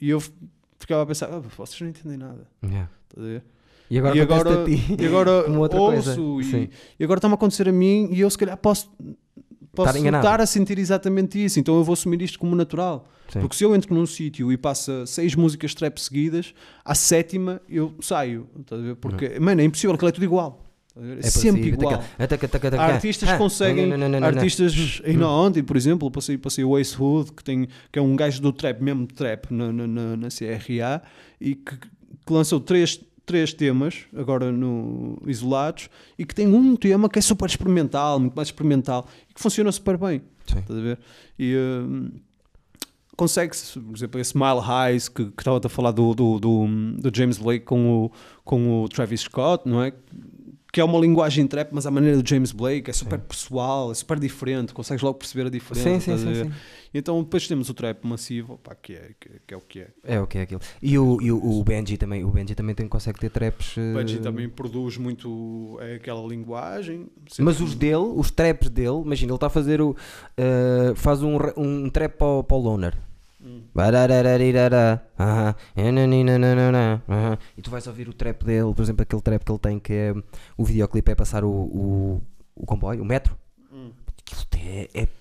Speaker 2: e eu f- ficava a pensar, ah, vocês não entendem nada.
Speaker 1: Yeah.
Speaker 2: estás a ver?
Speaker 1: E agora
Speaker 2: e
Speaker 1: acontece-te
Speaker 2: agora,
Speaker 1: a ti.
Speaker 2: e agora
Speaker 1: Uma outra coisa.
Speaker 2: ouço,
Speaker 1: Sim.
Speaker 2: e, e agora está-me a acontecer a mim, e eu se calhar posso posso
Speaker 1: Estar enganado.
Speaker 2: estar a sentir exatamente isso, então eu vou assumir isto como natural.
Speaker 1: Sim.
Speaker 2: Porque se eu entro num sítio e passa seis músicas trap seguidas, à sétima eu saio. Estás a ver? Porque, mano, é impossível, aquilo é tudo igual. Estás a ver? É, sempre
Speaker 1: Uhum. possível. Ataca-
Speaker 2: igual.
Speaker 1: ataca- ataca-
Speaker 2: Há
Speaker 1: ataca.
Speaker 2: artistas que
Speaker 1: Ah,
Speaker 2: conseguem.
Speaker 1: não, não, não, não, não. Hum.
Speaker 2: artistas ainda ontem, por exemplo, passei, passei o Ace Hood, que, tem, que é um gajo do trap, mesmo trap, na, na, na, na CRA, e que, que lançou três, três temas, agora no, isolados, e que tem um tema que é super experimental, muito mais experimental, e que funciona super bem.
Speaker 1: Sim.
Speaker 2: Estás a ver? E. hum, Consegue-se, por exemplo, esse Mile Highs que, que estava a falar do, do, do, do James Blake com o, com o Travis Scott, não é? que é uma linguagem trap, mas a maneira do James Blake é super pessoal, é super diferente, consegues logo perceber a diferença.
Speaker 1: Sim, sim,
Speaker 2: estás a
Speaker 1: sim,
Speaker 2: ver?
Speaker 1: sim.
Speaker 2: Então depois temos o trap massivo, pá, que, é, que, que é o que é.
Speaker 1: É o que é aquilo. E o, e o, o Benji também, o Benji também tem, consegue ter traps.
Speaker 2: O
Speaker 1: eh,
Speaker 2: Benji também produz muito é, aquela linguagem. sempre-
Speaker 1: Mas os dele, os traps dele, imagina, ele está a fazer o. eh, faz um, ra- um trap para o, para o loner.
Speaker 2: Hum.
Speaker 1: Bararararirará, ahá, enananananana, ahá. E tu vais ouvir o trap dele, por exemplo, aquele trap que ele tem que é. O videoclipe é passar o, o, o comboio, o metro. Aquilo é, é
Speaker 2: Hum. Sim, ele é bom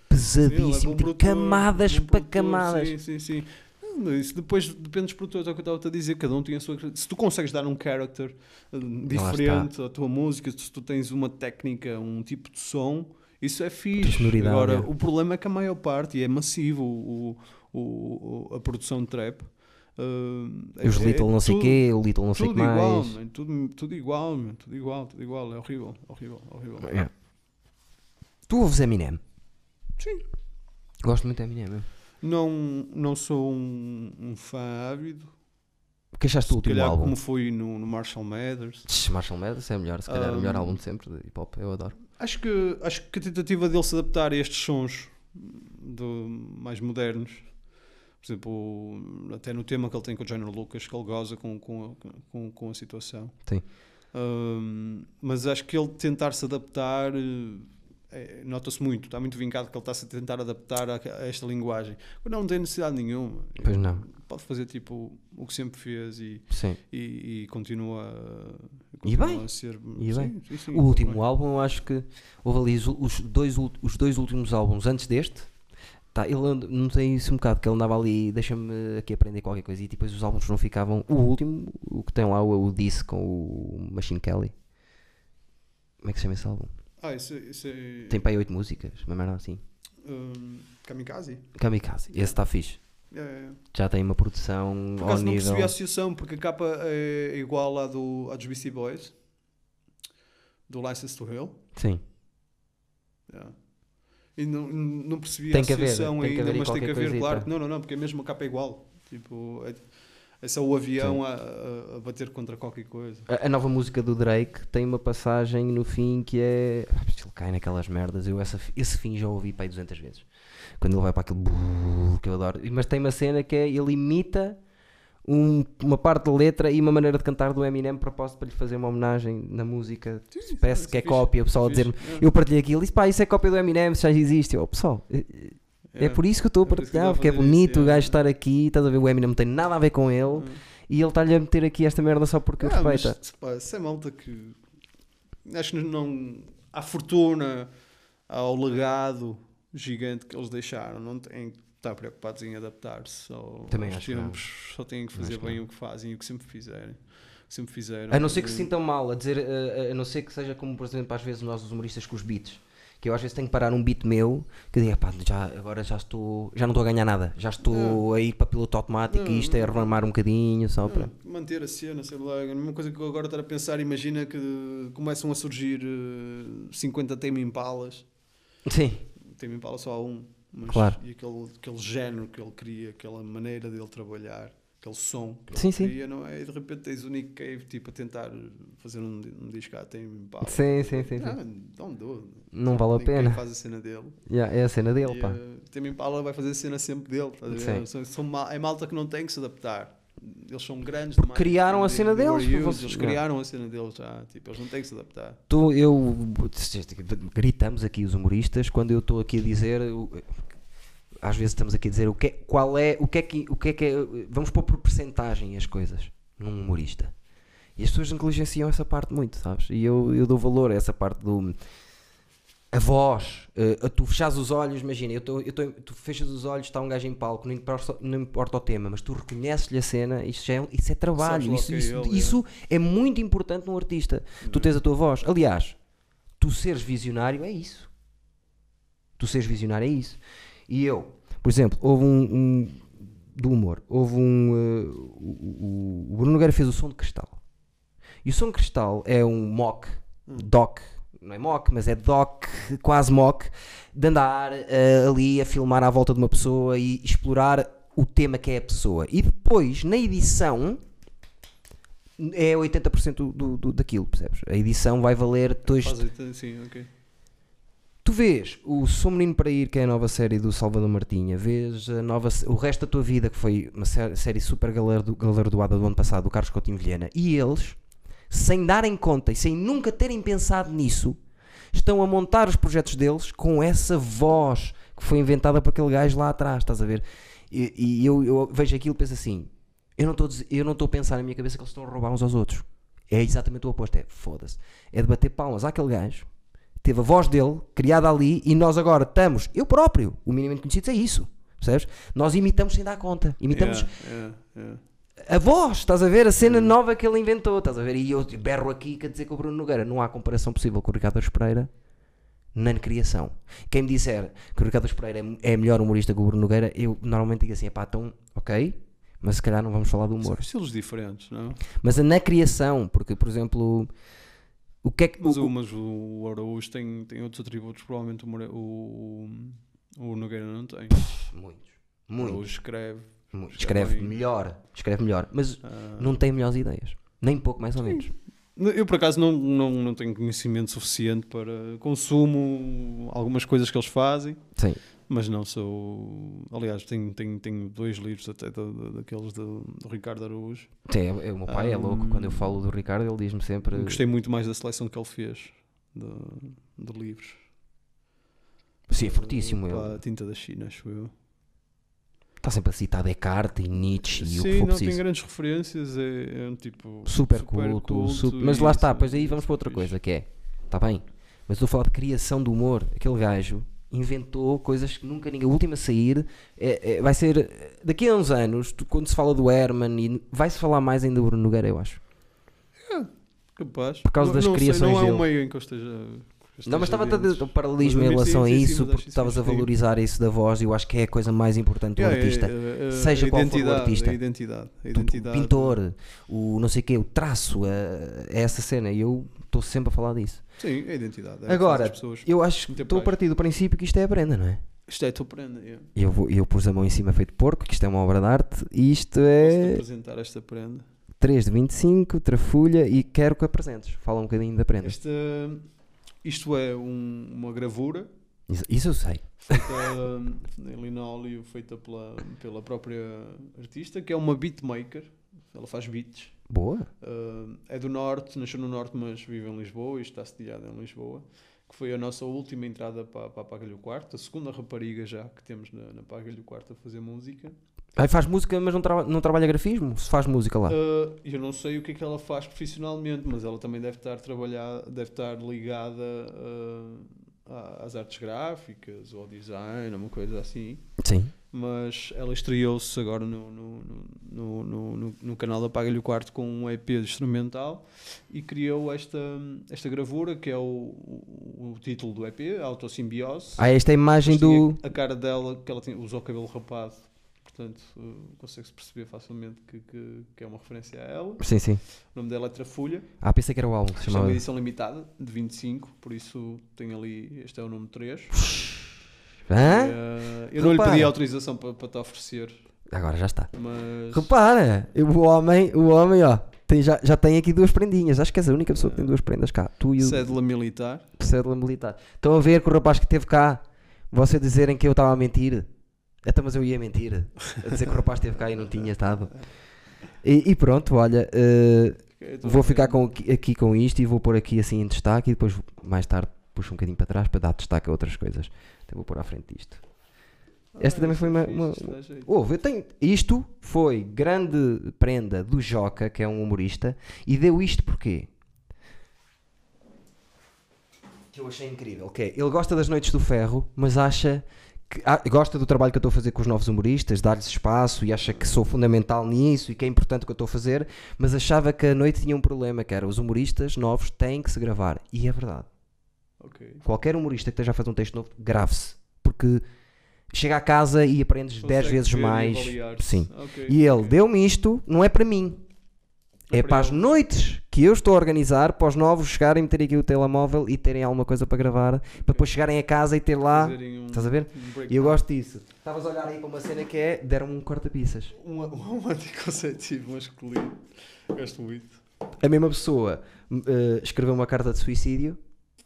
Speaker 1: pesadíssimo, tem
Speaker 2: produtor,
Speaker 1: camadas
Speaker 2: bom
Speaker 1: para
Speaker 2: produtor,
Speaker 1: camadas.
Speaker 2: Sim, sim, sim. Não, Isso depois depende dos produtores, é o que eu estava a dizer. Cada um tem a sua. Se tu consegues dar um character eh, diferente à tua música, se tu tens uma técnica, um tipo de som, isso é fixe.
Speaker 1: sonoridade,
Speaker 2: Agora,
Speaker 1: é.
Speaker 2: o problema é que a maior parte, e é massivo o, o- o- a produção de trap. eh,
Speaker 1: E os
Speaker 2: é-
Speaker 1: Little
Speaker 2: é
Speaker 1: não sei o
Speaker 2: tudo-
Speaker 1: quê, o Little não sei o
Speaker 2: Tudo
Speaker 1: que mais.
Speaker 2: igual, man, tudo, tudo igual, man, tudo igual, tudo igual, é horrível, horrível, horrível.
Speaker 1: É. Tu ouves Eminem?
Speaker 2: Sim.
Speaker 1: Gosto muito de Eminem. mesmo.
Speaker 2: Não, não sou um, um fã ávido,
Speaker 1: O que achaste do
Speaker 2: Se
Speaker 1: último
Speaker 2: calhar
Speaker 1: álbum?
Speaker 2: como foi no, no Marshall Mathers.
Speaker 1: Tch, Marshall Mathers é o melhor, se calhar o melhor
Speaker 2: Um,
Speaker 1: álbum de sempre de hip hop, eu adoro.
Speaker 2: Acho que, acho que a tentativa dele se adaptar a estes sons do, mais modernos, por exemplo, o- até no tema que ele tem com o Jenner Lucas, que ele goza com, com, a- com, com a situação.
Speaker 1: Sim.
Speaker 2: Ahm, mas acho que ele tentar se adaptar. eh, é- Nota-se muito, está muito vincado que ele está-se a tentar adaptar a, a esta linguagem. Quando não tem necessidade nenhuma,
Speaker 1: Pois não,
Speaker 2: pode fazer tipo o que sempre fez e,
Speaker 1: sim.
Speaker 2: e, e continua,
Speaker 1: E
Speaker 2: continua
Speaker 1: bem.
Speaker 2: a ser
Speaker 1: E
Speaker 2: sim,
Speaker 1: bem.
Speaker 2: sim, sim,
Speaker 1: O último
Speaker 2: bem.
Speaker 1: álbum, eu acho que houve ali os, os dois, ul- os dois últimos álbuns antes deste. Tá, ele and- não tem isso um bocado, que ele andava ali, deixa-me aqui aprender qualquer coisa, e depois os álbuns não ficavam. O último, o que tem lá, o, o Disse com o Machine Kelly. Como é que se chama esse álbum?
Speaker 2: Ah, isso, é- isso é.
Speaker 1: Tem para aí 8 músicas, uma merda assim.
Speaker 2: hum, kamikaze?
Speaker 1: Kamikaze, esse está fixe.
Speaker 2: É, é.
Speaker 1: Já tem uma produção
Speaker 2: Por
Speaker 1: ao
Speaker 2: acaso não
Speaker 1: nível.
Speaker 2: percebi a associação, porque a capa é igual à, do, à dos BC Boys, do License to Hell.
Speaker 1: Sim,
Speaker 2: Yeah. E não, não percebi
Speaker 1: Tem
Speaker 2: a
Speaker 1: que haver,
Speaker 2: associação
Speaker 1: tem que
Speaker 2: ainda,
Speaker 1: haver aí
Speaker 2: mas tem que
Speaker 1: qualquer
Speaker 2: haver, claro.
Speaker 1: coisita.
Speaker 2: que Não, não, não, porque mesmo a capa é igual. Tipo, é, é só o avião a, a- a bater contra qualquer coisa.
Speaker 1: A, a nova música do Drake tem uma passagem no fim que é. Ah, mas Ele cai naquelas merdas. Eu essa, esse fim já ouvi para aí 200 vezes. Quando ele vai para aquele. bu- que eu adoro. Mas tem uma cena que é. Ele imita um- uma parte da letra e uma maneira de cantar do Eminem de propósito para lhe fazer uma homenagem na música. Parece
Speaker 2: isso
Speaker 1: que é
Speaker 2: fixe,
Speaker 1: cópia. O pessoal a
Speaker 2: fixe,
Speaker 1: dizer-me.
Speaker 2: yeah.
Speaker 1: Eu partilhei aquilo. Isso, pá, isso é cópia do Eminem. isso já existe. Eu, pessoal. É, é
Speaker 2: Yeah.
Speaker 1: por isso que eu estou a
Speaker 2: É por isso que
Speaker 1: partilhar,
Speaker 2: está a
Speaker 1: porque é
Speaker 2: fazer isso,
Speaker 1: bonito o
Speaker 2: yeah.
Speaker 1: gajo estar aqui, estás a ver? O Eminem não tem nada a ver com ele e ele está-lhe a meter aqui esta merda só porque é o
Speaker 2: Ah, mas,
Speaker 1: respeita.
Speaker 2: pá, isso é malta que. Acho que não. À fortuna, ao legado gigante que eles deixaram, não têm que estar preocupados em adaptar-se ao-
Speaker 1: Também
Speaker 2: aos
Speaker 1: acho que não.
Speaker 2: tempos. Só têm que fazer
Speaker 1: Acho que
Speaker 2: bem
Speaker 1: não.
Speaker 2: o que fazem e o que sempre fizeram. o que sempre fizeram. Eh,
Speaker 1: A não ser que se
Speaker 2: E-
Speaker 1: sintam mal, a dizer, eh, a, a- a não ser que seja como, por exemplo, às vezes nós os humoristas com os beats, que eu às vezes tenho que parar um beat meu que diga, pá, já, agora já estou, já não estou a ganhar nada, já estou a ir para piloto automático e isto é remar um bocadinho só para.
Speaker 2: Manter a cena, sei lá, é a mesma coisa que eu agora estar a pensar, imagina que começam a surgir eh, 50 Tame Impalas,
Speaker 1: Sim,
Speaker 2: Tame Impala só há um, mas
Speaker 1: Claro.
Speaker 2: e aquele, aquele género que ele cria, aquela maneira dele trabalhar, aquele som que ele
Speaker 1: Sim, sim.
Speaker 2: cria, não é? E de repente tens o Nick Cave tipo, a tentar fazer um, um disco à Tame Impala.
Speaker 1: Sim, sim, sim,
Speaker 2: Ah, não dou.
Speaker 1: não vale a
Speaker 2: Nick Cave
Speaker 1: pena.
Speaker 2: faz a cena dele.
Speaker 1: Yeah, é a cena dele,
Speaker 2: E,
Speaker 1: pá.
Speaker 2: eh, Tame Impala vai fazer a cena sempre dele. estás a ver?
Speaker 1: Sim.
Speaker 2: São- são mal- é malta que não tem que se adaptar. Eles são grandes demais.
Speaker 1: criaram a
Speaker 2: They-
Speaker 1: cena
Speaker 2: they were
Speaker 1: deles,
Speaker 2: used,
Speaker 1: vocês-
Speaker 2: Eles
Speaker 1: Yeah.
Speaker 2: criaram a cena deles já. Tipo, eles não têm que se adaptar.
Speaker 1: Tu, eu gritamos aqui os humoristas quando eu estou aqui a dizer o- às vezes estamos aqui a dizer o que, qual é o que é que o que é que é, vamos pôr por percentagem as coisas num humorista e as pessoas negligenciam essa parte muito sabes e eu, eu dou valor a essa parte do a a voz, eh, a tu fechares os olhos, imagina, eu tô, eu tô, tu fechas os olhos, está um gajo em palco, não importa, não importa o tema, mas tu reconheces-lhe a cena, isso, já é, isso é trabalho,
Speaker 2: Sabes
Speaker 1: isso,
Speaker 2: logo que é Uhum.
Speaker 1: isso,
Speaker 2: ele,
Speaker 1: isso é muito importante num artista. Tu tens a tua voz. Aliás, tu seres visionário é isso. Tu seres visionário é isso. E eu, por exemplo, houve um. um- do humor, houve um. eh, o, o- o Bruno Nogueira fez o som de cristal. E o som de cristal é um mock, doc, não é mock, mas é doc, quase mock, de andar eh, ali a filmar à volta de uma pessoa e explorar o tema que é a pessoa. E depois, na edição, é 80% do, do, do- daquilo, percebes? A edição vai valer dois,
Speaker 2: Faz então, sim, ok.
Speaker 1: Tu vês o Sou Menino para Ir, que é a nova série do Salvador Martinha, vês a nova, se- o resto da tua vida, que foi uma sé- série super galardo- galardoada do ano passado, do Carlos Coutinho Vilhena, e eles, sem darem conta e sem nunca terem pensado nisso, estão a montar os projetos deles com essa voz que foi inventada por aquele gajo lá atrás, estás a ver? E, e eu, eu vejo aquilo e penso assim: eu não estou a dizer- eu não estou a pensar na minha cabeça que eles estão a roubar uns aos outros. É exatamente o oposto, é foda-se. É de bater palmas àquele gajo, teve a voz dele criada ali e nós agora estamos, eu próprio, o minimamente conhecido é isso, percebes? Nós imitamos sem dar conta, imitamos
Speaker 2: Yeah, yeah,
Speaker 1: a voz, estás a ver? A
Speaker 2: Hum.
Speaker 1: cena nova que ele inventou, estás a ver? E eu berro aqui quer dizer que o Bruno Nogueira não há comparação possível com o Ricardo Aros Pereira na criação. Quem me disser que o Ricardo Aros Pereira é é melhor humorista que o Bruno Nogueira, eu normalmente digo assim, pá, então, ok, mas se calhar não vamos falar do
Speaker 2: yeah.
Speaker 1: humor.
Speaker 2: Estilos diferentes, não?
Speaker 1: Mas na criação, porque, por exemplo, o que é que...
Speaker 2: Mas, o, mas o Araújo tem, tem outros atributos, provavelmente o, More- o, o Nogueira não tem.
Speaker 1: Muitos,
Speaker 2: O
Speaker 1: muitos.
Speaker 2: Araújo escreve.
Speaker 1: Mu- Escreve
Speaker 2: Escreve.
Speaker 1: melhor, escreve melhor, mas
Speaker 2: ah,
Speaker 1: não tem melhores ideias, nem pouco mais ou menos.
Speaker 2: Eu, por acaso, não, não, não tenho conhecimento suficiente para. Consumo algumas coisas que eles fazem,
Speaker 1: Sim,
Speaker 2: mas não sou. Aliás, tenho, tenho, tenho dois livros até da- da- daqueles do, do Ricardo Araújo.
Speaker 1: Sim, é- é- o meu pai é louco, quando eu falo do Ricardo ele diz-me sempre...
Speaker 2: Hum. Gostei muito mais da seleção que ele fez de, de livros.
Speaker 1: Sim, é fortíssimo.
Speaker 2: Pá,
Speaker 1: Ele
Speaker 2: Tinta da China, acho eu.
Speaker 1: está sempre a citar Descartes e Nietzsche e o que
Speaker 2: Sim,
Speaker 1: for
Speaker 2: não tem
Speaker 1: preciso.
Speaker 2: grandes referências, é, é um tipo.
Speaker 1: Super, culto, su- mas lá
Speaker 2: isso, é né?
Speaker 1: está, pois aí vamos para outra
Speaker 2: fixe.
Speaker 1: coisa que é, está bem, mas estou a falar de criação do humor. Aquele gajo inventou coisas que nunca ninguém. A última a sair é- é- vai ser daqui a uns anos, tu- quando se fala do Herman, e vai-se falar mais ainda do Bruno Nogueira, eu acho.
Speaker 2: Capaz.
Speaker 1: Por causa
Speaker 2: Não-
Speaker 1: das
Speaker 2: não sei,
Speaker 1: criações
Speaker 2: Não é
Speaker 1: dele.
Speaker 2: um meio em que eu esteja. que eu
Speaker 1: Não, mas
Speaker 2: esteja
Speaker 1: estava a ter
Speaker 2: dentro.
Speaker 1: um paralelismo em
Speaker 2: Mas, sim,
Speaker 1: relação a
Speaker 2: sim, sim,
Speaker 1: isso,
Speaker 2: mas acho
Speaker 1: porque
Speaker 2: isso
Speaker 1: estavas a
Speaker 2: fixe, sim.
Speaker 1: valorizar isso da voz, e eu acho que é a coisa mais importante do
Speaker 2: Yeah, é,
Speaker 1: artista.
Speaker 2: é, é,
Speaker 1: seja
Speaker 2: a
Speaker 1: qual for o
Speaker 2: identidade,
Speaker 1: artista.
Speaker 2: A identidade, a
Speaker 1: Portanto,
Speaker 2: identidade.
Speaker 1: o pintor, o não sei o quê, o traço, a, a essa cena. E eu estou sempre a falar disso.
Speaker 2: Sim, a identidade. é,
Speaker 1: Agora,
Speaker 2: faz as pessoas-
Speaker 1: Eu acho que
Speaker 2: Muito
Speaker 1: estou a
Speaker 2: bem.
Speaker 1: partir do princípio que isto é a Brenda, não é?
Speaker 2: Isto é a tua prenda. Yeah.
Speaker 1: E Eu, vou- eu pus a mão em cima feito porco, que isto é uma obra de arte, e isto
Speaker 2: Posso-te
Speaker 1: é
Speaker 2: apresentar esta prenda.
Speaker 1: 3 de 25, trafulha, e quero que apresentes. Fala um bocadinho da Brenda.
Speaker 2: Esta, isto é um- uma gravura
Speaker 1: Isso, isso eu sei.
Speaker 2: feita em linóleo, feita pela, pela própria artista, que é uma beatmaker. Ela faz beats.
Speaker 1: Boa.
Speaker 2: Uh, é do Norte, nasceu no Norte, mas vive em Lisboa e está sediada em Lisboa. Que foi a nossa última entrada para, para a Pagalho Quarto, a segunda rapariga já que temos na, na Pagalho Quarto a fazer música.
Speaker 1: Aí faz música, mas não, traba- não trabalha grafismo? Se faz música lá.
Speaker 2: Uh, eu não sei o que é que ela faz profissionalmente, mas ela também deve estar trabalhada, deve estar ligada uh, à- às artes gráficas ou ao design, uma coisa assim.
Speaker 1: Sim.
Speaker 2: Mas ela estreou-se agora no, no, no, no, no, no canal da Paga-lhe o Quarto com um EP instrumental e criou esta, esta gravura que é o, o, o título do EP, Autossimbiose.
Speaker 1: Há Ah, esta é imagem
Speaker 2: Depois
Speaker 1: do.
Speaker 2: tinha A cara dela, que ela tinha, usou cabelo rapado, portanto uh, consegue-se perceber facilmente que, que, que é uma referência a ela.
Speaker 1: Sim, sim.
Speaker 2: O nome dela é Trafulha.
Speaker 1: Ah, pensei que era o álbum que se
Speaker 2: Isto é uma
Speaker 1: chamava.
Speaker 2: edição limitada, de 25, por isso tem ali. Este é o número 3.
Speaker 1: Hã?
Speaker 2: eu não lhe
Speaker 1: Repara.
Speaker 2: pedi autorização para, para te oferecer,
Speaker 1: Agora já está.
Speaker 2: mas.
Speaker 1: Repara, o homem, o homem, ó, tem, já, já tem aqui duas prendinhas. Acho que és a única pessoa que tem
Speaker 2: É.
Speaker 1: duas prendas cá. Tu e o
Speaker 2: Cédula é militar.
Speaker 1: cédula militar. Estão a ver que o rapaz que esteve cá, você dizerem que eu estava a mentir. Até mas eu ia mentir. A dizer que o rapaz esteve cá e não tinha estado. E, e pronto, olha, eh,
Speaker 2: Ok, então
Speaker 1: vou
Speaker 2: tem-
Speaker 1: ficar com, aqui- aqui com isto e vou pôr aqui assim em destaque e depois mais tarde puxo um bocadinho para trás para dar destaque a outras coisas. Então vou pôr à frente disto. Esta
Speaker 2: Ah,
Speaker 1: também
Speaker 2: isto
Speaker 1: foi
Speaker 2: é
Speaker 1: uma-
Speaker 2: fixe,
Speaker 1: uma-
Speaker 2: isto dá jeito.
Speaker 1: Houve, eu tenho. Isto foi grande prenda do Joca, que é um humorista, e deu isto porquê? que eu achei incrível, que é, ele gosta das noites do ferro, mas acha que ah, gosta do trabalho que eu estou a fazer com os novos humoristas, dar-lhes espaço e acha que sou fundamental nisso e que é importante o que eu estou a fazer, mas achava que a noite tinha um problema, que era os humoristas novos têm que se gravar. E é verdade.
Speaker 2: Ok.
Speaker 1: Qualquer humorista que esteja a fazer um texto novo, grave-se. Porque chega a casa e aprendes 10
Speaker 2: Consegue
Speaker 1: vezes
Speaker 2: ver e
Speaker 1: mais.
Speaker 2: avaliar-se.
Speaker 1: Sim.
Speaker 2: Ok,
Speaker 1: E ele
Speaker 2: ok.
Speaker 1: deu-me isto, não é para mim.
Speaker 2: É
Speaker 1: É
Speaker 2: para
Speaker 1: para as
Speaker 2: ele.
Speaker 1: noites que eu estou a organizar, para os novos chegarem, meterem aqui o telemóvel e terem alguma coisa para gravar, para depois chegarem a casa e ter lá.
Speaker 2: Fazerem um-
Speaker 1: Estás a ver?
Speaker 2: um
Speaker 1: E
Speaker 2: breakdown.
Speaker 1: eu gosto disso. Estavas a olhar aí para uma cena que é. Deram-me um corta-pizzas.
Speaker 2: Um, um anticonceptivo masculino. Gosto muito.
Speaker 1: A mesma pessoa m- eh, escreveu uma carta de suicídio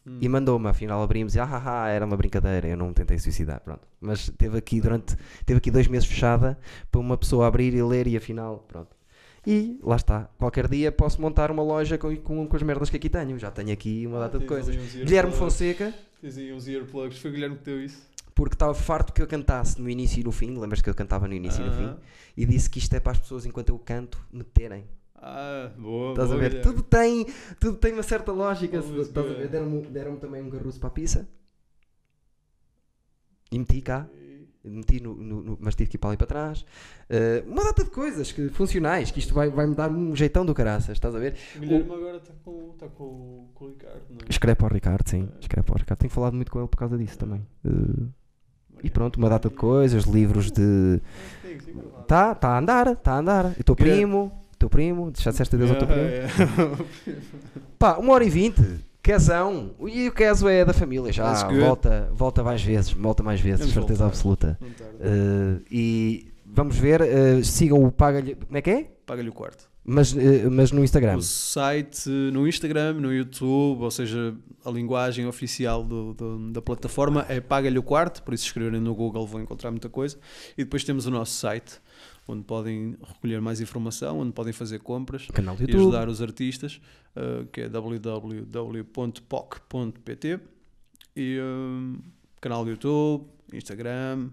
Speaker 2: Hum.
Speaker 1: e mandou-me. Afinal, abrimos e ah, ah, ah, era uma brincadeira. Eu não me tentei suicidar. Pronto. Mas teve aqui durante. Teve aqui dois meses fechada para uma pessoa abrir e ler e afinal. Pronto. E lá está. Qualquer dia posso montar uma loja com, com, com as merdas que aqui tenho. Já tenho aqui uma
Speaker 2: Ah,
Speaker 1: data de
Speaker 2: tens ali
Speaker 1: coisas.
Speaker 2: uns
Speaker 1: Guilherme
Speaker 2: earplugs.
Speaker 1: Fonseca.
Speaker 2: Tens aí uns earplugs. Foi o Guilherme que deu isso.
Speaker 1: Porque estava farto que eu cantasse no início e no fim, lembras que eu cantava no início e no fim?
Speaker 2: Aham.
Speaker 1: E disse que isto é para as pessoas enquanto eu canto meterem.
Speaker 2: Ah, boa.
Speaker 1: Estás a
Speaker 2: boa,
Speaker 1: ver?
Speaker 2: Guilherme.
Speaker 1: Tudo tem, tudo tem uma certa lógica.
Speaker 2: Oh, mas
Speaker 1: Estás a
Speaker 2: boa.
Speaker 1: ver? Deram-me deram-me também um garruço para a pizza. E meti cá. Meti no, no- no- mas tive que ir para ali para trás. Eh, uma data de coisas que, funcionais, que isto vai- vai-me dar um jeitão do caraças, estás a ver?
Speaker 2: O Guilherme agora está com, tá com, o- com o Ricardo, não é?
Speaker 1: Escreve para o Ricardo, sim. Escreve para o Ricardo. Tenho falado muito com ele por causa disso também. Eh, e pronto, uma data de coisas, livros de.
Speaker 2: Sim, sim, claro.
Speaker 1: Tá, tá a andar, tá a andar. E teu
Speaker 2: Que-
Speaker 1: primo, teu primo, já disseste adeus ao teu
Speaker 2: Ah,
Speaker 1: primo.
Speaker 2: é.
Speaker 1: Pá, uma hora e vinte, casão. E o caso é da família já.
Speaker 2: That's good.
Speaker 1: Volta, volta mais vezes, volta mais vezes,
Speaker 2: Vamos
Speaker 1: certeza
Speaker 2: voltar.
Speaker 1: absoluta.
Speaker 2: Não tarda.
Speaker 1: Eh, e vamos ver, eh, sigam o Paga-lhe. Como é que é?
Speaker 2: Paga-lhe o quarto.
Speaker 1: Mas, eh, mas no Instagram.
Speaker 2: O site no Instagram, no YouTube, ou seja, a linguagem oficial do- do- da plataforma é Paga-lhe o quarto, por isso se escreverem no Google vão encontrar muita coisa. E depois temos o nosso site, onde podem recolher mais informação, onde podem fazer compras
Speaker 1: Canal do
Speaker 2: e
Speaker 1: YouTube.
Speaker 2: ajudar os artistas, eh, que é www.poc.pt e hum, canal do YouTube, Instagram,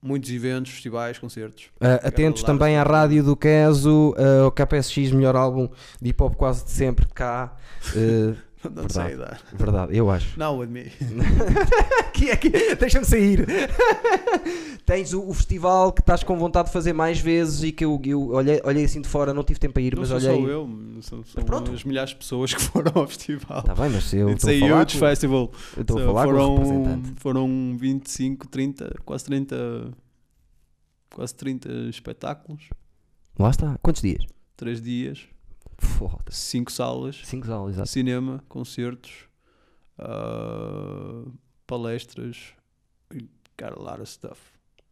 Speaker 2: muitos eventos, festivais, concertos.
Speaker 1: Ah, atentos
Speaker 2: Obrigado,
Speaker 1: também à rádio do Queso, ah, o KPSX, melhor álbum de hip hop quase de sempre cá. Ah,
Speaker 2: Não sei dar.
Speaker 1: verdade, eu acho.
Speaker 2: Não, admito.
Speaker 1: Aqui, aqui, deixa-me sair. Tens o, o festival que estás com vontade de fazer mais vezes e que eu, eu olhei, olhei assim de fora, não tive tempo a ir,
Speaker 2: Não
Speaker 1: mas
Speaker 2: sou
Speaker 1: olhei.
Speaker 2: só eu, são, são
Speaker 1: pronto.
Speaker 2: as milhares de pessoas que foram ao festival.
Speaker 1: Tá bem, mas eu
Speaker 2: It's a
Speaker 1: estou a falar.
Speaker 2: huge
Speaker 1: Com,
Speaker 2: festival.
Speaker 1: eu estou a
Speaker 2: So,
Speaker 1: falar com o
Speaker 2: foram,
Speaker 1: representante.
Speaker 2: foram 25, 30, quase 30, quase 30 espetáculos,
Speaker 1: Lá está. Quantos dias?
Speaker 2: 3 dias,
Speaker 1: Foda-se.
Speaker 2: 5 salas,
Speaker 1: Cinco aulas, exato.
Speaker 2: cinema, concertos, ah, palestras e cara, a lot of stuff. É.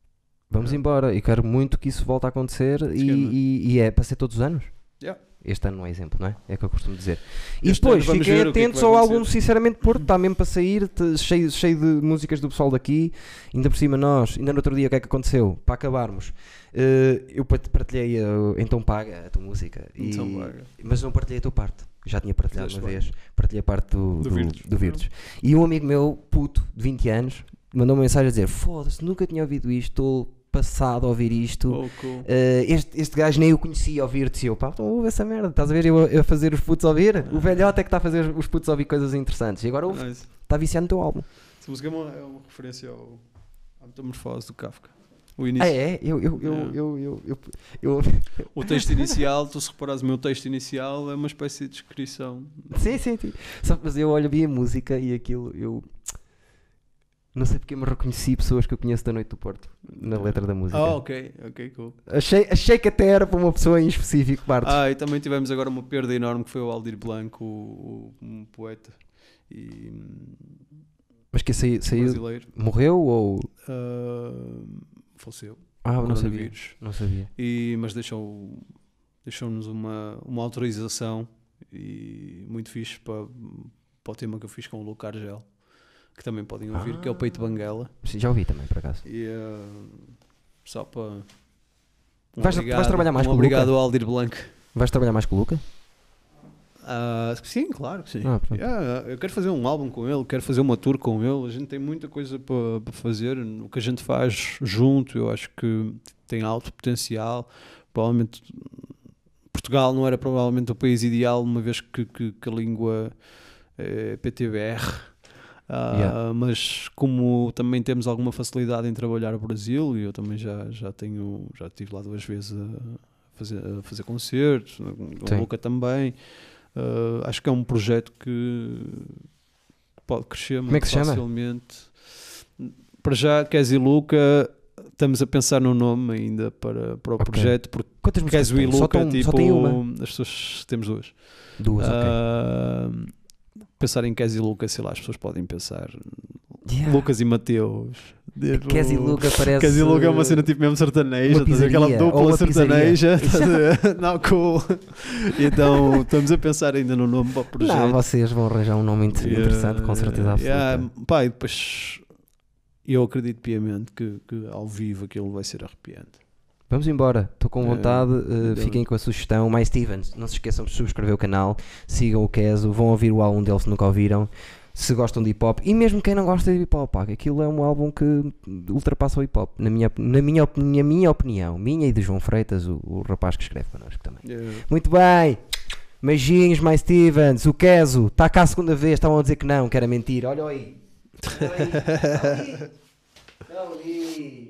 Speaker 1: Vamos embora. E quero muito que isso volte a acontecer. E,
Speaker 2: Esquema.
Speaker 1: e- e é para ser todos os anos.
Speaker 2: Yeah.
Speaker 1: Este ano não é exemplo, não é? É o que eu costumo dizer. E
Speaker 2: Este
Speaker 1: depois,
Speaker 2: ano vamos
Speaker 1: fiquem
Speaker 2: ver o que é que
Speaker 1: atentos
Speaker 2: vai
Speaker 1: ao
Speaker 2: acontecer.
Speaker 1: álbum Sinceramente Porto, está mesmo para sair, te- cheio, cheio de músicas do pessoal daqui. Ainda por cima, nós, ainda no outro dia, o que é que aconteceu? Para acabarmos, eh, eu pat- partilhei a, Então Paga, a tua música. e-
Speaker 2: Então, vaga.
Speaker 1: mas não partilhei a tua parte. Já tinha partilhado
Speaker 2: Fizeste
Speaker 1: uma
Speaker 2: bem.
Speaker 1: vez. Partilhei a parte do,
Speaker 2: Do
Speaker 1: do,
Speaker 2: Virtus.
Speaker 1: do Virtus. E um amigo meu, puto, de 20 anos, mandou uma mensagem a dizer: Foda-se, nunca tinha ouvido isto, estou passado a ouvir isto.
Speaker 2: Oh, cool.
Speaker 1: Eh, este, este gajo nem eu conhecia ouvir-te. E eu, pá, então ouve essa merda. Estás a ver eu, a- eu a fazer os putos ouvir? O velhote é que está a fazer os putos ouvir coisas interessantes. E agora ouve,
Speaker 2: Nice.
Speaker 1: está viciado no teu álbum.
Speaker 2: Essa música é uma, é uma referência ao, à metamorfose do Kafka. O início.
Speaker 1: Ah, é? Eu. eu, eu,
Speaker 2: Yeah.
Speaker 1: eu, eu, eu, eu-
Speaker 2: O texto inicial, tu se reparares, o meu texto inicial é uma espécie de descrição.
Speaker 1: sim, sim, sim. Só que, mas eu olho, vi a música e aquilo. Eu. Não sei porque me reconheci pessoas que eu conheço da Noite do Porto na letra da música.
Speaker 2: Ah, ok, ok, cool.
Speaker 1: Achei, achei que até era para uma pessoa em específico, Bartos.
Speaker 2: Ah, e também tivemos agora uma perda enorme que foi o Aldir Blanco, o, o- um poeta e hum,
Speaker 1: Mas que saiu, saiu
Speaker 2: brasileiro.
Speaker 1: morreu ou.
Speaker 2: Ah, faleceu.
Speaker 1: Ah, eu não sabia.
Speaker 2: coronavírus.
Speaker 1: Não sabia.
Speaker 2: E, mas deixou, deixou-nos uma, uma autorização e muito fixe para, para o tema que eu fiz com o Lucar Gel, que também podem ouvir, que é o
Speaker 1: Ah.
Speaker 2: Peito Banguela.
Speaker 1: Sim, Já ouvi também, por acaso.
Speaker 2: E eh, só para.
Speaker 1: Vais- vais trabalhar mais
Speaker 2: um
Speaker 1: com o
Speaker 2: obrigado ao Aldir Blanco.
Speaker 1: Vais trabalhar mais com o Luca?
Speaker 2: Ah, sim, claro que sim.
Speaker 1: Ah, pronto.
Speaker 2: Yeah, eu quero fazer um álbum com ele, quero fazer uma tour com ele. A gente tem muita coisa para para fazer. O que a gente faz junto, eu acho que tem alto potencial. Provavelmente Portugal não era eh, provavelmente o país ideal, uma vez que, que- que a língua é PTBR. Ah,
Speaker 1: Yeah.
Speaker 2: Mas como também temos alguma facilidade em trabalhar o Brasil, e eu também já, já tenho, já estive lá duas vezes a fazer, a fazer concertos,
Speaker 1: Sim.
Speaker 2: a Boca também, ah, acho que é um projeto que pode crescer muito
Speaker 1: é que se chama?
Speaker 2: facilmente. Para já, Kes e Luca, estamos a pensar no nome ainda para, para o
Speaker 1: Ok.
Speaker 2: projeto, porque
Speaker 1: Quantas
Speaker 2: Kes
Speaker 1: músicas
Speaker 2: e
Speaker 1: tem? Só,
Speaker 2: Luca,
Speaker 1: tão-
Speaker 2: tipo,
Speaker 1: só tem uma?
Speaker 2: as pessoas temos duas.
Speaker 1: Duas, ok.
Speaker 2: Ah, pensar em Kes e Lucas, sei lá, as pessoas podem pensar
Speaker 1: Yeah.
Speaker 2: Lucas e Mateus. Tipo,
Speaker 1: Kes e Luca parece...
Speaker 2: Kes e Luca é uma cena tipo mesmo sertaneja,
Speaker 1: uma
Speaker 2: estás a ver? aquela
Speaker 1: pizzaria, ou
Speaker 2: dupla
Speaker 1: uma
Speaker 2: sertaneja. estás a ver? Não, cool. Então estamos a pensar ainda no nome para o projeto.
Speaker 1: Não, vocês vão arranjar um nome inter-
Speaker 2: tipo Yeah,
Speaker 1: interessante, com certeza absoluta.
Speaker 2: Eh, yeah, pá, e depois eu acredito piamente que, que ao vivo aquilo vai ser arrepiante.
Speaker 1: Vamos embora, estou com
Speaker 2: Yeah.
Speaker 1: vontade, eh,
Speaker 2: Então-
Speaker 1: fiquem com a sugestão. Mais Stevens, não se esqueçam de subscrever o canal, sigam o Keso, vão ouvir o álbum dele se nunca ouviram. Se gostam de hip hop, e mesmo quem não gosta de hip hop, pá, aquilo é um álbum que ultrapassa o hip hop, na minha, na minha, op- na minha opinião, minha e do João Freitas, o, o rapaz que escreve connosco também.
Speaker 2: Yeah.
Speaker 1: Muito bem, beijinhos, mais Stevens, o Keso, está cá a segunda vez, estavam a dizer que não, que era mentira, olha aí. Olha aí. Está ali. Está ali.